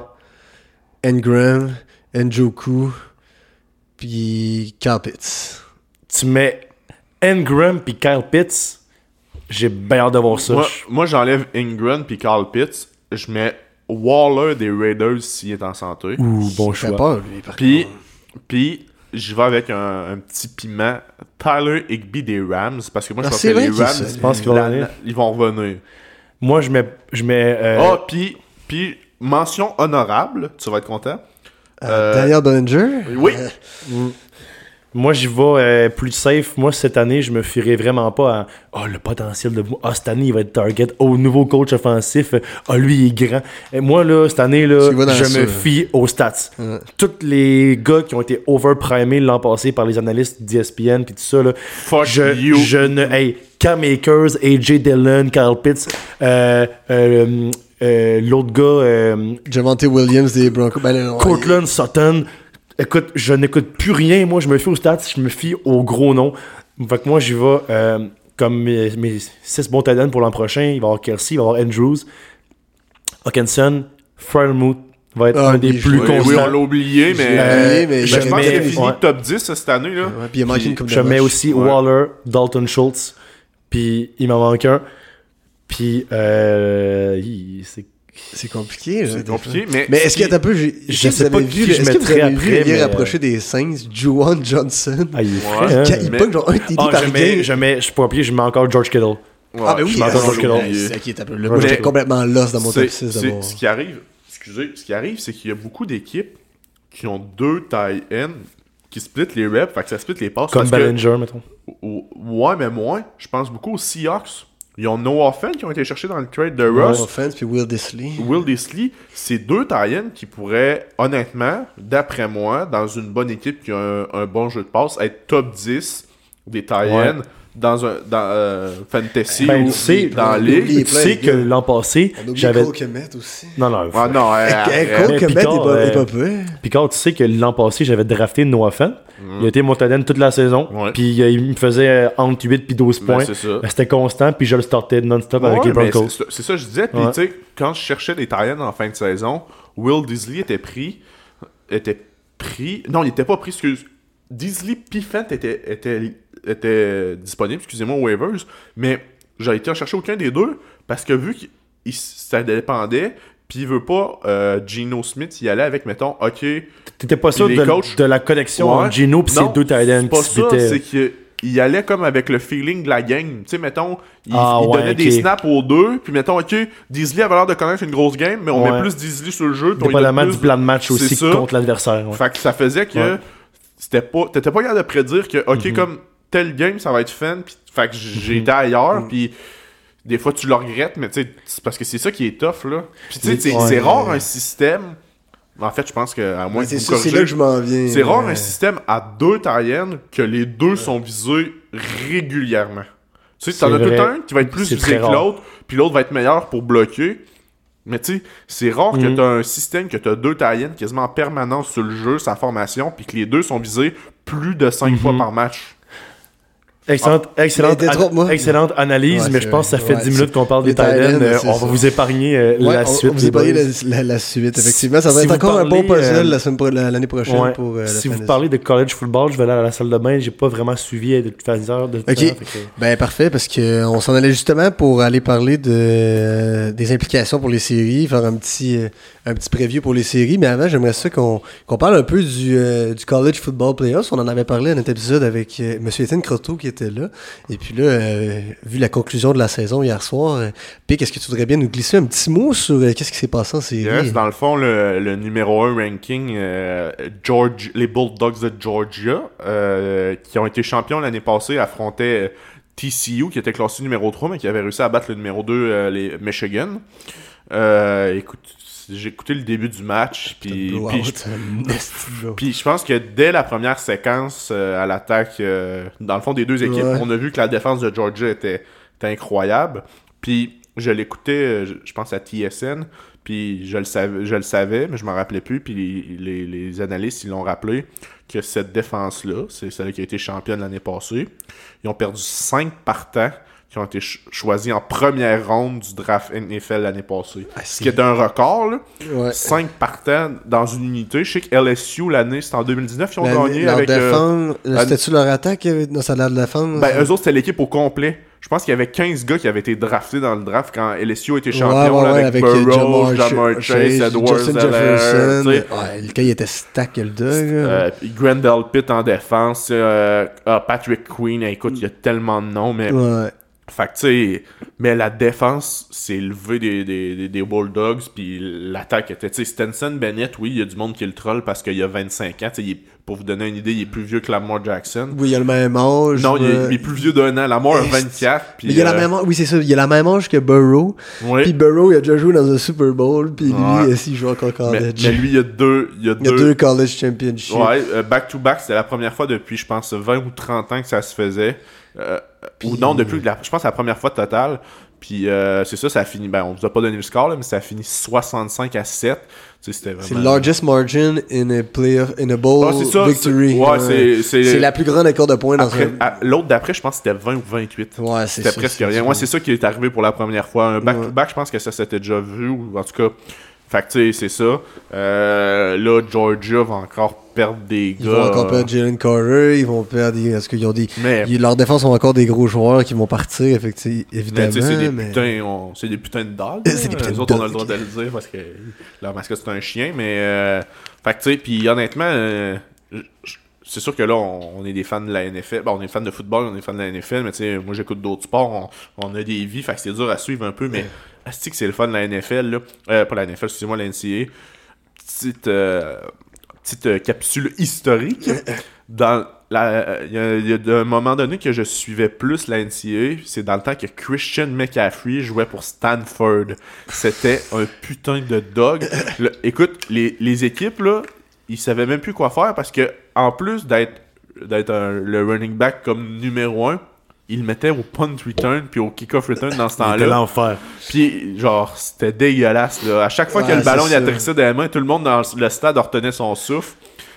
[SPEAKER 2] Ingram, Njoku, puis Campitz.
[SPEAKER 3] Tu mets Ingram puis Kyle Pitts. J'ai bien hâte de voir ça.
[SPEAKER 4] Moi,
[SPEAKER 3] Je-
[SPEAKER 4] moi, j'enlève Ingram puis Carl Pitts. Je mets Waller des Raiders s'il est en santé.
[SPEAKER 3] Ouh, bon
[SPEAKER 2] Fait
[SPEAKER 3] choix.
[SPEAKER 2] peur, lui, par
[SPEAKER 4] Puis, puis je vais avec un, un petit piment. Tyler Higby des Rams. Parce que moi, je
[SPEAKER 2] Ah,
[SPEAKER 4] pense que
[SPEAKER 2] c'est vrai
[SPEAKER 4] les
[SPEAKER 2] qu'il
[SPEAKER 4] Rams,
[SPEAKER 2] se-
[SPEAKER 4] ils-
[SPEAKER 3] Je pense qu'ils vont
[SPEAKER 4] la-
[SPEAKER 3] revenir.
[SPEAKER 4] ils vont revenir.
[SPEAKER 3] Moi, je mets. Je mets euh,
[SPEAKER 4] Ah, puis, puis, mention honorable. Tu vas être content.
[SPEAKER 2] Euh, Daniel Bellinger?
[SPEAKER 4] Oui.
[SPEAKER 2] Euh,
[SPEAKER 3] Moi, j'y vais euh, plus safe. Moi, cette année, je me fierai vraiment pas à oh, le potentiel de. Ah, cette année, il va être target. Oh, nouveau coach offensif. Ah, lui, il est grand. Et moi, là, cette année, là,
[SPEAKER 2] Tu vas dans
[SPEAKER 3] je
[SPEAKER 2] ça,
[SPEAKER 3] me
[SPEAKER 2] là.
[SPEAKER 3] fie aux stats. Tous les gars qui ont été overprimés l'an passé par les analystes d'ESPN puis tout ça, là,
[SPEAKER 4] Fuck
[SPEAKER 3] je,
[SPEAKER 4] you.
[SPEAKER 3] je ne. Hey, Cam Akers, AJ Dillon, Kyle Pitts, euh, euh, euh, l'autre gars. euh,
[SPEAKER 2] Javante Williams des Broncos. Ben, là, on-
[SPEAKER 3] Cortland Sutton. Écoute, je n'écoute plus rien. Moi, je me fie aux stats, je me fie aux gros noms. Fait que moi, j'y vais euh, comme mes, 6 bons tight ends pour l'an prochain. Il va y avoir Kelsey, il va y avoir Andrews, Hawkinson, Fryermuth va être
[SPEAKER 2] Ah,
[SPEAKER 3] un des
[SPEAKER 2] oui,
[SPEAKER 3] plus
[SPEAKER 2] oui,
[SPEAKER 4] Oui, on
[SPEAKER 3] constants.
[SPEAKER 4] l'a oublié, mais.
[SPEAKER 2] Euh, oublié, mais
[SPEAKER 4] Ben,
[SPEAKER 2] je
[SPEAKER 4] je pense
[SPEAKER 2] mets-
[SPEAKER 4] qu'il a fini
[SPEAKER 3] ouais.
[SPEAKER 4] top 10 ça, cette année. Là.
[SPEAKER 2] Ouais, puis il a manqué
[SPEAKER 4] Puis
[SPEAKER 2] une coupe de
[SPEAKER 3] Je mets
[SPEAKER 2] matchs.
[SPEAKER 3] aussi
[SPEAKER 4] ouais.
[SPEAKER 3] Waller, Dalton Schultz, puis il m'en manque un. Puis, euh, il- c'est
[SPEAKER 2] C'est compliqué. là,
[SPEAKER 4] C'est
[SPEAKER 2] des
[SPEAKER 4] compliqué,
[SPEAKER 2] fois.
[SPEAKER 4] mais.
[SPEAKER 2] Mais est-ce qu'il y a un peu. j'ai-
[SPEAKER 3] Je
[SPEAKER 2] est-ce que
[SPEAKER 3] sais
[SPEAKER 2] vous
[SPEAKER 3] pas
[SPEAKER 2] avez
[SPEAKER 3] qui
[SPEAKER 2] vu-
[SPEAKER 3] je
[SPEAKER 2] Est-ce que vous
[SPEAKER 3] mettrais
[SPEAKER 2] avez vu
[SPEAKER 3] après,
[SPEAKER 2] hier
[SPEAKER 3] mais, euh,
[SPEAKER 2] approcher des Saints, Juwan Johnson?
[SPEAKER 3] ah, il est
[SPEAKER 4] Ouais.
[SPEAKER 3] frais, hein.
[SPEAKER 2] Quand il
[SPEAKER 4] mais-
[SPEAKER 2] pogne genre un TD
[SPEAKER 3] Ah,
[SPEAKER 2] par
[SPEAKER 3] je,
[SPEAKER 2] game.
[SPEAKER 3] mets, je mets, je pour appuyer, je mets encore George Kittle.
[SPEAKER 4] Ouais,
[SPEAKER 2] Ah, mais oui,
[SPEAKER 4] je pense
[SPEAKER 2] ah,
[SPEAKER 4] qu'on
[SPEAKER 2] c'est-
[SPEAKER 4] l'a
[SPEAKER 2] c'est-
[SPEAKER 4] oublié.
[SPEAKER 2] c'est- ok, t'as peu- là, Moi,
[SPEAKER 4] Mais-
[SPEAKER 2] j'étais complètement lost dans mon
[SPEAKER 4] C'est-
[SPEAKER 2] top 6
[SPEAKER 4] c'est-
[SPEAKER 2] d'abord.
[SPEAKER 4] Ce qui arrive, excusez, ce qui arrive, c'est qu'il y a beaucoup d'équipes qui ont deux tie end qui split les reps, fait que ça split les passes.
[SPEAKER 3] Comme
[SPEAKER 4] parce que-
[SPEAKER 3] Ballinger, mettons.
[SPEAKER 4] ou- ouais, mais moins. Je pense beaucoup aux Seahawks. Ils ont Noah Fenn qui ont été cherchés dans le trade de Russ.
[SPEAKER 2] No offense, puis Will Disley.
[SPEAKER 4] Will Disley, c'est deux tie qui pourraient, honnêtement, d'après moi, dans une bonne équipe qui a un, un bon jeu de passe, être top 10 des tie
[SPEAKER 3] Ouais.
[SPEAKER 4] dans un dans, euh, Fantasy
[SPEAKER 3] Ben,
[SPEAKER 4] ou
[SPEAKER 3] tu sais,
[SPEAKER 4] dans la
[SPEAKER 2] on
[SPEAKER 4] Ligue.
[SPEAKER 2] oublie-
[SPEAKER 3] Tu sais que l'an passé,
[SPEAKER 2] On oublie
[SPEAKER 3] j'avais.
[SPEAKER 2] Cole Kemet aussi.
[SPEAKER 3] Non, non.
[SPEAKER 4] Ah non, hein,
[SPEAKER 2] Hey,
[SPEAKER 4] arrête.
[SPEAKER 2] Cole
[SPEAKER 3] mais
[SPEAKER 2] Kemet est
[SPEAKER 3] Picard,
[SPEAKER 2] pas est
[SPEAKER 3] euh,
[SPEAKER 2] pas peu.
[SPEAKER 3] Picard, tu sais que l'an passé, j'avais drafté Noah Fenn. Il a été mon tight end toute la saison.
[SPEAKER 4] Ouais.
[SPEAKER 3] Puis euh, il me faisait euh, entre 8 puis 12
[SPEAKER 4] Ben,
[SPEAKER 3] points.
[SPEAKER 4] c'est ça.
[SPEAKER 3] Ben, C'était constant. Puis je le startais non-stop avec
[SPEAKER 4] Ouais, ben,
[SPEAKER 3] les
[SPEAKER 4] mais
[SPEAKER 3] Broncos.
[SPEAKER 4] c'est- C'est ça que je disais. Puis,
[SPEAKER 3] Ouais.
[SPEAKER 4] tu sais, quand je cherchais des tie en fin de saison, Will Disley était pris. Était pris. Non, il était pas pris, excuse. Disley puis Fent était, était, était disponible, excusez-moi, aux waivers. Mais j'ai été en chercher aucun des deux parce que vu qu'il il- ça dépendait. Puis il veut pas, euh, Gino Smith, il allait avec, mettons, OK,
[SPEAKER 3] T'étais pas sûr
[SPEAKER 4] les
[SPEAKER 3] de,
[SPEAKER 4] coachs-
[SPEAKER 3] de la connexion
[SPEAKER 4] Ouais.
[SPEAKER 3] entre Gino pis ses
[SPEAKER 4] Non,
[SPEAKER 3] deux tight ends
[SPEAKER 4] C'est pas
[SPEAKER 3] qui se
[SPEAKER 4] ça,
[SPEAKER 3] butaient.
[SPEAKER 4] c'est que il allait comme avec le feeling de la game. Tu sais, mettons, il,
[SPEAKER 3] Ah,
[SPEAKER 4] il
[SPEAKER 3] ouais,
[SPEAKER 4] donnait
[SPEAKER 3] ok.
[SPEAKER 4] des snaps aux deux, puis mettons, OK, Disley avait l'air de connaître une grosse game, mais on
[SPEAKER 3] Ouais.
[SPEAKER 4] met plus Disley sur le jeu, puis on lui donne
[SPEAKER 3] Dépendamment
[SPEAKER 4] plus-
[SPEAKER 3] du plan de match
[SPEAKER 4] C'est
[SPEAKER 3] aussi
[SPEAKER 4] ça.
[SPEAKER 3] contre l'adversaire. ouais.
[SPEAKER 4] Fait que ça faisait que
[SPEAKER 3] Ouais. Mhm.
[SPEAKER 4] c'était pas t'étais pas capable de prédire que OK comme tel game ça va être fun puis fait que j'ai été ailleurs
[SPEAKER 3] Mhm.
[SPEAKER 4] puis des fois tu le regrettes mais tu sais c'est parce que c'est ça qui est tough là. Puis tu sais
[SPEAKER 3] Oui.
[SPEAKER 4] c'est-
[SPEAKER 3] Ouais.
[SPEAKER 4] c'est rare un système en fait je pense que à moins
[SPEAKER 2] Ouais,
[SPEAKER 4] que
[SPEAKER 2] c'est
[SPEAKER 4] vous
[SPEAKER 2] ça, c'est
[SPEAKER 4] corrigez,
[SPEAKER 2] là que je m'en viens.
[SPEAKER 4] c'est rare
[SPEAKER 2] Euh,
[SPEAKER 4] un
[SPEAKER 3] hein,
[SPEAKER 4] système à deux tayennes que les deux sont visés régulièrement. Tu sais, t'en
[SPEAKER 3] C'est
[SPEAKER 4] as tout
[SPEAKER 3] vrai.
[SPEAKER 4] un qui va être plus
[SPEAKER 3] C'est
[SPEAKER 4] visé
[SPEAKER 3] très
[SPEAKER 4] que
[SPEAKER 3] rare.
[SPEAKER 4] l'autre, puis l'autre va être meilleur pour bloquer. Mais tu sais, c'est rare
[SPEAKER 3] Mm.
[SPEAKER 4] que t'as un système que t'as deux tayennes quasiment en permanence sur le jeu, sa formation, puis que les deux sont visés plus de cinq
[SPEAKER 3] Mm-hmm.
[SPEAKER 4] fois par match.
[SPEAKER 3] Excellente,
[SPEAKER 4] Ah.
[SPEAKER 3] excellente,
[SPEAKER 2] mais détrompe-moi.
[SPEAKER 3] excellente analyse,
[SPEAKER 2] Ouais,
[SPEAKER 3] mais
[SPEAKER 2] c'est
[SPEAKER 3] je pense que ça fait
[SPEAKER 2] vrai.
[SPEAKER 3] 10
[SPEAKER 2] Ouais,
[SPEAKER 3] minutes qu'on parle
[SPEAKER 2] les
[SPEAKER 3] des tight
[SPEAKER 2] tight
[SPEAKER 3] ends.
[SPEAKER 2] ends,
[SPEAKER 3] Euh,
[SPEAKER 2] c'est
[SPEAKER 3] On
[SPEAKER 2] ça.
[SPEAKER 3] va vous épargner euh,
[SPEAKER 2] ouais,
[SPEAKER 3] la
[SPEAKER 2] on-
[SPEAKER 3] suite
[SPEAKER 2] on
[SPEAKER 3] des
[SPEAKER 2] vous parler
[SPEAKER 3] boys.
[SPEAKER 2] la, la- la suite, effectivement. Ça va
[SPEAKER 3] Si
[SPEAKER 2] être
[SPEAKER 3] vous
[SPEAKER 2] encore un bon
[SPEAKER 3] parlez,
[SPEAKER 2] puzzle
[SPEAKER 3] euh,
[SPEAKER 2] la semaine pro- la- l'année prochaine
[SPEAKER 3] Ouais.
[SPEAKER 2] pour euh, la
[SPEAKER 3] si vous
[SPEAKER 2] fantasy.
[SPEAKER 3] parlez de college football, je vais aller à la salle de bain. J'ai pas vraiment suivi euh, de toute façon. De tout
[SPEAKER 2] Ok.
[SPEAKER 3] à l'heure, fait que-
[SPEAKER 2] Ben parfait, parce que on s'en allait justement pour aller parler de, euh, des implications pour les séries, faire un petit, euh, un petit preview pour les séries. Mais avant, j'aimerais ça qu'on qu'on parle un peu du, euh, du College Football Playoffs. On en avait parlé à notre épisode avec euh, M. Étienne Croteau qui était là. Et puis là, euh, vu la conclusion de la saison hier soir, euh, Pic, est-ce que tu voudrais bien nous glisser un petit mot sur euh, qu'est-ce qui s'est passé en série?
[SPEAKER 4] Yes, dans le fond, le, le numéro 1 ranking, euh, George, les Bulldogs de Georgia, euh, qui ont été champions l'année passée, affrontaient euh, TCU, qui était classé numéro 3, mais qui avait réussi à battre le numéro 2, euh, les Michigan. Euh, écoute, j'ai écouté le début du match, puis,
[SPEAKER 2] Blowout,
[SPEAKER 4] puis je
[SPEAKER 2] un nasty blowout.
[SPEAKER 4] puis je pense que dès la première séquence euh, à l'attaque, euh, dans le fond des deux équipes,
[SPEAKER 2] Ouais.
[SPEAKER 4] on a vu que la défense de Georgia était, était incroyable. Puis je l'écoutais, euh, je- je pense à TSN, puis je le savais, je le savais mais je m'en rappelais plus. Puis les, les analystes, ils l'ont rappelé que cette défense-là, c'est celle qui a été championne l'année passée, ils ont perdu 5 partants qui ont été cho- choisis en première ronde du draft NFL l'année passée.
[SPEAKER 2] Ah,
[SPEAKER 4] Ce
[SPEAKER 2] c'est-
[SPEAKER 4] qui est un record, là.
[SPEAKER 2] Ouais.
[SPEAKER 4] 5 partants dans une unité. Je sais que LSU, l'année, c'était en 2019, ils ont
[SPEAKER 2] La-
[SPEAKER 4] gagné
[SPEAKER 2] leur
[SPEAKER 4] avec. euh,
[SPEAKER 2] défense, euh,
[SPEAKER 4] la-
[SPEAKER 2] c'était-tu leur attaque? euh, qui avait- Non, ça a l'air de défense.
[SPEAKER 4] ben, eux autres, c'était l'équipe au complet. Je pense qu'il y avait 15 gars qui avaient été draftés dans le draft quand LSU était champion
[SPEAKER 2] Ouais, ouais,
[SPEAKER 4] là,
[SPEAKER 2] ouais,
[SPEAKER 4] avec,
[SPEAKER 2] euh,
[SPEAKER 4] Burrow, Jamar
[SPEAKER 2] Ch-
[SPEAKER 4] Chase, Edwards,
[SPEAKER 2] Justin
[SPEAKER 4] Zeller,
[SPEAKER 2] Jefferson.
[SPEAKER 4] tu sais.
[SPEAKER 2] Ouais, le gars, il était stack, le dog.
[SPEAKER 4] Euh, puis Grendel Pitt en défense, euh, ah, Patrick Queen, écoute, il y a tellement de noms, mais
[SPEAKER 2] ouais.
[SPEAKER 4] Fait que, tu sais, mais la défense s'est élevée des, des, des, des Bulldogs, puis l'attaque était, tu sais, Stenson Bennett, oui, il y a du monde qui le troll parce qu'il y a 25 ans, tu sais, il est- pour vous donner une idée, il est plus vieux que Lamar Jackson.
[SPEAKER 2] Oui, il a le même âge.
[SPEAKER 4] non, il est,
[SPEAKER 2] euh,
[SPEAKER 4] il est plus vieux d'un an, Lamar a
[SPEAKER 2] Est-
[SPEAKER 4] 24, puis...
[SPEAKER 2] mais il a la
[SPEAKER 4] euh,
[SPEAKER 2] même âge, oui, c'est ça. Il a la même âge que Burrow.
[SPEAKER 4] ouais,
[SPEAKER 2] Puis Burrow, il a déjà joué dans un Super Bowl. Puis
[SPEAKER 4] Ouais.
[SPEAKER 2] lui, euh, s'il joue encore
[SPEAKER 4] mais,
[SPEAKER 2] college.
[SPEAKER 4] mais lui, il y a deux... Il y a
[SPEAKER 2] il y a
[SPEAKER 4] deux...
[SPEAKER 2] deux college championships.
[SPEAKER 4] Ouais, euh, back-to-back, c'était la première fois depuis, je pense, 20 ou 30 ans que ça se faisait. Euh, Ou non, depuis, la- je pense, la première fois totale. Puis euh, c'est ça, ça a fini. Ben, on vous a pas donné le score, là, mais ça a fini 65 à 7. Tu sais, c'était vraiment.
[SPEAKER 2] C'est le largest margin in a playoff, in a bowl
[SPEAKER 4] Ah, c'est ça,
[SPEAKER 2] victory.
[SPEAKER 4] c'est- ouais, c'est- c'est-
[SPEAKER 2] C'est la plus grande accord de points dans
[SPEAKER 4] Après-
[SPEAKER 2] un.
[SPEAKER 4] à- L'autre d'après, je pense que c'était 20 ou 28.
[SPEAKER 2] Ouais, c'est
[SPEAKER 4] C'était
[SPEAKER 2] ça,
[SPEAKER 4] presque
[SPEAKER 2] c'est
[SPEAKER 4] rien.
[SPEAKER 2] ça.
[SPEAKER 4] Moi, c'est ça qui est arrivé pour la première fois. Un back-to-back, je pense que ça s'était déjà vu. Ou en tout cas, fait que, tu sais, c'est ça. Euh, là, Georgia va encore perdre des gars. euh,
[SPEAKER 2] Ils vont encore perdre Jalen Carter, ils vont perdre. Est-ce qu'ils ont des.
[SPEAKER 4] Mais-
[SPEAKER 2] ils- leur défense ont encore des gros joueurs qui vont partir, effectivement,
[SPEAKER 4] Mais
[SPEAKER 2] évidemment.
[SPEAKER 4] Ben, tu sais, c'est des,
[SPEAKER 2] mais-
[SPEAKER 4] putains, on- c'est des putains de dalles.
[SPEAKER 2] C'est des
[SPEAKER 4] hein.
[SPEAKER 2] putains
[SPEAKER 4] Les
[SPEAKER 2] de
[SPEAKER 4] autres, on a le
[SPEAKER 2] dalles.
[SPEAKER 4] droit de le dire parce que leur mascotte, c'est un chien. Mais, euh, fait que tu sais, puis honnêtement, euh, je- je- c'est sûr que là, on, on est des fans de la NFL. Ben, on est fans de football, on est fans de la NFL. Mais tu sais, moi, j'écoute d'autres sports. On, on a des vies. Fait que c'est dur à suivre un peu. Mais, asti que c'est le fun de la NFL. Là. Euh, pas la NFL, excusez-moi, la NCA. Petite, euh, petite euh, capsule historique dans la- il y a- il y, a un moment donné que je suivais plus la NCAA, c'est dans le temps que Christian McCaffrey jouait pour Stanford. C'était un putain de dog. Le- écoute, les, les équipes, là, ils savaient même plus quoi faire parce que en plus d'être d'être un- le running back comme numéro un, ils le mettaient au punt return puis au kickoff return dans ce
[SPEAKER 3] C'était
[SPEAKER 4] temps-là.
[SPEAKER 3] l'enfer.
[SPEAKER 4] Puis genre, c'était dégueulasse là. À chaque fois que
[SPEAKER 2] Ouais,
[SPEAKER 4] le ballon
[SPEAKER 2] c'est
[SPEAKER 4] il
[SPEAKER 2] ça.
[SPEAKER 4] atterrissait dans la main, tout le monde dans le stade retenait son souffle.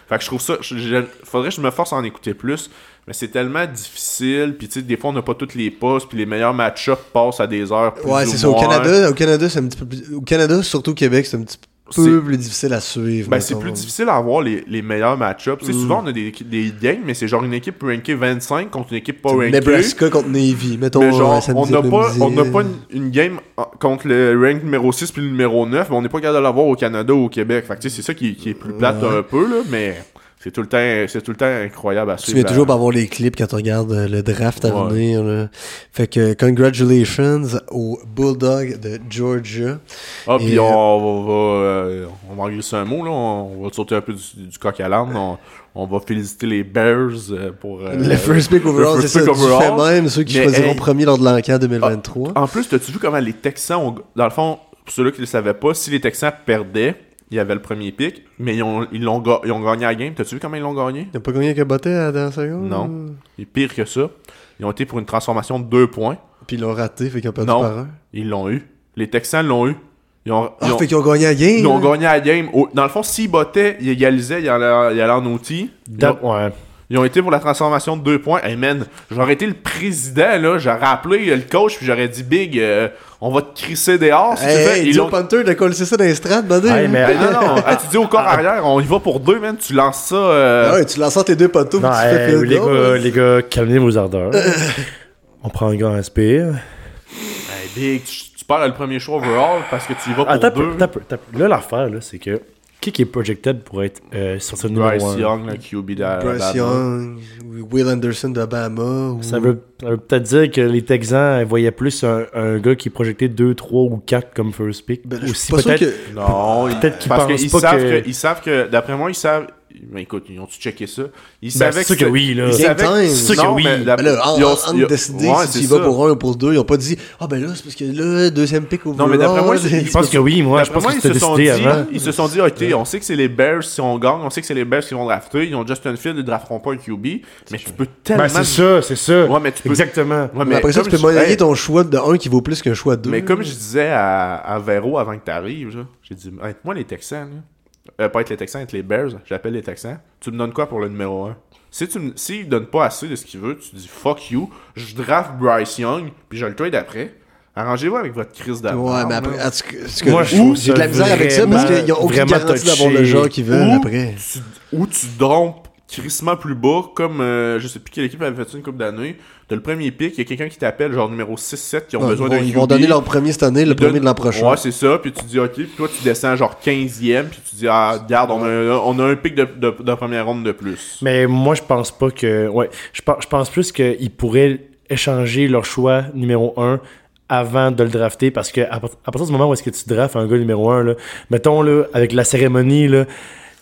[SPEAKER 4] Fait que je trouve ça, je- je- faudrait que je me force à en écouter plus, mais c'est tellement difficile. Puis tu sais, des fois on n'a pas toutes les passes, puis les meilleurs match-ups passent à des heures. Plus
[SPEAKER 2] Ouais,
[SPEAKER 4] ou
[SPEAKER 2] c'est ça. Au
[SPEAKER 4] moins.
[SPEAKER 2] Canada, au Canada, c'est un petit peu plus. Au Canada, surtout au Québec, c'est un petit peu. peu plus difficile à suivre.
[SPEAKER 4] Ben, c'est
[SPEAKER 2] mettons. Mm.
[SPEAKER 4] plus difficile à avoir les, les meilleurs match-ups. Tu sais, Souvent, on a des, des games, mais c'est genre une équipe rankée 25 contre une équipe pas rankée.
[SPEAKER 2] Nebraska contre Navy, mettons.
[SPEAKER 4] Mais
[SPEAKER 2] euh,
[SPEAKER 4] genre, on
[SPEAKER 2] samedi
[SPEAKER 4] n'a pas,
[SPEAKER 2] après-midi.
[SPEAKER 4] on n'a pas une, une game en- contre le rank numéro 6 puis le numéro 9, mais on n'est pas capable de l'avoir au Canada ou au Québec. Fait que, tu sais, c'est ça qui, qui est plus plate un peu, là, mais c'est tout, le temps- c'est tout le temps incroyable à
[SPEAKER 2] Tu
[SPEAKER 4] suivre. Ah,
[SPEAKER 2] viens toujours
[SPEAKER 4] à-
[SPEAKER 2] par voir les clips quand tu regardes euh, le draft à
[SPEAKER 4] ben. Ouais.
[SPEAKER 2] venir. là. Fait que, congratulations aux Bulldogs de Georgia.
[SPEAKER 4] Ah, puis
[SPEAKER 2] Et,
[SPEAKER 4] on, va- va, euh, on va en glisser un mot, là, on va sauter un peu du, du coq à l'âne. On, on va féliciter les Bears euh, pour. euh,
[SPEAKER 2] le first pick overall,
[SPEAKER 4] le
[SPEAKER 2] c'est
[SPEAKER 4] first
[SPEAKER 2] ça.
[SPEAKER 4] pick
[SPEAKER 2] du fait
[SPEAKER 4] overall.
[SPEAKER 2] même ceux qui
[SPEAKER 4] Mais,
[SPEAKER 2] choisiront
[SPEAKER 4] hey, Ah.
[SPEAKER 2] premier lors de l'enquête 2023.
[SPEAKER 4] En plus, as-tu vu comment les Texans ont... Dans le fond, pour ceux-là qui ne le savaient pas, si les Texans perdaient, il y avait le premier pick, mais ils ont, ils l'ont ga- ils ont gagné la game. T'as-tu vu comment ils l'ont gagné?
[SPEAKER 2] Il n'y a pas gagné que Bottet à la dernière seconde?
[SPEAKER 4] Non. Et pire que ça, ils ont été pour une transformation de deux points.
[SPEAKER 2] Puis ils l'ont raté, fait qu'ils ont perdu
[SPEAKER 4] Non.
[SPEAKER 2] par un.
[SPEAKER 4] Ils l'ont eu. Les Texans l'ont eu. Ils ont, ils
[SPEAKER 2] Ah,
[SPEAKER 4] ont-
[SPEAKER 2] fait euh, qu'ils ont gagné à game! hein?
[SPEAKER 4] ils ont gagné la game. Au- Dans le fond, s'ils bottaient, ils égalisaient, ils allaient, ils allaient en outil. Ils
[SPEAKER 3] Da-
[SPEAKER 4] ont,
[SPEAKER 3] ouais.
[SPEAKER 4] ils ont été pour la transformation de deux points. Hey man, j'aurais été le président, là. J'aurais appelé euh, le coach, puis j'aurais dit Big, euh, on va te crisser dehors. Si tu
[SPEAKER 2] Hey,
[SPEAKER 4] fais.
[SPEAKER 2] hey,
[SPEAKER 4] Ils
[SPEAKER 2] dis au
[SPEAKER 4] l'ont-
[SPEAKER 2] Panther de coller ça dans les strates, bandé!
[SPEAKER 3] Hey, mais-
[SPEAKER 4] Ben non, non, ah, tu dis au corps arrière, on y va pour deux, man. Tu lances ça. euh,
[SPEAKER 2] Ah ouais, tu lances tes deux poteaux, puis
[SPEAKER 3] Non,
[SPEAKER 2] tu
[SPEAKER 3] hey,
[SPEAKER 2] fais field
[SPEAKER 3] les,
[SPEAKER 2] goal,
[SPEAKER 3] gars,
[SPEAKER 2] hein.
[SPEAKER 3] les gars, calmez vos ardeurs. On prend un grand inspire.
[SPEAKER 4] hey, Big, tu, tu perds le premier choix overall parce que tu y vas pour
[SPEAKER 3] Attends, un
[SPEAKER 4] deux.
[SPEAKER 3] peu, attends un peu, attends un peu. Là, l'affaire, là, c'est que qui qui est projected pour être euh, sur ce numéro
[SPEAKER 4] Bryce
[SPEAKER 3] 1
[SPEAKER 4] Young, le QB de-
[SPEAKER 2] Bryce
[SPEAKER 4] d'Alabama.
[SPEAKER 2] Young, Will Anderson d'Obama. ou-
[SPEAKER 3] ça veut, ça veut peut-être dire que les Texans euh, voyaient plus un, un gars qui est projeté 2, 3 ou 4 comme first pick.
[SPEAKER 2] Ben, je
[SPEAKER 3] Aussi,
[SPEAKER 2] suis pas sûr
[SPEAKER 3] peut-être.
[SPEAKER 2] que...
[SPEAKER 4] Non, ils-
[SPEAKER 3] Peut-être qu'ils
[SPEAKER 4] parce
[SPEAKER 3] pensent
[SPEAKER 4] qu'ils
[SPEAKER 3] pas
[SPEAKER 4] savent
[SPEAKER 3] que-
[SPEAKER 4] que... ils savent que d'après moi ils savent mais écoute, ils ont tu checké ça. Ils
[SPEAKER 3] Ben,
[SPEAKER 4] savaient
[SPEAKER 3] c'est sûr que oui, là.
[SPEAKER 4] Ils
[SPEAKER 2] Game
[SPEAKER 4] savaient
[SPEAKER 2] time.
[SPEAKER 4] que
[SPEAKER 2] C'est
[SPEAKER 3] sûr
[SPEAKER 4] Non,
[SPEAKER 3] que
[SPEAKER 4] mais
[SPEAKER 3] oui.
[SPEAKER 4] la-
[SPEAKER 2] Ben là, en,
[SPEAKER 4] ils ont-
[SPEAKER 2] en- en
[SPEAKER 4] ils ont-
[SPEAKER 2] décider
[SPEAKER 4] ouais,
[SPEAKER 2] si
[SPEAKER 4] c'est
[SPEAKER 2] tu y vas
[SPEAKER 4] ça.
[SPEAKER 2] pour un ou pour deux, ils ont pas dit « Ah ben là, c'est parce que là, deuxième pick overall... »
[SPEAKER 4] Non, mais d'après moi, ils-
[SPEAKER 3] Je pense que oui, moi, je
[SPEAKER 4] D'après
[SPEAKER 3] pense
[SPEAKER 4] moi,
[SPEAKER 3] que
[SPEAKER 4] ils
[SPEAKER 3] c'était
[SPEAKER 4] se sont
[SPEAKER 3] décidé
[SPEAKER 4] dit,
[SPEAKER 3] avant.
[SPEAKER 4] ils se sont dit OK, on sait que c'est les Bears si on gagne, on sait que c'est les Bears qui vont drafter, ils ont Justin Field, ils drafteront pas un QB, mais tu peux tellement
[SPEAKER 3] Ben, c'est ça, c'est ça.
[SPEAKER 4] Ouais, mais tu peux-
[SPEAKER 3] Exactement.
[SPEAKER 4] Ouais,
[SPEAKER 2] Mais après ça,
[SPEAKER 4] comme
[SPEAKER 2] tu peux
[SPEAKER 4] je-
[SPEAKER 2] monnayer
[SPEAKER 4] hey,
[SPEAKER 2] ton choix de 1 qui vaut plus qu'un choix de 2.
[SPEAKER 4] Mais comme je disais à, à Véro avant que tu arrives, j'ai dit Hey, moi les Texans, là. Euh, pas être les Texans, être les Bears, j'appelle les Texans, tu me donnes quoi pour le numéro 1 Si tu me s'il donne pas assez de ce qu'il veut, tu dis fuck you, je draft Bryce Young, puis je le trade après. Arrangez-vous avec votre crise d'amour.
[SPEAKER 2] Ouais, mais après, en tout cas- en tout cas,
[SPEAKER 3] Moi, je trouve
[SPEAKER 2] j'ai de la
[SPEAKER 3] ça
[SPEAKER 2] misère avec ça parce
[SPEAKER 3] vraiment-
[SPEAKER 2] qu'ils ont aucune
[SPEAKER 3] vraiment
[SPEAKER 2] garantie
[SPEAKER 3] touché.
[SPEAKER 2] d'avoir le genre qu'ils veulent
[SPEAKER 4] Ou-
[SPEAKER 2] après.
[SPEAKER 4] tu, ou tu drompes crissement plus bas, comme euh, je sais plus quelle équipe avait fait ça une couple d'années, de le premier pick, il y a quelqu'un qui t'appelle, genre numéro 6-7, qui ont
[SPEAKER 2] Non,
[SPEAKER 4] besoin
[SPEAKER 2] ils
[SPEAKER 4] d'un
[SPEAKER 2] vont, ils vont
[SPEAKER 4] QB.
[SPEAKER 2] donner leur premier cette année, le
[SPEAKER 4] Donne-
[SPEAKER 2] premier de l'an prochain.
[SPEAKER 4] Ouais, c'est ça. Puis tu dis, OK. Puis toi, tu descends genre 15e. Puis tu dis, ah, regarde, on a, on a un pic de, de, de première ronde de plus.
[SPEAKER 3] Mais moi, je pense pas que. Ouais, je pense, je pense plus qu'ils pourraient échanger leur choix numéro 1 avant de le drafter parce que à, part- à partir du moment où est-ce que tu draftes un gars numéro 1, là, mettons là, avec la cérémonie, là,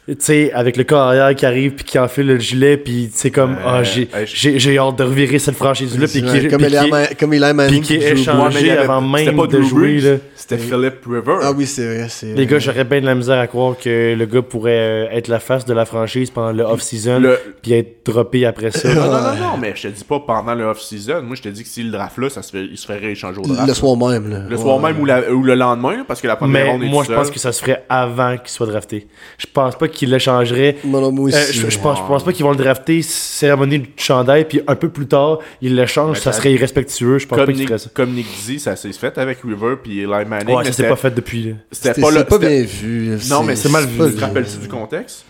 [SPEAKER 3] tu sais, avec le corps arrière qui arrive puis qui enfile le gilet, puis c'est comme, ah, j'ai,
[SPEAKER 4] ouais, je-
[SPEAKER 3] j'ai, j'ai hâte de revirer cette franchise-là, puis qui
[SPEAKER 2] comme,
[SPEAKER 3] puis
[SPEAKER 2] Eli
[SPEAKER 3] qui-
[SPEAKER 2] Ma- comme Eli Manning
[SPEAKER 3] puis qui
[SPEAKER 2] qui
[SPEAKER 3] est
[SPEAKER 2] joue-
[SPEAKER 3] échangé.
[SPEAKER 4] Ouais, mais il y avait-
[SPEAKER 3] avant même
[SPEAKER 4] c'était pas
[SPEAKER 3] de
[SPEAKER 4] Drew
[SPEAKER 3] jouer,
[SPEAKER 4] Brees,
[SPEAKER 3] là.
[SPEAKER 4] C'était Philip River.
[SPEAKER 2] Ah oui, c'est vrai. c'est
[SPEAKER 3] Les
[SPEAKER 2] vrai.
[SPEAKER 3] gars, j'aurais bien de la misère à croire que le gars pourrait euh, être la face de la franchise pendant le
[SPEAKER 2] Ah,
[SPEAKER 3] off-season,
[SPEAKER 4] Le- Ah,
[SPEAKER 3] puis être droppé après ça.
[SPEAKER 4] Non, non, non, non, mais je te dis pas pendant le off-season. Moi, je te dis que si le draft là, ça se fait, il se fait rééchanger au draft.
[SPEAKER 2] le soir même. Là.
[SPEAKER 4] Le soir
[SPEAKER 2] Ouais.
[SPEAKER 4] même ou, la- ou le lendemain, là, parce que la première
[SPEAKER 3] Mais
[SPEAKER 4] ronde est
[SPEAKER 3] moi,
[SPEAKER 4] tout
[SPEAKER 3] je pense
[SPEAKER 4] seul.
[SPEAKER 3] que ça se ferait avant qu'il soit drafté. Je pense pas qu'il l'échangerait.
[SPEAKER 2] Non, non, moi
[SPEAKER 3] Euh,
[SPEAKER 2] aussi.
[SPEAKER 3] je, je pense, je pense pas qu'ils vont le drafter, cérémonie du chandail, puis un peu plus tard, ils l'échangent.
[SPEAKER 4] Mais
[SPEAKER 3] Ça
[SPEAKER 4] ça-
[SPEAKER 3] serait irrespectueux. Je pense
[SPEAKER 4] Comme
[SPEAKER 3] pas qu'ils
[SPEAKER 4] Nick,
[SPEAKER 3] feraient ça.
[SPEAKER 4] comme Nick dit, ça s'est fait avec River puis Eli Manning.
[SPEAKER 3] Ouais, ça
[SPEAKER 4] mais
[SPEAKER 3] s'est
[SPEAKER 4] c'était-
[SPEAKER 3] pas fait depuis. là.
[SPEAKER 4] C'était
[SPEAKER 2] C'était
[SPEAKER 4] pas
[SPEAKER 2] pas,
[SPEAKER 4] le.
[SPEAKER 2] pas
[SPEAKER 4] c'était-
[SPEAKER 2] bien vu.
[SPEAKER 4] Non, mais c'est
[SPEAKER 3] mal
[SPEAKER 2] pas
[SPEAKER 3] vu.
[SPEAKER 2] bien
[SPEAKER 4] Tu te rappelles-tu du contexte?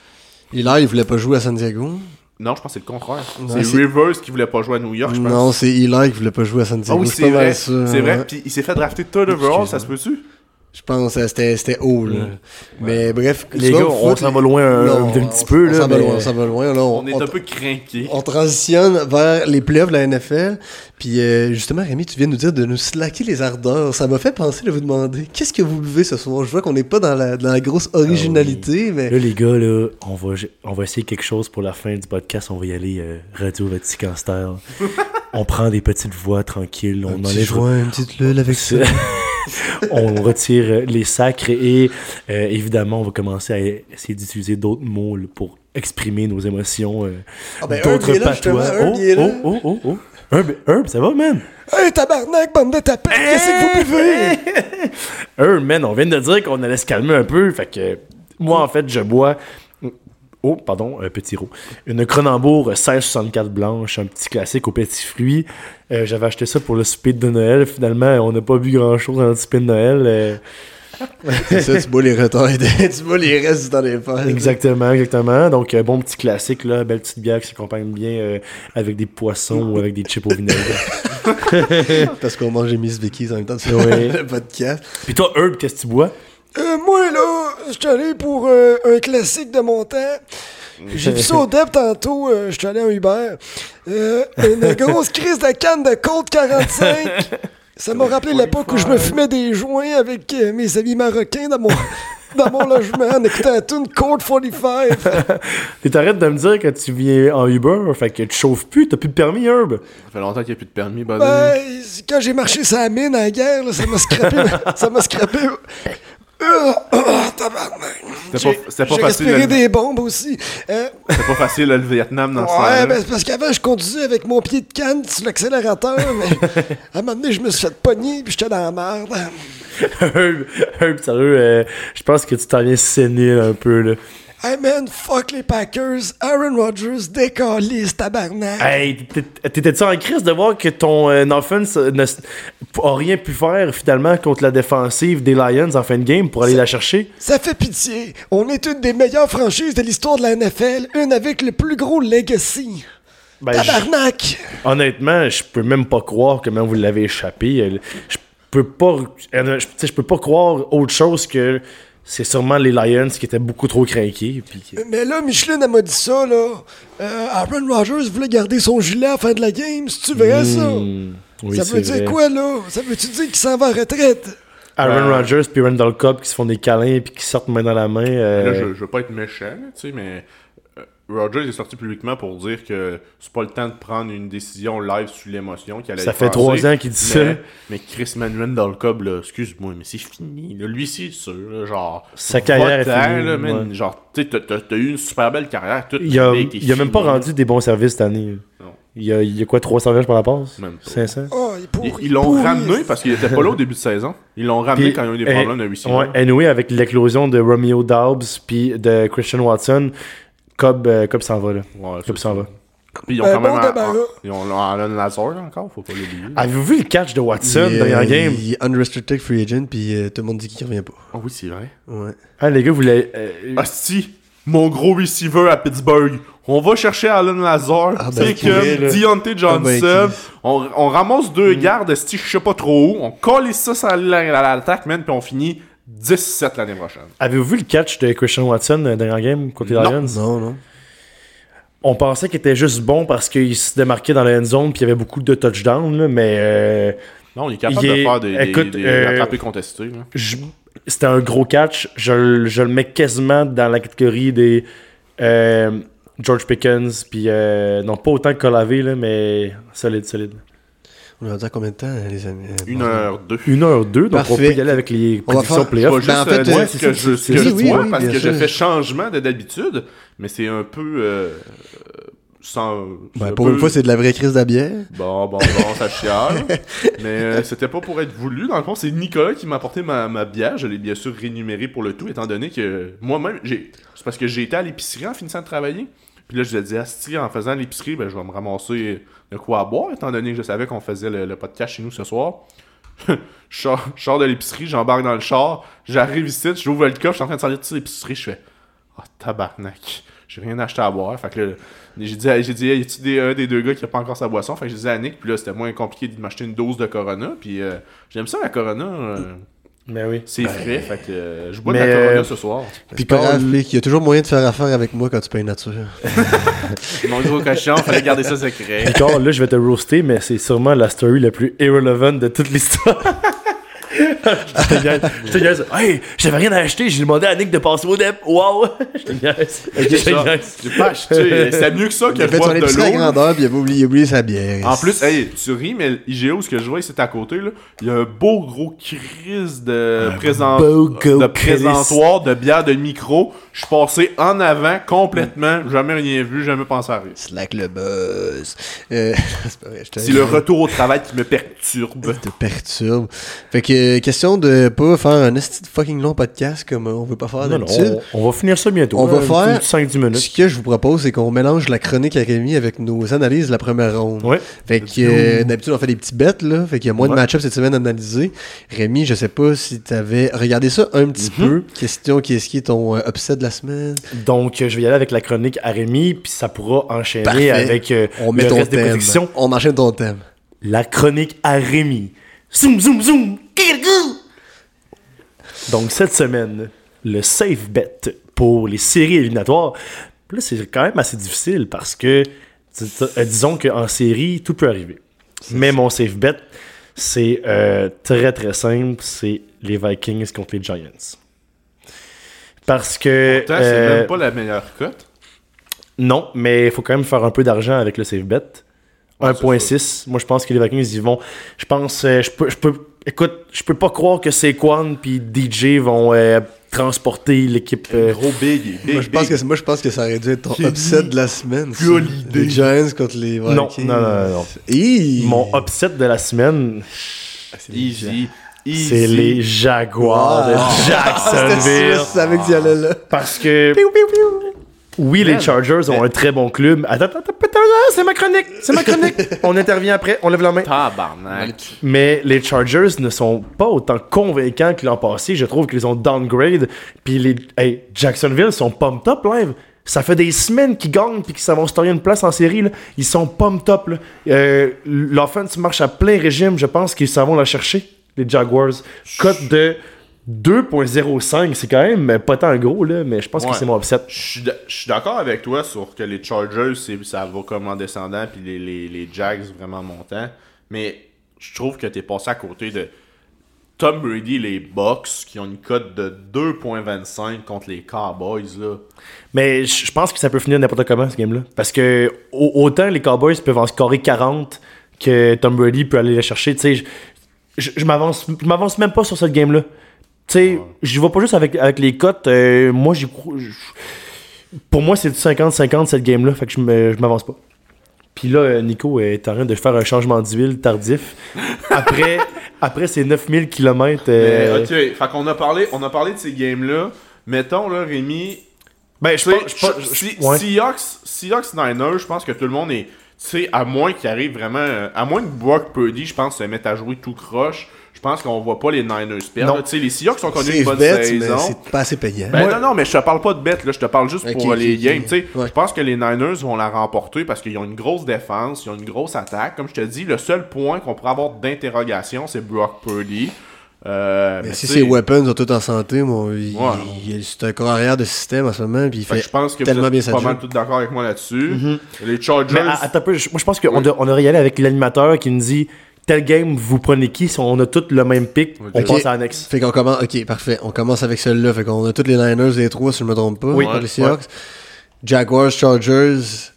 [SPEAKER 2] Eli, il voulait pas jouer à San Diego.
[SPEAKER 4] Non, je pense que c'est le contraire.
[SPEAKER 2] Ouais,
[SPEAKER 4] c'est
[SPEAKER 2] c'est-
[SPEAKER 4] Rivers qui voulait pas jouer à New York, Ah, je pense.
[SPEAKER 2] Non, c'est Eli qui voulait pas jouer à San
[SPEAKER 4] Ah
[SPEAKER 2] Diego.
[SPEAKER 4] oui,
[SPEAKER 2] pas
[SPEAKER 4] c'est
[SPEAKER 2] mal
[SPEAKER 4] vrai.
[SPEAKER 2] ça,
[SPEAKER 4] C'est
[SPEAKER 2] ouais.
[SPEAKER 4] vrai. Puis il s'est fait drafter third overall, ça se peut-tu?
[SPEAKER 2] Je pense euh, c'était c'était haut là. Mais bref,
[SPEAKER 3] Les gars, on s'en va loin un, un petit peu.
[SPEAKER 2] On
[SPEAKER 3] là,
[SPEAKER 2] s'en va
[SPEAKER 3] mais-
[SPEAKER 2] loin, on s'en va loin. Là, on,
[SPEAKER 4] On est
[SPEAKER 2] on-
[SPEAKER 4] un peu craqué.
[SPEAKER 2] on transitionne vers les playoffs de la NFL. Puis euh, justement, Rémi, tu viens de nous dire de nous slacker les ardeurs. Ça m'a fait penser de vous demander qu'est-ce que vous buvez ce soir. Je vois qu'on n'est pas dans la, dans la grosse originalité, mais
[SPEAKER 3] Là, les gars, là, on, va, on va essayer quelque chose pour la fin du podcast. On va y aller euh, Radio Vatican style. on prend des petites voix tranquilles.
[SPEAKER 2] un
[SPEAKER 3] On
[SPEAKER 2] petit
[SPEAKER 3] enlève
[SPEAKER 2] joint, une petite lule avec ça.
[SPEAKER 3] on retire euh, les sacres et euh, évidemment, on va commencer à essayer d'utiliser d'autres mots là, pour exprimer nos émotions. euh,
[SPEAKER 2] Ah ben, Herb, il
[SPEAKER 3] d'autres
[SPEAKER 2] est là, justement,
[SPEAKER 3] patois.
[SPEAKER 2] Herb,
[SPEAKER 3] oh,
[SPEAKER 2] il est là.
[SPEAKER 3] oh, oh, oh, oh. Herb, Herb, ça va, man?
[SPEAKER 2] Hey tabarnak, bande de tapettes, qu'est-ce que vous buvez?
[SPEAKER 3] Herb, man, on vient de dire qu'on allait se calmer un peu. Fait que euh, moi, en fait, je bois. Oh, pardon, un petit roux. Une Cronenbourg 1664 blanche, un petit classique aux petits fruits. Euh, J'avais acheté ça pour le speed de Noël. Finalement, on n'a pas bu grand-chose dans le speed de Noël. euh,
[SPEAKER 2] C'est ça, tu bois les retards, tu bois les restes du temps des fêtes.
[SPEAKER 3] Exactement, exactement. Donc, euh, bon petit classique, là, belle petite bière qui s'accompagne bien euh, avec des poissons ou avec des chips au vinaigre.
[SPEAKER 2] Parce qu'on mange les Miss Vickies en même temps, c'est
[SPEAKER 3] Oui.
[SPEAKER 2] le podcast.
[SPEAKER 3] Puis toi, Herb, qu'est-ce que tu bois?
[SPEAKER 5] Euh, moi, là, je suis allé pour euh, un classique de mon temps. J'ai vu ça au DEP tantôt, euh, je suis allé en Uber. Euh, une grosse crise de canne de Côte 45. Ça m'a rappelé l'époque où je me fumais des joints avec euh, mes amis marocains dans mon, dans mon logement en écoutant la tune Côte 45.
[SPEAKER 3] Et t'arrêtes de me dire que tu viens en Uber, fait que tu chauffes plus, t'as plus de permis, Herb.
[SPEAKER 4] Ça fait longtemps qu'il n'y a plus de permis, buddy.
[SPEAKER 5] Ben, c'est quand j'ai marché sur la mine à la guerre, là, ça m'a scrappé. ma- ça m'a scrappé. Ah, ah, tabarnak.
[SPEAKER 4] C'était pas- c'était pas
[SPEAKER 5] J'ai
[SPEAKER 4] facile,
[SPEAKER 5] respiré
[SPEAKER 4] le-
[SPEAKER 5] des bombes aussi. Euh,
[SPEAKER 4] C'était pas facile, le Vietnam, dans ce
[SPEAKER 5] Ouais,
[SPEAKER 4] temps-là.
[SPEAKER 5] ben, c'est parce qu'avant, je conduisais avec mon pied de canne sur l'accélérateur, mais à un moment donné, je me suis fait pogner puis j'étais dans la merde.
[SPEAKER 3] Herb, Herb, sérieux, euh, je pense que tu t'en viens sénile un peu, là.
[SPEAKER 5] Hey man, fuck les Packers, Aaron Rodgers, décalise, tabarnak.
[SPEAKER 3] Hey, t'étais- t'étais-tu en crise de voir que ton euh, offense ne, s- a rien pu faire, finalement, contre la défensive des Lions en fin de game pour aller la chercher?
[SPEAKER 5] Ça fait pitié. On est une des meilleures franchises de l'histoire de la NFL, une avec le plus gros legacy.
[SPEAKER 3] Ben, je-
[SPEAKER 5] Tabarnak!
[SPEAKER 3] Honnêtement, je peux même pas croire comment vous l'avez échappé. Euh, Je peux pas, euh, je, tu sais, je peux pas croire autre chose que c'est sûrement les Lions qui étaient beaucoup trop craqués. Puis...
[SPEAKER 5] Mais là, Micheline, elle m'a dit ça, là. Euh, Aaron Rodgers voulait garder son gilet à la fin de la game, c'est-tu vrai, ça?
[SPEAKER 3] Hmm, oui,
[SPEAKER 5] ça veut
[SPEAKER 3] c'est
[SPEAKER 5] dire
[SPEAKER 3] vrai.
[SPEAKER 5] quoi, là? Ça veut-tu dire qu'il s'en va en retraite?
[SPEAKER 3] Aaron
[SPEAKER 4] Ben-
[SPEAKER 3] Rodgers puis Randall Cobb qui se font des câlins puis qui sortent main dans la main. euh,
[SPEAKER 4] Là, je, je veux pas être méchant, là, tu sais, mais euh, Rogers est sorti publiquement pour dire que c'est pas le temps de prendre une décision live sur l'émotion qu'il allait
[SPEAKER 3] Ça
[SPEAKER 4] y
[SPEAKER 3] fait
[SPEAKER 4] penser.
[SPEAKER 3] trois ans qu'il dit
[SPEAKER 4] Mais-
[SPEAKER 3] ça.
[SPEAKER 4] Mais Chris Manuel dans le cob, là, excuse-moi, mais c'est fini. là. Lui, c'est sûr. là, genre,
[SPEAKER 3] Sa carrière est
[SPEAKER 4] va-t'en,
[SPEAKER 3] finie,
[SPEAKER 4] là, man.
[SPEAKER 3] ouais.
[SPEAKER 4] Genre, tu sais, t'as- t'as t'as eu une super belle carrière. Tout
[SPEAKER 3] Il a,
[SPEAKER 4] t'es
[SPEAKER 3] il a même
[SPEAKER 4] fini.
[SPEAKER 3] pas rendu des bons services cette année.
[SPEAKER 4] Non.
[SPEAKER 3] Il y a, il y a quoi, 300 verges par la passe
[SPEAKER 4] Même pas.
[SPEAKER 3] 500
[SPEAKER 5] Oh, il est
[SPEAKER 4] Ils-
[SPEAKER 5] pourri,
[SPEAKER 4] Ils l'ont
[SPEAKER 5] pourri.
[SPEAKER 4] ramené parce qu'il était pas là au début de saison. Ils l'ont ramené
[SPEAKER 3] Puis,
[SPEAKER 4] quand il y a eu des
[SPEAKER 3] eh,
[SPEAKER 4] problèmes de receiver.
[SPEAKER 3] Ouais, anyway, avec l'éclosion de Romeo Dobbs puis de Christian Watson, Cobb, euh, Cobb s'en va. Là.
[SPEAKER 4] Ouais,
[SPEAKER 3] Cobb
[SPEAKER 4] c'est
[SPEAKER 3] s'en va.
[SPEAKER 4] Puis ils ont
[SPEAKER 5] Ben,
[SPEAKER 4] quand même.
[SPEAKER 5] bon
[SPEAKER 4] un-
[SPEAKER 5] débarras.
[SPEAKER 4] un- Ils ont Alan Lazar encore, faut pas l'oublier.
[SPEAKER 3] Avez-vous vu le catch de Watson
[SPEAKER 2] Il est-
[SPEAKER 3] dernière game
[SPEAKER 2] euh, Il est unrestricted free agent, puis euh, tout le monde dit qu'il revient pas.
[SPEAKER 4] Ah oui, c'est vrai.
[SPEAKER 2] Ouais.
[SPEAKER 3] Ah, les gars, vous l'avez. euh,
[SPEAKER 4] Asti, mon gros receiver à Pittsburgh. On va chercher Alan Lazar,
[SPEAKER 2] Ah ben,
[SPEAKER 4] Pickens,
[SPEAKER 2] qui est, là. Mm.
[SPEAKER 4] Deontay Johnson.
[SPEAKER 2] Ah ben, qui-
[SPEAKER 4] on, on ramasse deux gardes, Asti, je sais pas trop où. On colle ça sur la- la- la- l'attaque, man, puis on finit 17 l'année prochaine.
[SPEAKER 3] Avez-vous vu le catch de Christian Watson euh, dernière game contre les
[SPEAKER 4] Non.
[SPEAKER 3] Lions
[SPEAKER 2] Non, non.
[SPEAKER 3] On pensait qu'il était juste bon parce qu'il se démarquait dans la end zone puis il y avait beaucoup de touchdowns, là, mais euh,
[SPEAKER 4] Non, on est capable
[SPEAKER 3] Il
[SPEAKER 4] de
[SPEAKER 3] est-
[SPEAKER 4] faire des, des-
[SPEAKER 3] écoute,
[SPEAKER 4] des
[SPEAKER 3] euh,
[SPEAKER 4] attrapés contestés. là.
[SPEAKER 3] je- c'était un gros catch. Je, le- je le mets quasiment dans la catégorie des euh, George Pickens, puis euh, non, pas autant que Colavé, là, mais solide, solide.
[SPEAKER 2] On est rendu à combien de temps, euh, les amis Euh,
[SPEAKER 4] Une
[SPEAKER 2] bon,
[SPEAKER 4] heure, deux.
[SPEAKER 3] Une heure deux, donc on peut
[SPEAKER 2] Parfait.
[SPEAKER 3] y aller avec les
[SPEAKER 2] On va
[SPEAKER 3] prédictions
[SPEAKER 2] faire-
[SPEAKER 4] Je vais
[SPEAKER 3] playoffs.
[SPEAKER 4] juste
[SPEAKER 2] Ben, en fait,
[SPEAKER 4] euh, dire
[SPEAKER 2] ouais,
[SPEAKER 4] ce
[SPEAKER 2] c'est ça,
[SPEAKER 4] que je,
[SPEAKER 2] c'est-
[SPEAKER 4] ce que
[SPEAKER 2] c'est-
[SPEAKER 4] je
[SPEAKER 2] oui,
[SPEAKER 4] vois,
[SPEAKER 2] oui,
[SPEAKER 4] parce
[SPEAKER 2] bien
[SPEAKER 4] que je
[SPEAKER 2] sûr.
[SPEAKER 4] fais changement de d'habitude, mais c'est un peu euh, sans...
[SPEAKER 2] Ben,
[SPEAKER 4] un
[SPEAKER 2] pour
[SPEAKER 4] peu-
[SPEAKER 2] une fois, c'est de la vraie crise de la bière.
[SPEAKER 4] Bon, bon, bon, ça chiale. Mais euh, c'était pas pour être voulu. Dans le fond, c'est Nicolas qui m'a apporté ma, ma bière. Je l'ai bien sûr rémunérée pour le tout, étant donné que moi-même, j'ai. C'est parce que j'ai été à l'épicerie en finissant de travailler. Puis là, je me disais, Asti, en faisant l'épicerie, ben, je vais me ramasser de quoi à boire, étant donné que je savais qu'on faisait le, le podcast chez nous ce soir. je sors, je sors de l'épicerie, j'embarque dans le char, j'arrive ici, j'ouvre le coffre, je suis en train de sortir de l'épicerie, je fais Ah, tabarnak, j'ai rien acheté à boire. Fait que là, j'ai dit, à- j'ai dit Hey, y a-tu des, un des deux gars qui a pas encore sa boisson Fait que j'ai dit à Nick, puis là, c'était moins compliqué de m'acheter une dose de Corona, puis euh, j'aime ça la Corona. euh,
[SPEAKER 3] Mais Ben oui.
[SPEAKER 4] c'est
[SPEAKER 2] Ben,
[SPEAKER 4] frais, fait que euh, je bois de
[SPEAKER 3] Mais,
[SPEAKER 4] la Corona
[SPEAKER 3] euh,
[SPEAKER 4] ce soir.
[SPEAKER 2] Puis
[SPEAKER 3] quand
[SPEAKER 2] pas grave,
[SPEAKER 3] on-
[SPEAKER 2] Nick, il y a toujours moyen de faire affaire avec moi quand tu payes nature.
[SPEAKER 4] Mon gros cochon, fallait garder ça secret.
[SPEAKER 3] Encore, là, je vais te roaster, mais c'est sûrement la story la plus irrelevant de toute l'histoire. je te niaise. Je te niaise. Hey, j'avais rien à acheter, j'ai demandé à Nick de passer au DEP. Wow! Je te niaise. Je te
[SPEAKER 4] Genre,
[SPEAKER 3] niaise.
[SPEAKER 4] J'ai pas acheté, c'est mieux que ça
[SPEAKER 2] Il
[SPEAKER 4] que
[SPEAKER 2] a
[SPEAKER 4] je
[SPEAKER 2] fait son
[SPEAKER 4] bois de
[SPEAKER 2] épicerie à
[SPEAKER 4] l'eau.
[SPEAKER 2] grandeur, puis il a oublié, oublié sa bière.
[SPEAKER 4] En plus, hey, tu ris, mais IGO, ce que je vois, c'est à côté, là, il y a un beau gros crise de, présent-
[SPEAKER 3] beau gros
[SPEAKER 4] de
[SPEAKER 3] crise.
[SPEAKER 4] présentoir, de bière, de micro. Je suis passé en avant complètement,
[SPEAKER 3] Mm.
[SPEAKER 4] jamais rien vu, jamais pensé à rien.
[SPEAKER 3] Ben,
[SPEAKER 2] Slack le buzz. Euh, c'est pas vrai, je te-
[SPEAKER 4] C'est le retour au travail qui me perturbe.
[SPEAKER 2] te perturbe. Fait que euh, question de pas faire un esti de fucking long podcast comme euh, on veut pas faire
[SPEAKER 3] Non, non,
[SPEAKER 2] Ah, d'habitude.
[SPEAKER 3] on, on va finir ça bientôt. Euh,
[SPEAKER 2] On va faire-
[SPEAKER 3] 5-10
[SPEAKER 2] Ce
[SPEAKER 3] minutes.
[SPEAKER 2] que je vous propose, c'est qu'on mélange la chronique à Rémi avec nos analyses de la première ronde.
[SPEAKER 3] Ouais.
[SPEAKER 2] Fait que euh, d'habitude, on fait des petits bêtes, là. Fait qu'il y a moins de
[SPEAKER 3] Ouais.
[SPEAKER 2] match-up cette semaine à analyser. Rémi, je sais pas si t'avais regardé ça un petit peu. Question qui est-ce qui est ton euh, upset de la semaine
[SPEAKER 3] Donc, euh, je vais y aller avec la chronique à Rémi, puis ça pourra enchaîner
[SPEAKER 2] Parfait.
[SPEAKER 3] avec euh,
[SPEAKER 2] On met
[SPEAKER 3] le
[SPEAKER 2] ton
[SPEAKER 3] reste des
[SPEAKER 2] thème.
[SPEAKER 3] prédictions.
[SPEAKER 2] On enchaîne ton thème.
[SPEAKER 3] La chronique à Rémi. Zoom, zoom, zoom. Kirkou. Donc, cette semaine, le safe bet pour les séries éliminatoires. Puis Là, c'est quand même assez difficile parce que, dis- euh, disons qu'en série, tout peut arriver. Mais mon safe bet, c'est euh, très très simple c'est les Vikings contre les Giants. Parce que.
[SPEAKER 4] Pourtant, c'est
[SPEAKER 3] euh,
[SPEAKER 4] même pas la meilleure cote.
[SPEAKER 3] non, mais il faut quand même faire un peu d'argent avec le save bet. 1.6. Moi, je pense que les Vikings, ils vont. Je pense. euh, je peux. Je peux écoute, je peux pas croire que Saquon puis DJ vont euh, transporter l'équipe. euh,
[SPEAKER 4] Gros big, big,
[SPEAKER 2] Moi, je pense
[SPEAKER 4] big.
[SPEAKER 2] que, moi, je pense que ça aurait dû être ton
[SPEAKER 4] Kenny
[SPEAKER 2] upset de la semaine. ça.
[SPEAKER 4] Golladay.
[SPEAKER 2] Les Giants contre les Vikings.
[SPEAKER 3] non, non, non, non, non.
[SPEAKER 2] Hi!
[SPEAKER 3] Mon upset de la semaine,
[SPEAKER 4] Easy, easy.
[SPEAKER 3] c'est les Jaguars de
[SPEAKER 2] Wow. Ah, C'était
[SPEAKER 3] Jacksonville.
[SPEAKER 2] sûr, ça avec que j'allais là.
[SPEAKER 3] Parce que. Oui, les Chargers ont un très bon club. Attends, attends, attends, attends, c'est ma chronique, c'est ma chronique. on intervient après, on lève la main.
[SPEAKER 4] Tabarnak.
[SPEAKER 3] Mais les Chargers ne sont pas autant convaincants que l'an passé. Je trouve qu'ils ont downgrade. Puis les hey, Jacksonville sont pumped top live. Ça fait des semaines qu'ils gagnent puis qu'ils s'en vont se tailler une place en série. là. Ils sont pumped top. L'offense marche à plein régime. Je pense qu'ils s'en vont la chercher, les Jaguars. Cote de 2.05. C'est quand même pas tant gros, là, mais je pense
[SPEAKER 4] Ouais.
[SPEAKER 3] que c'est mon upset.
[SPEAKER 4] Je suis d'a- je suis d'accord avec toi sur que les Chargers, c'est- ça va comme en descendant, puis les, les, les Jags vraiment montant. Mais je trouve que t'es passé à côté de Tom Brady, et les Bucks, qui ont une cote de 2.25 contre les Cowboys. Là.
[SPEAKER 3] Mais je je pense que ça peut finir n'importe comment, ce game-là. Parce que au- autant les Cowboys peuvent en scorer 40 que Tom Brady peut aller les chercher. Tu sais, je- je je m'avance je m'avance même pas sur cette game-là. Tu sais, je vois pas juste avec, avec les cotes. euh, moi, j'y crois- je- Pour moi, c'est du 50-50 cette game-là. Fait que je me- je m'avance pas. Puis là, euh, Nico est en train de faire un changement d'huile tardif. Après, après ces 9000 km. euh,
[SPEAKER 4] Mais, Euh, ok, fait qu'on a parlé, on a parlé de ces games-là. Mettons, là, Rémi,
[SPEAKER 3] ben,
[SPEAKER 4] Tu sais, je-
[SPEAKER 3] je-
[SPEAKER 4] si-
[SPEAKER 3] ouais.
[SPEAKER 4] Seahawks, Seahawks Niners, je pense que tout le monde est. Tu sais, à moins qu'il arrive vraiment. euh, À moins que Brock Purdy, je pense, se mette à jouer tout croche, je pense qu'on voit pas les Niners perdre.
[SPEAKER 3] Non.
[SPEAKER 4] là. Tu sais, les Seahawks ont connu
[SPEAKER 2] C'est
[SPEAKER 4] une bonne
[SPEAKER 2] bête, mais
[SPEAKER 4] saison.
[SPEAKER 2] c'est pas assez payant.
[SPEAKER 4] Ben non, non, mais je te parle pas de bête, là, je te parle juste
[SPEAKER 2] Ok,
[SPEAKER 4] pour euh,
[SPEAKER 2] ok,
[SPEAKER 4] les
[SPEAKER 2] ok.
[SPEAKER 4] games. tu sais.
[SPEAKER 2] Ouais.
[SPEAKER 4] Je pense que les Niners vont la remporter parce qu'ils ont une grosse défense, ils ont une grosse attaque. Comme je te dis, le seul point qu'on pourrait avoir d'interrogation, c'est Brock Purdy. Euh,
[SPEAKER 2] mais
[SPEAKER 4] mais
[SPEAKER 2] Ben, si
[SPEAKER 4] tu
[SPEAKER 2] ses
[SPEAKER 4] sais,
[SPEAKER 2] weapons sont tous en santé, mon, il-
[SPEAKER 4] Ouais.
[SPEAKER 2] il- c'est un corps arrière de système en ce moment, puis il
[SPEAKER 4] fait que
[SPEAKER 2] fait
[SPEAKER 4] ben, je pense que
[SPEAKER 2] tellement
[SPEAKER 4] vous
[SPEAKER 2] bien Mm-hmm.
[SPEAKER 4] êtes
[SPEAKER 2] sa
[SPEAKER 4] pas
[SPEAKER 2] job.
[SPEAKER 4] mal tous d'accord avec moi là-dessus. Les Chargers.
[SPEAKER 3] Mais à- attends un peu, je- moi je pense qu'on doit- on devrait y aller avec l'animateur qui nous dit tel game, vous prenez qui Si on a tous le même pic, on
[SPEAKER 2] Ok.
[SPEAKER 3] passe à la next.
[SPEAKER 2] Fait qu'on commence. Ok, parfait. On commence avec celle-là. Fait qu'on a tous les Niners, les trois, si je me trompe pas.
[SPEAKER 4] Oui.
[SPEAKER 2] Pas les
[SPEAKER 4] Ouais.
[SPEAKER 2] Seahawks. Jaguars, Chargers.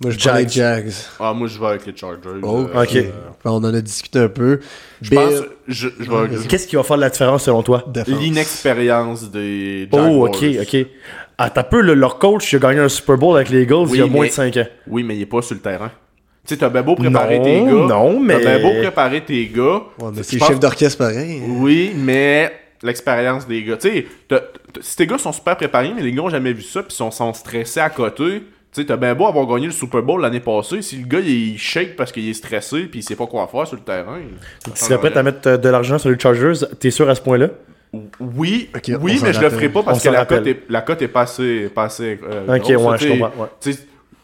[SPEAKER 2] Moi, je prends les
[SPEAKER 3] Jags.
[SPEAKER 2] Jags.
[SPEAKER 4] Ah, moi, je vais avec les Chargers.
[SPEAKER 2] Oh,
[SPEAKER 4] Euh,
[SPEAKER 3] ok.
[SPEAKER 4] euh,
[SPEAKER 2] On en a discuté un peu.
[SPEAKER 4] je pense.
[SPEAKER 2] Bills,
[SPEAKER 4] Je, je vais-
[SPEAKER 3] Qu'est-ce qui va faire la différence selon toi
[SPEAKER 2] défense.
[SPEAKER 4] L'inexpérience des Jaguars.
[SPEAKER 3] Oh, ok, ok. Attends un peu, le- leur coach, il a gagné un Super Bowl avec les Eagles il y a
[SPEAKER 4] Oui,
[SPEAKER 3] moins
[SPEAKER 4] mais-
[SPEAKER 3] de 5 ans.
[SPEAKER 4] Oui, mais il est pas sur le terrain. Tu sais, t'as bien beau préparer
[SPEAKER 3] Non,
[SPEAKER 4] tes gars.
[SPEAKER 3] non, mais-
[SPEAKER 4] T'as bien beau préparer tes gars.
[SPEAKER 2] Ouais, mais
[SPEAKER 4] Je
[SPEAKER 2] c'est
[SPEAKER 4] pense-
[SPEAKER 2] chef d'orchestre pareil. hein.
[SPEAKER 4] Oui, mais l'expérience des gars. Tu sais, t'as- t'as- si tes gars sont super préparés, mais les gars ont jamais vu ça, puis sont, sont stressés à côté. Tu sais, t'as bien beau avoir gagné le Super Bowl l'année passée. Si le gars, il shake parce qu'il est stressé, puis il sait pas quoi faire sur le terrain. ça
[SPEAKER 3] Tu
[SPEAKER 4] change
[SPEAKER 3] serais prêt
[SPEAKER 4] rien.
[SPEAKER 3] à mettre euh, de l'argent sur les Chargers T'es sûr à ce point-là
[SPEAKER 4] Oui,
[SPEAKER 2] Ok, on
[SPEAKER 4] oui
[SPEAKER 2] s'en
[SPEAKER 4] mais je le
[SPEAKER 2] rappelle.
[SPEAKER 4] ferai pas
[SPEAKER 3] On
[SPEAKER 4] parce que
[SPEAKER 3] s'en
[SPEAKER 4] la cote
[SPEAKER 3] rappelle.
[SPEAKER 4] est, la cote est pas assez. Pas assez euh,
[SPEAKER 3] Ok,
[SPEAKER 4] grosse,
[SPEAKER 3] ouais,
[SPEAKER 4] tu
[SPEAKER 3] je
[SPEAKER 4] sais.
[SPEAKER 3] comprends, ouais. Ben,
[SPEAKER 4] Tu sais,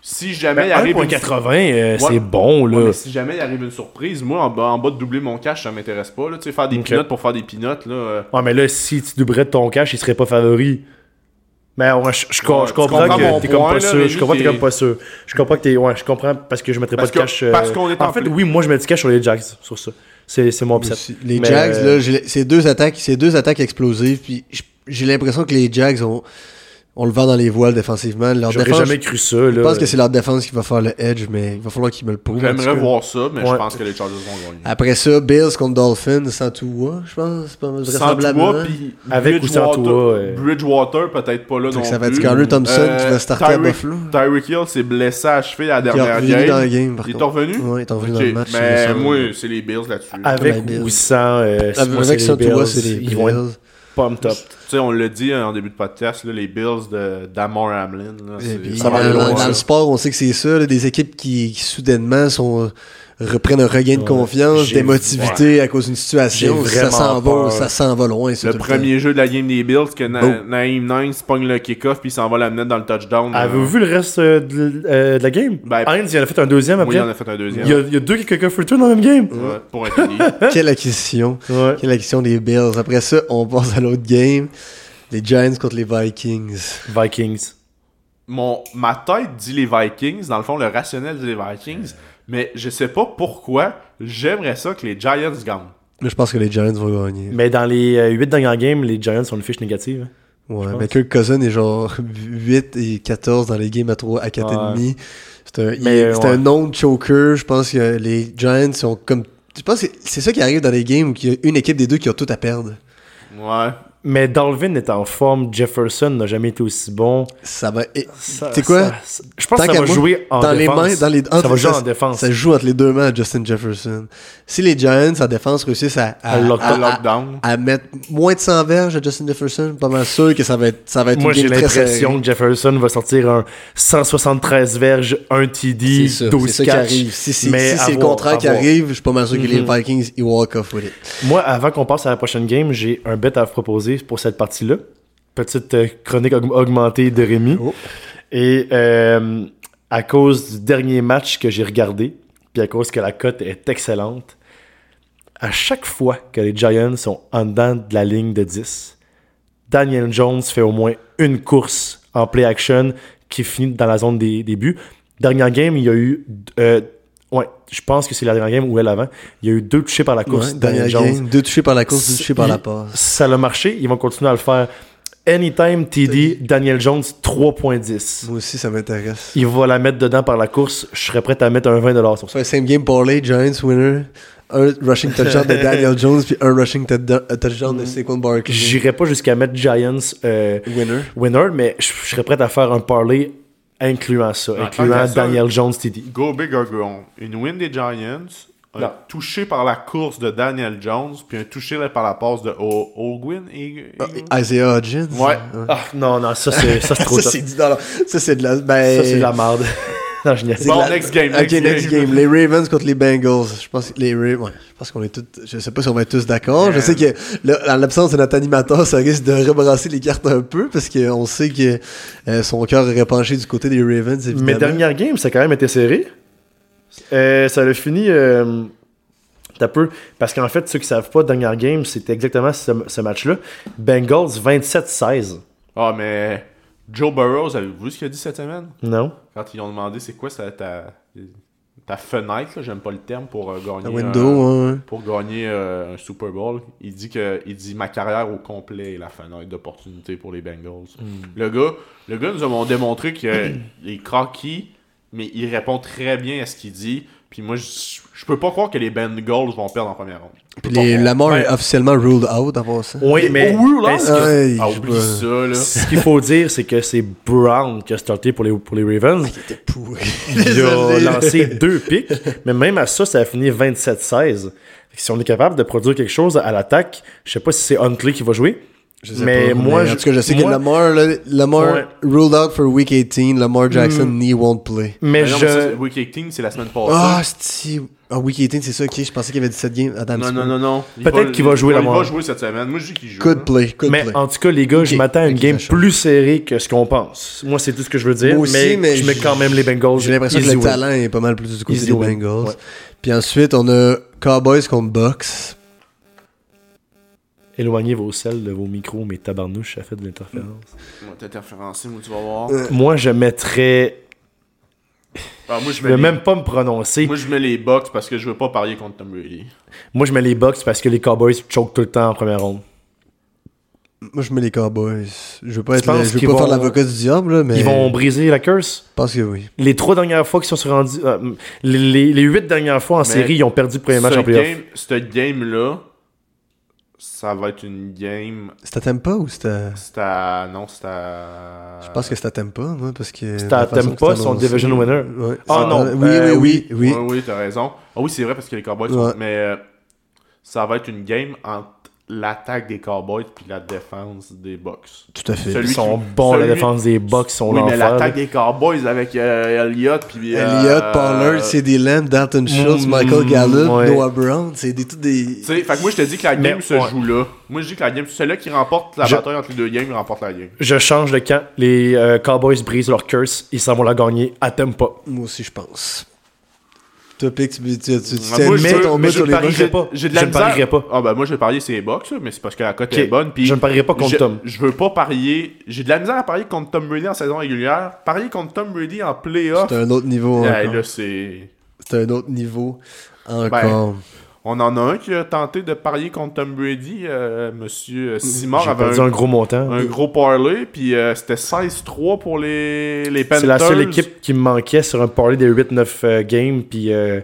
[SPEAKER 4] Si jamais il arrive. une-
[SPEAKER 3] 1.80, euh,
[SPEAKER 4] Ouais.
[SPEAKER 3] c'est bon
[SPEAKER 4] Ouais,
[SPEAKER 3] là.
[SPEAKER 4] mais si jamais il arrive une surprise, moi en bas, en bas de doubler mon cash, ça m'intéresse pas. Là. Tu sais, faire des
[SPEAKER 3] Ok.
[SPEAKER 4] pinottes pour faire des pinottes, là. euh,
[SPEAKER 3] Ouais, mais là, si tu doublerais ton cash, il serait pas favori. Mais ouais, je, je, co-
[SPEAKER 4] Ouais,
[SPEAKER 3] je
[SPEAKER 4] tu
[SPEAKER 3] comprends
[SPEAKER 4] comprends
[SPEAKER 3] que
[SPEAKER 4] mon
[SPEAKER 3] t'es comme
[SPEAKER 4] point,
[SPEAKER 3] pas
[SPEAKER 4] là,
[SPEAKER 3] sûr.
[SPEAKER 4] Rémi,
[SPEAKER 3] Je comprends que t'es
[SPEAKER 4] t'es-
[SPEAKER 3] comme pas sûr. Je comprends que t'es. Ouais, je comprends parce que je mettrais
[SPEAKER 4] Parce
[SPEAKER 3] pas de
[SPEAKER 4] que-
[SPEAKER 3] cash. euh,
[SPEAKER 4] parce qu'on est
[SPEAKER 3] en
[SPEAKER 4] en
[SPEAKER 3] fait,
[SPEAKER 4] plus-
[SPEAKER 3] oui, moi je mets du cash sur les Jags sur ça. C'est c'est mon upset.
[SPEAKER 2] Les
[SPEAKER 3] Mais,
[SPEAKER 2] Jags,
[SPEAKER 3] euh,
[SPEAKER 2] là, j'ai- c'est deux attaques, c'est deux attaques explosives. Puis j- j'ai l'impression que les Jags ont On le vend dans les voiles défensivement. Leur
[SPEAKER 3] J'aurais
[SPEAKER 2] défense,
[SPEAKER 3] jamais cru ça. Là.
[SPEAKER 2] je pense que c'est leur défense qui va faire le edge, mais il va falloir qu'ils me le prouvent. en
[SPEAKER 4] J'aimerais
[SPEAKER 2] tout cas.
[SPEAKER 4] voir ça, mais je
[SPEAKER 3] Ouais.
[SPEAKER 4] pense que les Chargers vont gagner.
[SPEAKER 2] Après ça, Bills contre Dolphins, sans Tua, je pense, c'est pas
[SPEAKER 4] Sans
[SPEAKER 2] vraisemblablement.
[SPEAKER 4] toi, puis
[SPEAKER 3] Avec ou sans
[SPEAKER 4] Bridgewater-
[SPEAKER 3] toi, ouais.
[SPEAKER 4] Bridgewater, peut-être pas là
[SPEAKER 2] Fait
[SPEAKER 4] non
[SPEAKER 2] que ça va être
[SPEAKER 4] plus.
[SPEAKER 2] Scarlett Thompson
[SPEAKER 4] Euh,
[SPEAKER 2] qui va starter à
[SPEAKER 4] Tyreek-
[SPEAKER 2] Buffalo.
[SPEAKER 4] Tyreek Hill s'est blessé à la cheville à la
[SPEAKER 2] Qui est
[SPEAKER 4] dernière
[SPEAKER 2] revenu dans le
[SPEAKER 4] game.
[SPEAKER 2] game, par
[SPEAKER 4] Il est
[SPEAKER 2] contre.
[SPEAKER 4] revenu?
[SPEAKER 2] Ouais, il est revenu
[SPEAKER 4] Ok,
[SPEAKER 2] dans le match. il
[SPEAKER 4] Mais
[SPEAKER 2] me semble.
[SPEAKER 4] moi, c'est les Bills là-dessus.
[SPEAKER 2] les
[SPEAKER 3] Avec
[SPEAKER 2] Bills.
[SPEAKER 3] ou sans. euh, c'est- moi,
[SPEAKER 2] Avec
[SPEAKER 3] c'est
[SPEAKER 2] ça,
[SPEAKER 3] les
[SPEAKER 2] Tua,
[SPEAKER 3] Bills.
[SPEAKER 2] c'est les
[SPEAKER 3] Ils vont être
[SPEAKER 2] Bills.
[SPEAKER 3] pumped up.
[SPEAKER 4] Tu sais, on l'a dit euh, en début de podcast, là, les Bills de- d'Amor Hamlin. là,
[SPEAKER 2] Et
[SPEAKER 4] c'est-
[SPEAKER 2] puis,
[SPEAKER 4] ça va
[SPEAKER 2] Eh euh, dans,
[SPEAKER 4] aller loin,
[SPEAKER 2] dans
[SPEAKER 4] là.
[SPEAKER 2] le sport, on sait que c'est ça, là, des équipes qui, qui soudainement sont, euh, reprennent un regain de
[SPEAKER 3] Ouais.
[SPEAKER 2] confiance,
[SPEAKER 3] J'ai-
[SPEAKER 2] d'émotivité à cause d'une situation.
[SPEAKER 3] J'ai
[SPEAKER 2] Ça s'en
[SPEAKER 3] vraiment
[SPEAKER 2] va,
[SPEAKER 3] peur.
[SPEAKER 2] ça s'en va loin. ça,
[SPEAKER 4] Le
[SPEAKER 2] tout temps.
[SPEAKER 4] premier jeu de la game des Bills, que Na
[SPEAKER 2] Boom.
[SPEAKER 4] Naeem Nines pogne le kick-off puis il s'en va l'amener dans le touchdown.
[SPEAKER 3] Avez-vous vu le reste euh, de, l- euh, de la game?
[SPEAKER 4] Ben,
[SPEAKER 3] Heinz, il en a fait un deuxième
[SPEAKER 4] Oui,
[SPEAKER 3] après.
[SPEAKER 4] il en a fait un deuxième.
[SPEAKER 3] il, y a, il y a deux quelques returns dans la même game.
[SPEAKER 4] Ouais, pour être fini.
[SPEAKER 2] Quelle acquisition.
[SPEAKER 3] Ouais.
[SPEAKER 2] Quelle acquisition des Bills. Après ça, on passe à l'autre game. Les Giants contre les Vikings.
[SPEAKER 3] Vikings.
[SPEAKER 4] Mon, ma tête dit les Vikings, dans le fond, le rationnel dit les Vikings, mais je sais pas pourquoi j'aimerais ça que les Giants gagnent.
[SPEAKER 2] Mais je pense que les Giants vont gagner.
[SPEAKER 3] Mais dans les euh, huit dernières games, les Giants ont une fiche négative. hein.
[SPEAKER 2] Ouais, mais Kirk Cousin est genre 8 et 14 dans les games à 3 à 4,5. C'est un, il
[SPEAKER 3] Mais,
[SPEAKER 2] est- c'est
[SPEAKER 3] ouais.
[SPEAKER 2] un non-choker. Je pense que les Giants sont comme. Je pense que c'est ça qui arrive dans les games où il y a une équipe des deux qui a tout à perdre.
[SPEAKER 4] Ouais.
[SPEAKER 3] Mais Dalvin est en forme. Jefferson n'a jamais été aussi bon.
[SPEAKER 2] Ça va. et-
[SPEAKER 3] Ça-
[SPEAKER 2] Tu sais quoi?
[SPEAKER 3] ça- ça- Je pense
[SPEAKER 2] Tant
[SPEAKER 3] que ça
[SPEAKER 2] qu'à
[SPEAKER 3] va
[SPEAKER 2] moi,
[SPEAKER 3] jouer en
[SPEAKER 2] dans les
[SPEAKER 3] défense.
[SPEAKER 2] mains, dans les,
[SPEAKER 3] ça va
[SPEAKER 2] entre-
[SPEAKER 3] jouer en défense.
[SPEAKER 2] Ça joue entre les deux mains à Justin Jefferson. Si les Giants en défense réussissent à, à,
[SPEAKER 3] À lock-
[SPEAKER 2] à-
[SPEAKER 4] Le lockdown.
[SPEAKER 2] à mettre moins de 100 verges à Justin Jefferson, pas mal sûr que ça va être, ça va être
[SPEAKER 3] Moi,
[SPEAKER 2] une
[SPEAKER 3] j'ai
[SPEAKER 2] game très serrée.
[SPEAKER 3] l'impression que Jefferson va sortir un 173 verges, un TD,
[SPEAKER 2] C'est ça, c'est
[SPEAKER 3] 12
[SPEAKER 2] ça qui
[SPEAKER 3] catch.
[SPEAKER 2] arrive. Si, si-
[SPEAKER 3] Mais Mhm.
[SPEAKER 2] si
[SPEAKER 3] à
[SPEAKER 2] c'est le
[SPEAKER 3] voir,
[SPEAKER 2] contraire
[SPEAKER 3] à
[SPEAKER 2] qui
[SPEAKER 3] voir.
[SPEAKER 2] arrive, je suis pas mal sûr que les Vikings, ils walk off with it.
[SPEAKER 3] Moi, avant qu'on passe à la prochaine game, j'ai un bet à vous proposer pour cette partie-là. Petite euh, chronique aug- augmentée de Rémi.
[SPEAKER 2] Oh.
[SPEAKER 3] Et euh, à cause du dernier match que j'ai regardé, puis à cause que la cote est excellente, à chaque fois que les Giants sont en dedans de la ligne de 10, Daniel Jones fait au moins une course en play action qui finit dans la zone des, des buts. Dernière game, il y a eu. euh, ouais, je pense que c'est la dernière game ou elle avant. Il y a eu deux touchés par la course.
[SPEAKER 2] Ouais,
[SPEAKER 3] Daniel
[SPEAKER 2] dernière
[SPEAKER 3] Jones.
[SPEAKER 2] game, deux touchés par la course, deux
[SPEAKER 3] Si-
[SPEAKER 2] touchés par la
[SPEAKER 3] il-
[SPEAKER 2] passe.
[SPEAKER 3] Ça l'a marché, ils vont continuer à le faire. Anytime TD, Daniel Jones 3.10.
[SPEAKER 2] Moi aussi, ça m'intéresse.
[SPEAKER 3] Il va la mettre dedans par la course. Je serais prêt à mettre un 20$ sur ça.
[SPEAKER 2] Soit un same game parlay, Giants winner, un rushing touchdown de Daniel Jones, puis un rushing touchdown touchdown
[SPEAKER 3] Mhm.
[SPEAKER 2] de Saquon Barkley.
[SPEAKER 3] J'irai pas jusqu'à mettre Giants euh,
[SPEAKER 2] Winner.
[SPEAKER 3] winner, mais je je serais prêt à faire un parlay incluant ça, incluant
[SPEAKER 4] tant qu'à ça,
[SPEAKER 3] Daniel Jones TD.
[SPEAKER 4] Go big or go home. Une win des Giants, un
[SPEAKER 3] Non.
[SPEAKER 4] touché par la course de Daniel Jones, puis un touché par la passe de O- Ogwin. Et...
[SPEAKER 2] Ah, Isaiah Hodgins.
[SPEAKER 4] Ouais.
[SPEAKER 3] Ah, non, non, ça c'est ça, c'est Euh, trop
[SPEAKER 2] Ça,
[SPEAKER 3] top.
[SPEAKER 2] c'est du dollar. Ça, c'est de la. Ben,
[SPEAKER 3] Ça, c'est de la merde. non, je niaise.
[SPEAKER 2] c'est de
[SPEAKER 4] Bon,
[SPEAKER 2] la-
[SPEAKER 4] next game,
[SPEAKER 2] Ok,
[SPEAKER 4] next
[SPEAKER 2] next
[SPEAKER 4] game.
[SPEAKER 2] game. Les Ravens contre les Bengals. Je pense que les Ravens. Ouais, je pense qu'on est tous. Je sais pas si on va être tous d'accord. Je
[SPEAKER 4] Man.
[SPEAKER 2] sais que le- en l'absence de notre animateur, ça risque de rebrasser les cartes un peu parce qu'on sait que euh, son cœur est penché du côté des Ravens. Évidemment.
[SPEAKER 3] Mes dernières games, ça a quand même été serré. Euh, ça a fini. Euh, t'as peu. Parce qu'en fait, ceux qui savent pas, dernière game, c'était exactement ce, ce match-là. Bengals 27-16.
[SPEAKER 4] Ah, mais Joe Burrows, avez-vous vu ce qu'il a dit cette semaine?
[SPEAKER 3] Non?
[SPEAKER 4] Quand ils ont demandé c'est quoi ça, ta, ta fenêtre, là, j'aime pas le terme pour euh, gagner.
[SPEAKER 2] La
[SPEAKER 4] un-
[SPEAKER 2] window, hein.
[SPEAKER 4] Pour gagner euh, un Super Bowl, il dit que il dit ma carrière au complet est la fenêtre d'opportunité pour les Bengals.
[SPEAKER 3] Hmm.
[SPEAKER 4] Le gars, le gars nous avons démontré qu'il est croquis, mais il répond très bien à ce qu'il dit. Puis moi, je je peux pas croire que les Bengals vont perdre en première ronde. Je peux
[SPEAKER 2] Puis
[SPEAKER 4] pas
[SPEAKER 2] les,
[SPEAKER 4] croire.
[SPEAKER 2] Lamar
[SPEAKER 3] Ouais.
[SPEAKER 2] est officiellement ruled out avant ça.
[SPEAKER 3] Oui, mais.
[SPEAKER 4] Oh, là,
[SPEAKER 3] est-ce que-
[SPEAKER 2] Ouais,
[SPEAKER 4] Ah,
[SPEAKER 2] je
[SPEAKER 4] oublie
[SPEAKER 2] sais
[SPEAKER 4] ça, là.
[SPEAKER 3] ce qu'il faut dire, c'est que c'est Brown qui a starté pour les, pour les Ravens.
[SPEAKER 2] pas. Pourri.
[SPEAKER 3] Il a
[SPEAKER 2] Désolé.
[SPEAKER 3] lancé deux pics, mais même à ça, ça a fini 27-16. Fait que Si on est capable de produire quelque chose à l'attaque, je sais pas si c'est Huntley qui va jouer.
[SPEAKER 2] Je sais
[SPEAKER 3] mais
[SPEAKER 2] pas,
[SPEAKER 3] moi,
[SPEAKER 2] mais en
[SPEAKER 3] je-
[SPEAKER 2] tout cas, je sais que
[SPEAKER 3] moi-
[SPEAKER 2] Lamar, là, Lamar
[SPEAKER 3] Ouais. Mm.
[SPEAKER 2] ruled out for Week 18. Lamar Jackson knee won't play.
[SPEAKER 3] Mais,
[SPEAKER 4] Mais non,
[SPEAKER 3] je.
[SPEAKER 4] mais ça, c'est- Week 18, c'est la semaine
[SPEAKER 2] Ah,
[SPEAKER 4] passée.
[SPEAKER 2] c'est ah, Week 18, c'est ça, ok. Je pensais qu'il y avait 17 games. Adam
[SPEAKER 4] non, non, non, non. Il
[SPEAKER 3] Peut-être qu'il va jouer
[SPEAKER 4] il
[SPEAKER 3] Lamar.
[SPEAKER 4] va jouer cette semaine. Moi, je dis qu'il joue.
[SPEAKER 2] Good
[SPEAKER 4] hein.
[SPEAKER 2] play, good
[SPEAKER 3] Mais
[SPEAKER 2] play.
[SPEAKER 3] en tout cas, les gars, je
[SPEAKER 2] Ok.
[SPEAKER 3] m'attends à une
[SPEAKER 2] Ok,
[SPEAKER 3] game
[SPEAKER 2] ça change.
[SPEAKER 3] plus serrée que ce qu'on pense. Moi, c'est tout ce que je veux dire.
[SPEAKER 2] Moi aussi,
[SPEAKER 3] mais,
[SPEAKER 2] mais
[SPEAKER 3] je mets
[SPEAKER 2] j-
[SPEAKER 3] quand même les Bengals.
[SPEAKER 2] J'ai l'impression que
[SPEAKER 3] easy
[SPEAKER 2] le
[SPEAKER 3] win.
[SPEAKER 2] talent est pas mal plus du côté
[SPEAKER 3] Easy
[SPEAKER 2] des
[SPEAKER 3] win,
[SPEAKER 2] Bengals.
[SPEAKER 3] ouais.
[SPEAKER 2] Puis ensuite, on a Cowboys contre Bucks.
[SPEAKER 3] Éloignez vos selles de vos micros, mais tabarnouche, ça fait de l'interférence.
[SPEAKER 4] On va t'interférencer, moi, tu vas voir.
[SPEAKER 3] Moi, je mettrais.
[SPEAKER 4] Ah, moi, je
[SPEAKER 3] Je
[SPEAKER 4] mets
[SPEAKER 3] vais
[SPEAKER 4] les-
[SPEAKER 3] même pas me prononcer.
[SPEAKER 4] Moi, je mets les Bucks parce que je veux pas parier contre Tom Brady.
[SPEAKER 3] Moi, je mets les Bucks parce que les Cowboys choquent tout le temps en première ronde.
[SPEAKER 2] Moi, je mets les Cowboys. Je veux pas,
[SPEAKER 3] Tu
[SPEAKER 2] être le-
[SPEAKER 3] penses
[SPEAKER 2] je veux
[SPEAKER 3] qu'ils
[SPEAKER 2] pas
[SPEAKER 3] vont-
[SPEAKER 2] faire l'avocat du diable, là, mais
[SPEAKER 4] Ben,
[SPEAKER 3] Ils vont briser la curse.
[SPEAKER 2] je pense que oui.
[SPEAKER 3] Les trois dernières fois qu'ils sont rendus. euh, les, les- les huit dernières fois en série, ils ont perdu le premier match
[SPEAKER 4] Ben, Ce
[SPEAKER 3] en playoff.
[SPEAKER 4] game- Ce game-là, ça va être une game.
[SPEAKER 2] C'est à Tempa ou c'est à...
[SPEAKER 4] C'est à. Non, c'est à.
[SPEAKER 2] Je pense que c'est à Tempa, moi, parce que...
[SPEAKER 3] C'est à
[SPEAKER 2] la façon
[SPEAKER 3] Tampa,
[SPEAKER 2] que c'est
[SPEAKER 3] son
[SPEAKER 2] annoncé.
[SPEAKER 3] division winner.
[SPEAKER 2] Ouais.
[SPEAKER 3] Ah non,
[SPEAKER 2] oui,
[SPEAKER 3] euh,
[SPEAKER 2] oui, oui, oui,
[SPEAKER 4] Oui, oui, t'as raison. Ah oui, c'est vrai parce que les Cowboys. sont-
[SPEAKER 2] Ouais.
[SPEAKER 4] Mais euh, ça va être une game entre l'attaque des Cowboys puis la défense des Bucks.
[SPEAKER 2] tout à fait.
[SPEAKER 3] Ils
[SPEAKER 4] Celui
[SPEAKER 3] sont
[SPEAKER 4] qui-
[SPEAKER 3] bons, la
[SPEAKER 4] celui-
[SPEAKER 3] défense des Bucks, ils sont
[SPEAKER 4] oui,
[SPEAKER 3] l'enfer.
[SPEAKER 4] mais l'attaque des Cowboys avec euh, Elliott puis. euh,
[SPEAKER 2] Elliott, Pollard, C.D. Lamb, Dalton Schultz,
[SPEAKER 3] Mm,
[SPEAKER 2] Michael Gallup,
[SPEAKER 3] ouais.
[SPEAKER 2] Noah Brown, c'est des, tous des...
[SPEAKER 4] Tu sais, fait que moi je te dis que la
[SPEAKER 3] Mais-
[SPEAKER 4] game se
[SPEAKER 3] ouais.
[SPEAKER 4] joue là. Moi je dis que la game, celui-là qui remporte la
[SPEAKER 3] Je-
[SPEAKER 4] bataille entre les deux games, il remporte la game.
[SPEAKER 3] Je change de camp. Les euh, Cowboys brisent leur curse. Ils s'en vont la gagner à Tempa.
[SPEAKER 2] Moi aussi, je pense. Topic, tu, tu, tu, tu
[SPEAKER 4] Ah,
[SPEAKER 2] tiens
[SPEAKER 4] moi,
[SPEAKER 2] une
[SPEAKER 4] je
[SPEAKER 2] main
[SPEAKER 4] veux-
[SPEAKER 2] tombée
[SPEAKER 4] mais je
[SPEAKER 2] sur
[SPEAKER 4] ne
[SPEAKER 2] les
[SPEAKER 3] parie-
[SPEAKER 2] Bucks.
[SPEAKER 4] parierais
[SPEAKER 3] Bucks.
[SPEAKER 4] pas. J'ai de
[SPEAKER 3] Je
[SPEAKER 4] la
[SPEAKER 3] ne parierais
[SPEAKER 4] misère.
[SPEAKER 3] pas.
[SPEAKER 4] Ah ben moi je vais parier c'est les box mais c'est parce que la cote est bonne puis
[SPEAKER 3] Je ne parierai pas contre
[SPEAKER 4] je,
[SPEAKER 3] Tom.
[SPEAKER 4] Je veux pas parier, j'ai de la misère à parier contre Tom Brady en saison régulière, parier contre Tom Brady en playoff.
[SPEAKER 2] C'est un autre niveau
[SPEAKER 4] Hey,
[SPEAKER 2] encore.
[SPEAKER 4] là c'est
[SPEAKER 2] C'est un autre niveau
[SPEAKER 4] Ben,
[SPEAKER 2] encore.
[SPEAKER 4] on en a un qui a tenté de parier contre Tom Brady, euh, monsieur euh, Simard
[SPEAKER 3] J'ai
[SPEAKER 4] avait
[SPEAKER 3] perdu
[SPEAKER 4] un,
[SPEAKER 3] un gros montant.
[SPEAKER 4] un gros parlay puis euh, c'était 16-3 pour les les Panthers.
[SPEAKER 3] C'est la seule équipe qui me manquait sur un parlay des 8-9 euh, games. Puis euh,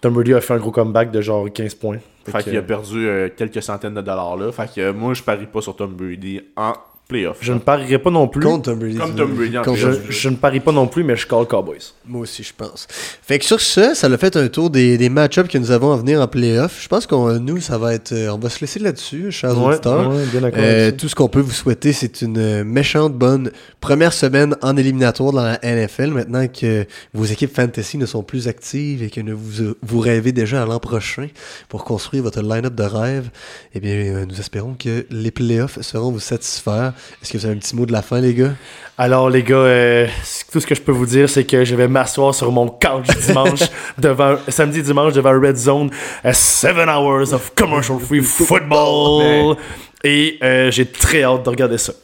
[SPEAKER 3] Tom Brady a fait un gros comeback de genre 15 points. Fait
[SPEAKER 4] Fait
[SPEAKER 3] que,
[SPEAKER 4] qu'il a
[SPEAKER 3] euh,
[SPEAKER 4] perdu euh, quelques centaines de dollars là, fait que euh, moi je parie pas sur Tom Brady en playoff.
[SPEAKER 3] je ne parierai pas non plus.
[SPEAKER 2] Contre Tom Brady.
[SPEAKER 4] Comme Tom Brady en
[SPEAKER 2] Contre-
[SPEAKER 3] Je, je ne parie pas non plus, mais je call Cowboys.
[SPEAKER 2] Moi aussi, je pense. Fait que sur ce, ça l'a fait un tour des, des match-ups que nous avons à venir en playoff. Je pense qu'on nous, ça va être. euh, On va se laisser là-dessus, chers
[SPEAKER 3] Ouais,
[SPEAKER 2] auditeurs.
[SPEAKER 3] ouais, bien d'accord
[SPEAKER 2] Euh,
[SPEAKER 3] avec ça.
[SPEAKER 2] tout ce qu'on peut vous souhaiter, c'est une euh, méchante bonne première semaine en éliminatoire dans la NFL. Maintenant que vos équipes fantasy ne sont plus actives et que ne vous, vous rêvez déjà à l'an prochain pour construire votre line-up de rêve, eh bien, euh, nous espérons que les playoffs seront vous satisfaire. Est-ce que vous avez un petit mot de la fin, les gars?
[SPEAKER 3] Alors, les gars, euh, c- tout ce que je peux vous dire, c'est que je vais m'asseoir sur mon couch dimanche, devant, samedi dimanche, devant Red Zone, 7 hours of commercial free football. Et euh, j'ai très hâte de regarder ça.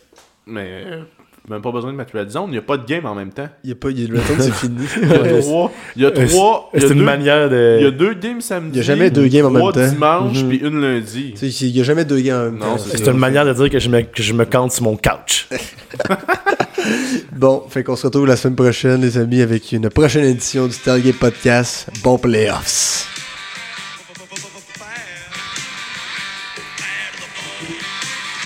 [SPEAKER 4] Mais euh, même pas besoin de mettre Red Zone, il n'y a pas de game en même temps.
[SPEAKER 2] Il n'y a pas, il c'est fini.
[SPEAKER 4] Il y a trois. Il y a
[SPEAKER 3] Euh,
[SPEAKER 4] trois. il y
[SPEAKER 3] C'est
[SPEAKER 4] a
[SPEAKER 3] une
[SPEAKER 4] deux-
[SPEAKER 3] manière
[SPEAKER 4] Il y
[SPEAKER 3] de.
[SPEAKER 4] a deux games samedi.
[SPEAKER 2] Il y a jamais deux games en même
[SPEAKER 4] Trois
[SPEAKER 2] temps. Mhm.
[SPEAKER 4] dimanche, puis une lundi.
[SPEAKER 2] Tu sais, Il n'y a jamais deux gars en même
[SPEAKER 4] Non,
[SPEAKER 2] temps.
[SPEAKER 4] c'est
[SPEAKER 3] C'est une manière de dire que je me, que je me cante sur mon couch.
[SPEAKER 2] Bon, fait qu'on se retrouve la semaine prochaine, les amis, avec une prochaine édition du Stargate Podcast. Bon playoffs!
[SPEAKER 6] Bam.